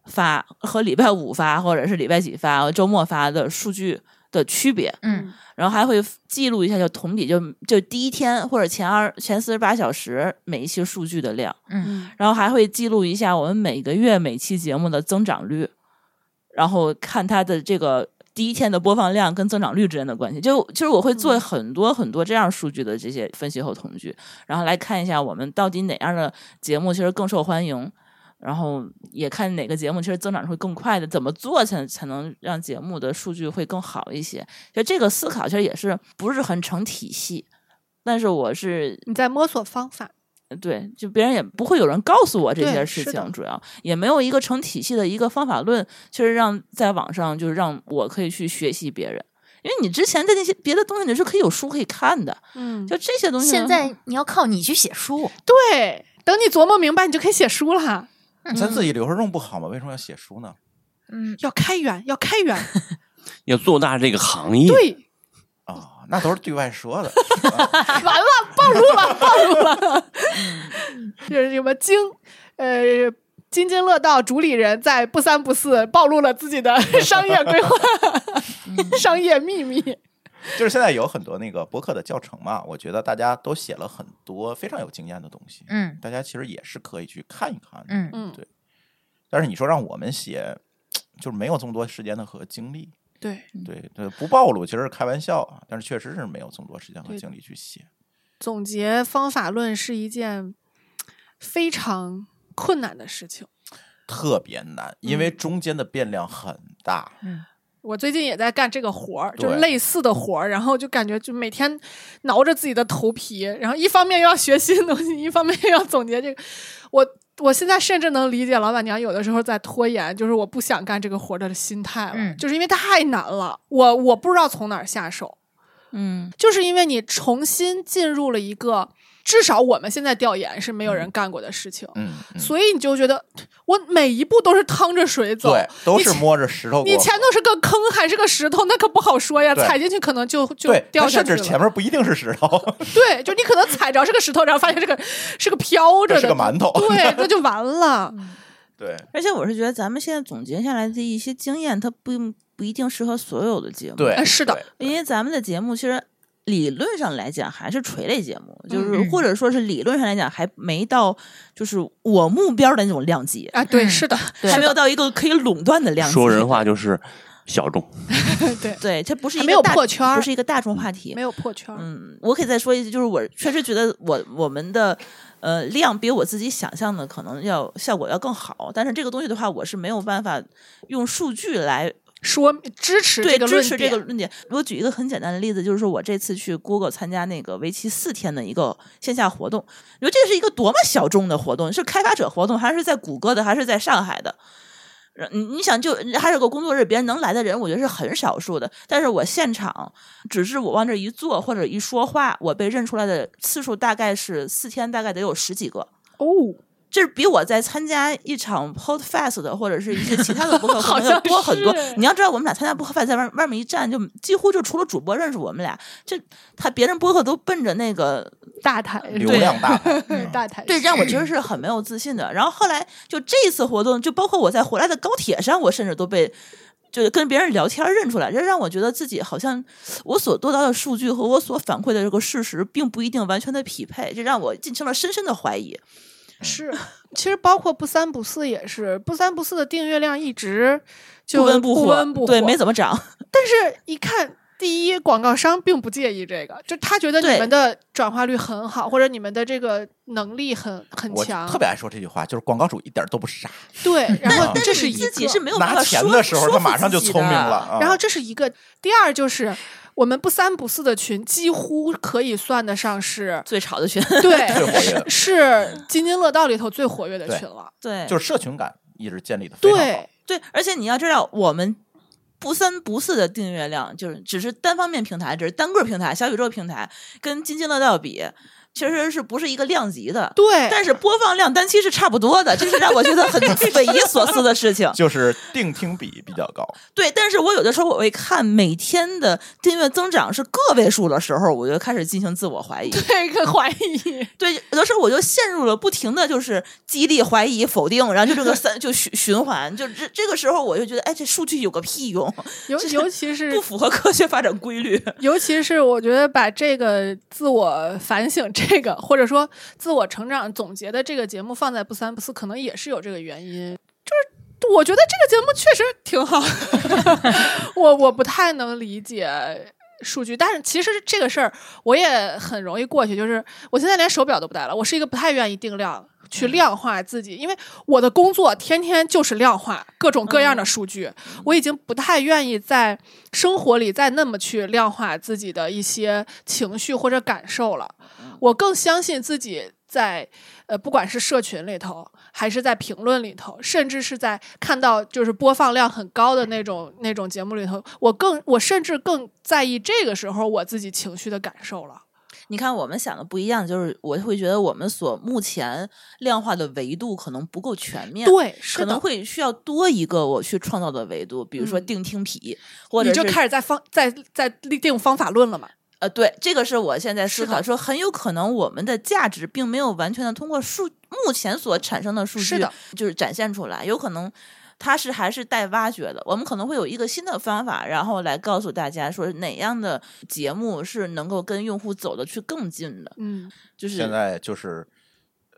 Speaker 2: 发和礼拜五发，或者是礼拜几发、周末发的数据的区别。
Speaker 5: 嗯
Speaker 2: 然后还会记录一下，就同比就就第一天或者前二前四十八小时每一期数据的量，
Speaker 5: 嗯
Speaker 3: 嗯
Speaker 2: 然后还会记录一下我们每个月每期节目的增长率，然后看它的这个第一天的播放量跟增长率之间的关系。就就是我会做
Speaker 3: 嗯
Speaker 2: 很多很多这样数据的这些分析和统计，然后来看一下我们到底哪样的节目其实更受欢迎。然后也看哪个节目其实增长是会更快的，怎么做才才能让节目的数据会更好一些？就这个思考其实也是不是很成体系，但是我是
Speaker 3: 你在摸索方法，
Speaker 2: 对，就别人也不会有人告诉我这
Speaker 3: 对
Speaker 2: 些事
Speaker 3: 是的
Speaker 2: 情，主要也没有一个成体系的一个方法论，确实让在网上就是让我可以去学习别人，因为你之前在那些别的东西你是可以有书可以看的，
Speaker 3: 嗯，
Speaker 2: 就这些东西
Speaker 5: 现在你要靠你去写书，
Speaker 3: 对。等你琢磨明白，你就可以写书了。
Speaker 1: 咱自己留着用不好吗？为什么要写书呢？
Speaker 5: 嗯，
Speaker 3: 要开源，要开源。
Speaker 4: 要做大这个行业。
Speaker 3: 对，
Speaker 1: 啊、 那都是对外说的。
Speaker 3: 完了，暴露了，暴露了。就是什么经，呃，津津乐道主理人在不三不四暴露了自己的商业规 划、商业秘密。
Speaker 1: 就是现在有很多那个播客的教程嘛，我觉得大家都写了很多非常有经验的东西，
Speaker 5: 嗯
Speaker 1: 大家其实也是可以去看一看的。
Speaker 5: 嗯
Speaker 3: 嗯
Speaker 1: 对。但是你说让我们写，就是没有这么多时间的和精力。
Speaker 3: 对，
Speaker 1: 对对，不暴露其实是开玩笑啊，但是确实是没有这么多时间和
Speaker 3: 对
Speaker 1: 精力去写。
Speaker 3: 总结方法论是一件非常困难的事情。
Speaker 1: 特别难，因
Speaker 3: 嗯
Speaker 1: 为中间的变量很大。
Speaker 3: 我最近也在干这个活儿，就是
Speaker 1: 对
Speaker 3: 类似的活儿，然后就感觉就每天挠着自己的头皮，然后一方面又要学新东西，一方面又要总结这个。我我现在甚至能理解老板娘有的时候在拖延，就是我不想干这个活儿的心态了，
Speaker 5: 嗯
Speaker 3: 就是因为太难了，我我不知道从哪儿下手，
Speaker 2: 嗯
Speaker 3: 就是因为你重新进入了一个至少我们现在调研是没有人干过的事情，
Speaker 1: 嗯，嗯
Speaker 3: 所以你就觉得我每一步都是趟着水走，
Speaker 1: 对，都
Speaker 3: 你
Speaker 1: 是摸着石头过
Speaker 3: 你
Speaker 1: 河。
Speaker 3: 前头是个坑还是个石头，那可不好说呀，
Speaker 1: 对
Speaker 3: 踩进去可能就就
Speaker 1: 对，
Speaker 3: 掉
Speaker 1: 它
Speaker 3: 下
Speaker 1: 甚
Speaker 3: 去
Speaker 1: 至
Speaker 3: 了。
Speaker 1: 前面不一定是石头，
Speaker 3: 对，就你可能踩着是个石头，然后发现是个是个飘着
Speaker 1: 这
Speaker 3: 的，
Speaker 1: 是个馒头。
Speaker 3: 对，那就完了。
Speaker 2: 嗯
Speaker 1: 对，
Speaker 2: 而且我是觉得咱们现在总结下来的一些经验，它不不一定适合所有的节目，
Speaker 1: 对，
Speaker 3: 哎是的
Speaker 1: 对，
Speaker 2: 因为咱们的节目其实理论上来讲还是垂类节目，就是、
Speaker 5: 嗯
Speaker 2: 或者说是理论上来讲还没到就是我目标的那种量级，
Speaker 3: 啊，对，
Speaker 5: 嗯
Speaker 3: 是的，
Speaker 2: 还
Speaker 3: 是
Speaker 2: 没有
Speaker 3: 的，
Speaker 2: 到一个可以垄断的量级。
Speaker 4: 说人话就是小众，
Speaker 3: 对，
Speaker 2: 对，这不是一
Speaker 3: 还
Speaker 2: 个
Speaker 3: 没有
Speaker 2: 大
Speaker 3: 破圈儿
Speaker 2: 不是一个大众话题
Speaker 3: 没。有破圈儿。
Speaker 2: 嗯，我可以再说一句，就是我确实觉得我我们的呃量比我自己想象的可能要效果要更好，但是这个东西的话，我是没有办法用数据来
Speaker 3: 说支持
Speaker 2: 对
Speaker 3: 这个
Speaker 2: 支
Speaker 3: 论
Speaker 2: 持这
Speaker 3: 点
Speaker 2: 个论点。我举一个很简单的例子，就是我这次去 Google 参加那个为期四天的一个线下活动，你说这是一个多么小众的活动？是开发者活动，还是在谷歌的，还是在上海的？然你你想就还有个工作日，别人能来的人，我觉得是很少数的。但是我现场，只是我往这一坐或者一说话，我被认出来的次数大概是四天，大概得有十几个。
Speaker 3: 哦，
Speaker 2: 这是比我在参加一场 Podfest 的或者是一些其他 的播客可
Speaker 3: 好
Speaker 2: 能要
Speaker 3: 像
Speaker 2: 多很多
Speaker 3: 是。
Speaker 2: 你要知道，我们俩参加 Podfest 在外外面一站，就几乎就除了主播认识我们俩，这他别人播客都奔着那个
Speaker 3: 大台
Speaker 1: 流量大。
Speaker 3: 嗯大台
Speaker 2: 对，让我其实是很没有自信的。然后后来就这一次活动，就包括我在回来的高铁上，我甚至都被就是跟别人聊天认出来，这让我觉得自己好像我所得到的数据和我所反馈的这个事实并不一定完全的匹配，这让我进行了深深的怀疑。
Speaker 3: 是，
Speaker 1: 嗯
Speaker 3: 其实包括不三不四也是，不三不四的订阅量一直就
Speaker 2: 不温不火，
Speaker 3: 不温不火，
Speaker 2: 对，没怎么涨。
Speaker 3: 但是，一看第一，广告商并不介意这个，就他觉得
Speaker 2: 对
Speaker 3: 你们的转化率很好，或者你们的这个能力很很
Speaker 1: 我
Speaker 3: 强，
Speaker 1: 特别爱说这句话，就是广告主一点都不傻，
Speaker 3: 对。然后
Speaker 1: 但
Speaker 3: 这
Speaker 2: 但
Speaker 3: 是
Speaker 2: 你
Speaker 3: 一
Speaker 2: 自己
Speaker 3: 个
Speaker 2: 是没有办
Speaker 1: 拿
Speaker 2: 法
Speaker 1: 钱
Speaker 2: 说
Speaker 1: 的时候
Speaker 2: 说
Speaker 1: 他
Speaker 2: 服
Speaker 1: 马上就
Speaker 2: 自己
Speaker 1: 聪明
Speaker 2: 的
Speaker 1: 了。啊
Speaker 3: 然后这是一个，第二就是我们不三不四的群，几乎可以算得 上是
Speaker 2: 最吵的群，
Speaker 3: 对
Speaker 1: 最活跃的
Speaker 3: 是是津津乐道里头最活跃的
Speaker 1: 对
Speaker 3: 群了。
Speaker 2: 对，
Speaker 1: 就是社群感一直建立的非常好。
Speaker 3: 对，
Speaker 2: 对，而且你要知道，我们不三不四的订阅量，就是只是单方面平台，只是单个平台、小宇宙平台，跟津津乐道比，其实是不是一个量级的？
Speaker 3: 对，
Speaker 2: 但是播放量单期是差不多的，这是让我觉得 很匪夷所思的事情。
Speaker 1: 就是定听比比较高，
Speaker 2: 对，但是我有的时候我会看每天的订阅增长是个位数的时候，我就开始进行自我怀疑。
Speaker 3: 这个怀疑，
Speaker 2: 对，有的时候我就陷入了不停的就是激励、怀疑、否定，然后就这个 三就循循环，就这这个时候我就觉得，哎，这数据有个屁用，
Speaker 3: 尤尤其是
Speaker 2: 不符合科学发展规律。
Speaker 3: 尤其是我觉得把这个自我反省这个，或者说自我成长总结的这个节目放在不三不四，可能也是有这个原因。就是我觉得这个节目确实挺好， 我我不太能理解。数据，但是其实这个事儿我也很容易过去。就是我现在连手表都不戴了，我是一个不太愿意定量去量化自己，因为我的工作天天就是量化各种各样的数据，我已经不太愿意在生活里再那么去
Speaker 2: 嗯
Speaker 3: 量化自己的一些情绪或者感受了。我更相信自己在呃，不管是社群里头，还是在评论里头，甚至是在看到就是播放量很高的那种那种节目里头，我更我甚至更在意这个时候我自己情绪的感受了。
Speaker 2: 你看，我们想的不一样，就是我会觉得我们所目前量化的维度可能不够全面，，
Speaker 3: 对，是
Speaker 2: 嗯可能
Speaker 3: 的，
Speaker 2: 会需要多一个我去创造的维度，比如说
Speaker 3: 嗯
Speaker 2: 定听癖，或者
Speaker 3: 你就是开始在方在在立定方法论了嘛？
Speaker 2: 呃，对，这个是我现在思
Speaker 3: 是的
Speaker 2: 考，说很有可能我们的价值并没有完全的通过数目前所产生的数
Speaker 3: 是
Speaker 2: 据
Speaker 3: 的，
Speaker 2: 就是展现出来，有可能它是还是待挖掘的。我们可能会有一个新的方法，然后来告诉大家说哪样的节目是能够跟用户走得去更近的，
Speaker 3: 嗯，
Speaker 2: 就是
Speaker 1: 现在就是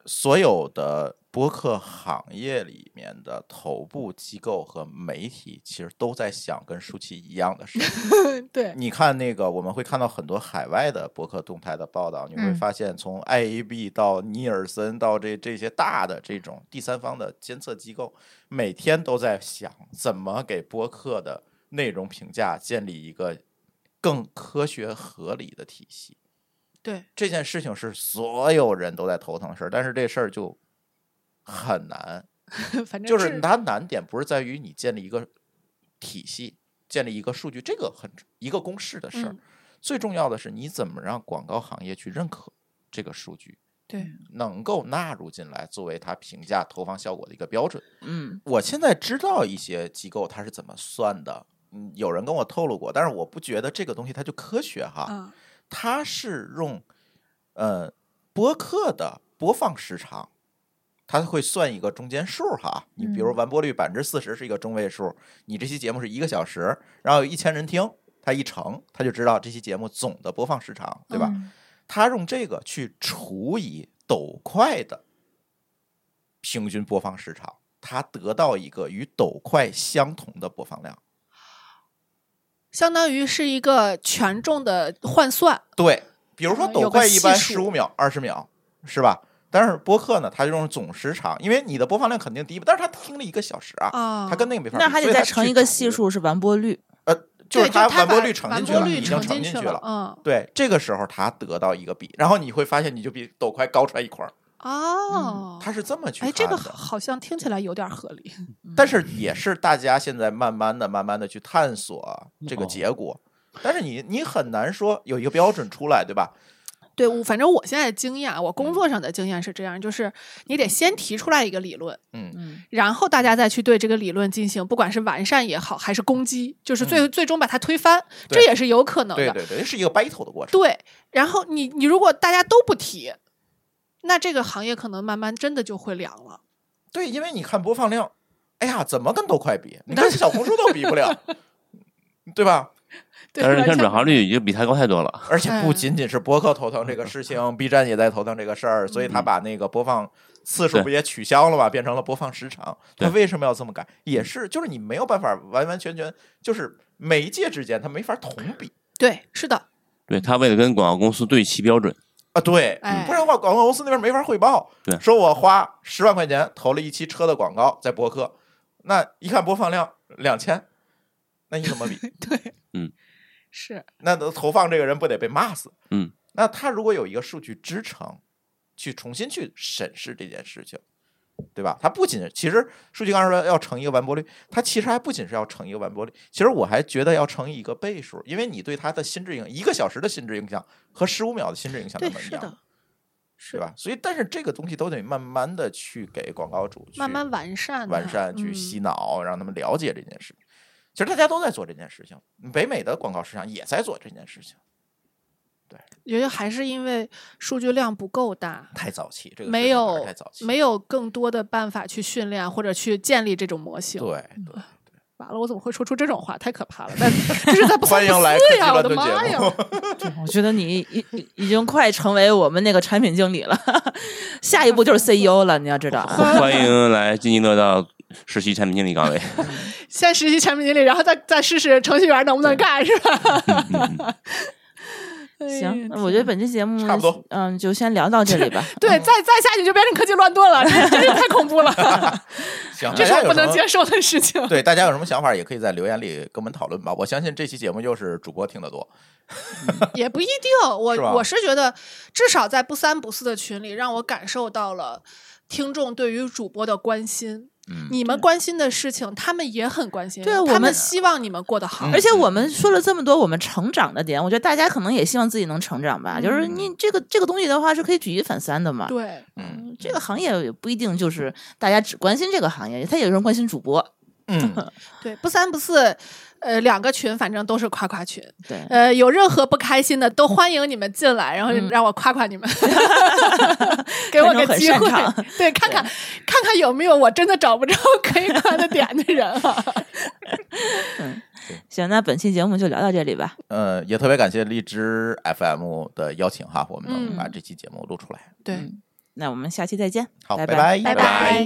Speaker 1: 所有的播客行业里面的头部机构和媒体，其实都在想跟舒淇一样的事。情。
Speaker 3: 嗯对，
Speaker 1: 你看那个，我们会看到很多海外的博客动态的报道，你会
Speaker 5: 嗯
Speaker 1: 发现从 IAB 到尼尔森到这这些大的这种第三方的监测机构，每天都在想怎么给播客的内容评价建立一个更科学合理的体系。
Speaker 3: 对，
Speaker 1: 这件事情是所有人都在头疼的事儿，但是这事儿就很难，
Speaker 2: 嗯
Speaker 3: 反正
Speaker 1: 就是它难点不是在于你建立一个体系、建立一个数据，这个很一个公式的事儿，
Speaker 3: 嗯
Speaker 1: 最重要的是你怎么让广告行业去认可这个数据，
Speaker 3: 对，
Speaker 1: 能够纳入进来作为它评价投放效果的一个标准。
Speaker 2: 嗯，
Speaker 1: 我现在知道一些机构它是怎么算的，嗯，有人跟我透露过，但是我不觉得这个东西它就科学哈，
Speaker 3: 嗯
Speaker 1: 它是用呃播客的播放时长，它会算一个中间数儿哈。你比如完播率百分之四十是一个中位数，你这期节目是一个小时，然后有一千人听，它一乘，它就知道这期节目总的播放时长，对吧？
Speaker 5: 嗯
Speaker 1: 它用这个去除以抖快的平均播放时长，它得到一个与抖快相同的播放量。
Speaker 3: 相当于是一个权重的换算。
Speaker 1: 对，比如说
Speaker 3: 嗯
Speaker 1: 抖
Speaker 3: 有
Speaker 1: 快
Speaker 3: 个
Speaker 1: 一
Speaker 3: 系
Speaker 1: 般
Speaker 3: 数
Speaker 1: 十五秒、二十秒，是吧？但是播客呢，它就用总时长，因为你的播放量肯定低，但是它听了一个小时啊，
Speaker 3: 啊
Speaker 1: 它跟那个没法比，
Speaker 2: 那还得
Speaker 1: 所以它
Speaker 2: 再乘一
Speaker 1: 去
Speaker 2: 个
Speaker 1: 除
Speaker 2: 系，数是完播率，
Speaker 1: 呃，
Speaker 3: 对，
Speaker 1: 是
Speaker 3: 就
Speaker 1: 它
Speaker 3: 他
Speaker 1: 完
Speaker 3: 把
Speaker 1: 播率乘进
Speaker 3: 完
Speaker 1: 去
Speaker 3: 播
Speaker 1: 了，
Speaker 3: 率
Speaker 1: 已经乘
Speaker 3: 进
Speaker 1: 进去
Speaker 3: 了
Speaker 1: 了。，
Speaker 3: 嗯，
Speaker 1: 对，这个时候它得到一个比，然后你会发现你就比抖快高出来一块儿，
Speaker 3: 哦，
Speaker 1: 它嗯是这么去
Speaker 3: 哎，
Speaker 1: 看
Speaker 3: 这个
Speaker 1: 的
Speaker 3: 好好像听起来有点合 理。
Speaker 1: 但是也是大家现在慢慢的、慢慢的去探索这个
Speaker 4: 哦
Speaker 1: 结果。但是你你很难说有一个标准出来，对吧？
Speaker 3: 对，我反正我现在的经验啊，我
Speaker 1: 嗯
Speaker 3: 工作上的经验是这样，就是你得先提出来一个理论，
Speaker 1: 嗯，
Speaker 2: 嗯，
Speaker 3: 然后大家再去对这个理论进行，不管是完善也好，还是攻击，就是最、最终把它推翻，
Speaker 1: 嗯
Speaker 3: 这
Speaker 1: 对
Speaker 3: 也是有可能的。
Speaker 1: 对对对，是一个 battle 的过程。
Speaker 3: 对，然后你你如果大家都不提，那这个行业可能慢慢真的就会凉了。
Speaker 1: 对，因为你看播放量，哎呀，怎么跟抖快比？你跟小红书都比不 了，对吧？
Speaker 3: 对，
Speaker 4: 但是你
Speaker 3: 完
Speaker 4: 看
Speaker 3: 全
Speaker 4: 转化率已经比它高太多了。
Speaker 1: 而且不
Speaker 3: 哎
Speaker 1: 仅仅是博客头疼这个事情，B 站也在头疼这个事儿，所以他把那个播放次数
Speaker 4: 嗯对
Speaker 1: 不也取消了吗？变成了播放时长。他
Speaker 4: 对
Speaker 1: 为什么要这么改？也是，就是你没有办法完完全全，就是媒介之间他没法同比。
Speaker 3: 对，是的，
Speaker 4: 对他为了跟广告公司对齐 标准，
Speaker 1: 啊，对，
Speaker 3: 哎
Speaker 1: 不然的话，广告公司那边没法汇报。
Speaker 4: 对
Speaker 1: 说我花十万块钱投了一期车的广告在博客，那一看播放量两千，那你怎么比？
Speaker 3: 对，
Speaker 4: 嗯，
Speaker 3: 是，
Speaker 1: 那投放这个人不得被骂死？
Speaker 4: 嗯，
Speaker 1: 那他如果有一个数据支撑，去重新去审视这件事情，对吧？他不仅其实数据刚才说要乘一个完播率，他其实还不仅是要乘一个完播率，其实我还觉得要乘以一个倍数，因为你对他的心智影一个小时的心智影响和十五秒的心智影响
Speaker 3: 对，
Speaker 1: 根本一
Speaker 3: 是
Speaker 1: 样。
Speaker 3: 的，是
Speaker 1: 对吧？所以，但是这个东西都得慢慢的去给广告主去
Speaker 3: 慢慢完善它，
Speaker 1: 完善，去
Speaker 3: 嗯
Speaker 1: 洗脑，让他们了解这件事。其实大家都在做这件事情，北美的广告市场也在做这件事情。
Speaker 3: 觉得还是因为数据量不够大，
Speaker 1: 太早期，这个
Speaker 3: 没
Speaker 1: 市场还是
Speaker 3: 有
Speaker 1: 太早期，
Speaker 3: 没有更多的办法去训练或者去建立这种模型。
Speaker 1: 对对。
Speaker 3: 完了，我怎么会说出这种话？太可怕 了！但这是在不
Speaker 1: 欢
Speaker 3: 三不
Speaker 1: 迎来
Speaker 3: 四
Speaker 1: 科技
Speaker 3: 呀！我
Speaker 1: 乱
Speaker 3: 的
Speaker 1: 炖
Speaker 3: 妈
Speaker 1: 节
Speaker 3: 呀！
Speaker 1: 目，
Speaker 2: 我觉得你已已已经快成为我们那个产品经理了， 下 一步就是 CEO 了，你要知道啊。
Speaker 4: 欢迎来津津乐道实习产品经理岗位。
Speaker 3: 先实习产品经理，然后再再试试程序员能不能干，是吧？ 哎呀
Speaker 2: 行，那我觉嗯得本期节目
Speaker 1: 差不多，
Speaker 2: 嗯，就先聊到这里吧。
Speaker 3: 对，再再下去就变成科技乱炖了，真真是太恐怖了。
Speaker 6: 行，
Speaker 3: 这
Speaker 6: 大
Speaker 3: 是
Speaker 6: 家
Speaker 3: 我
Speaker 6: 有
Speaker 3: 不
Speaker 6: 什
Speaker 3: 能
Speaker 6: 么
Speaker 3: 接受的事情。
Speaker 6: 对，大家有什么想法也可以在留言里跟我们讨论吧。我相信这期节目又是主播听得多，
Speaker 3: 也不一定，我
Speaker 6: 是吧
Speaker 3: 我是觉得，至少在不三不四的群里，让我感受到了听众对于主播的关心。
Speaker 6: 嗯
Speaker 3: 你们关心的事情，他们也很关心，
Speaker 2: 对我
Speaker 3: 他
Speaker 2: 们嗯
Speaker 3: 们希望你们过得好。
Speaker 2: 而且我们说了这么多我们成长的点，我觉得大家可能也希望自己能成长吧。就是你这个这个东西的话是可以举一反三的嘛。
Speaker 3: 对，
Speaker 6: 嗯
Speaker 2: 嗯这个行业也不一定就是大家只关心这个行业，他有人关心主播。
Speaker 6: 嗯，
Speaker 3: 对，不三不四，呃，两个群反正都是夸夸群，
Speaker 2: 对，
Speaker 3: 呃，有任何不开心的都欢迎你们进来，然后让我夸夸 你们，给我
Speaker 2: 嗯观众
Speaker 3: 个
Speaker 2: 很
Speaker 3: 机
Speaker 2: 擅
Speaker 3: 会
Speaker 2: 长，
Speaker 3: 对，看看看看有没有我真的找不着 可以夸的点的人啊。
Speaker 2: 嗯行，那本期节目就聊到这里吧。
Speaker 6: 呃，也特别感谢荔枝 FM 的邀请哈，我们能
Speaker 3: 嗯
Speaker 6: 把这期节目录出来。
Speaker 3: 对。
Speaker 2: 那我们下期再见，
Speaker 6: 好，
Speaker 2: 拜
Speaker 6: 拜
Speaker 1: 拜
Speaker 6: 拜
Speaker 1: 拜。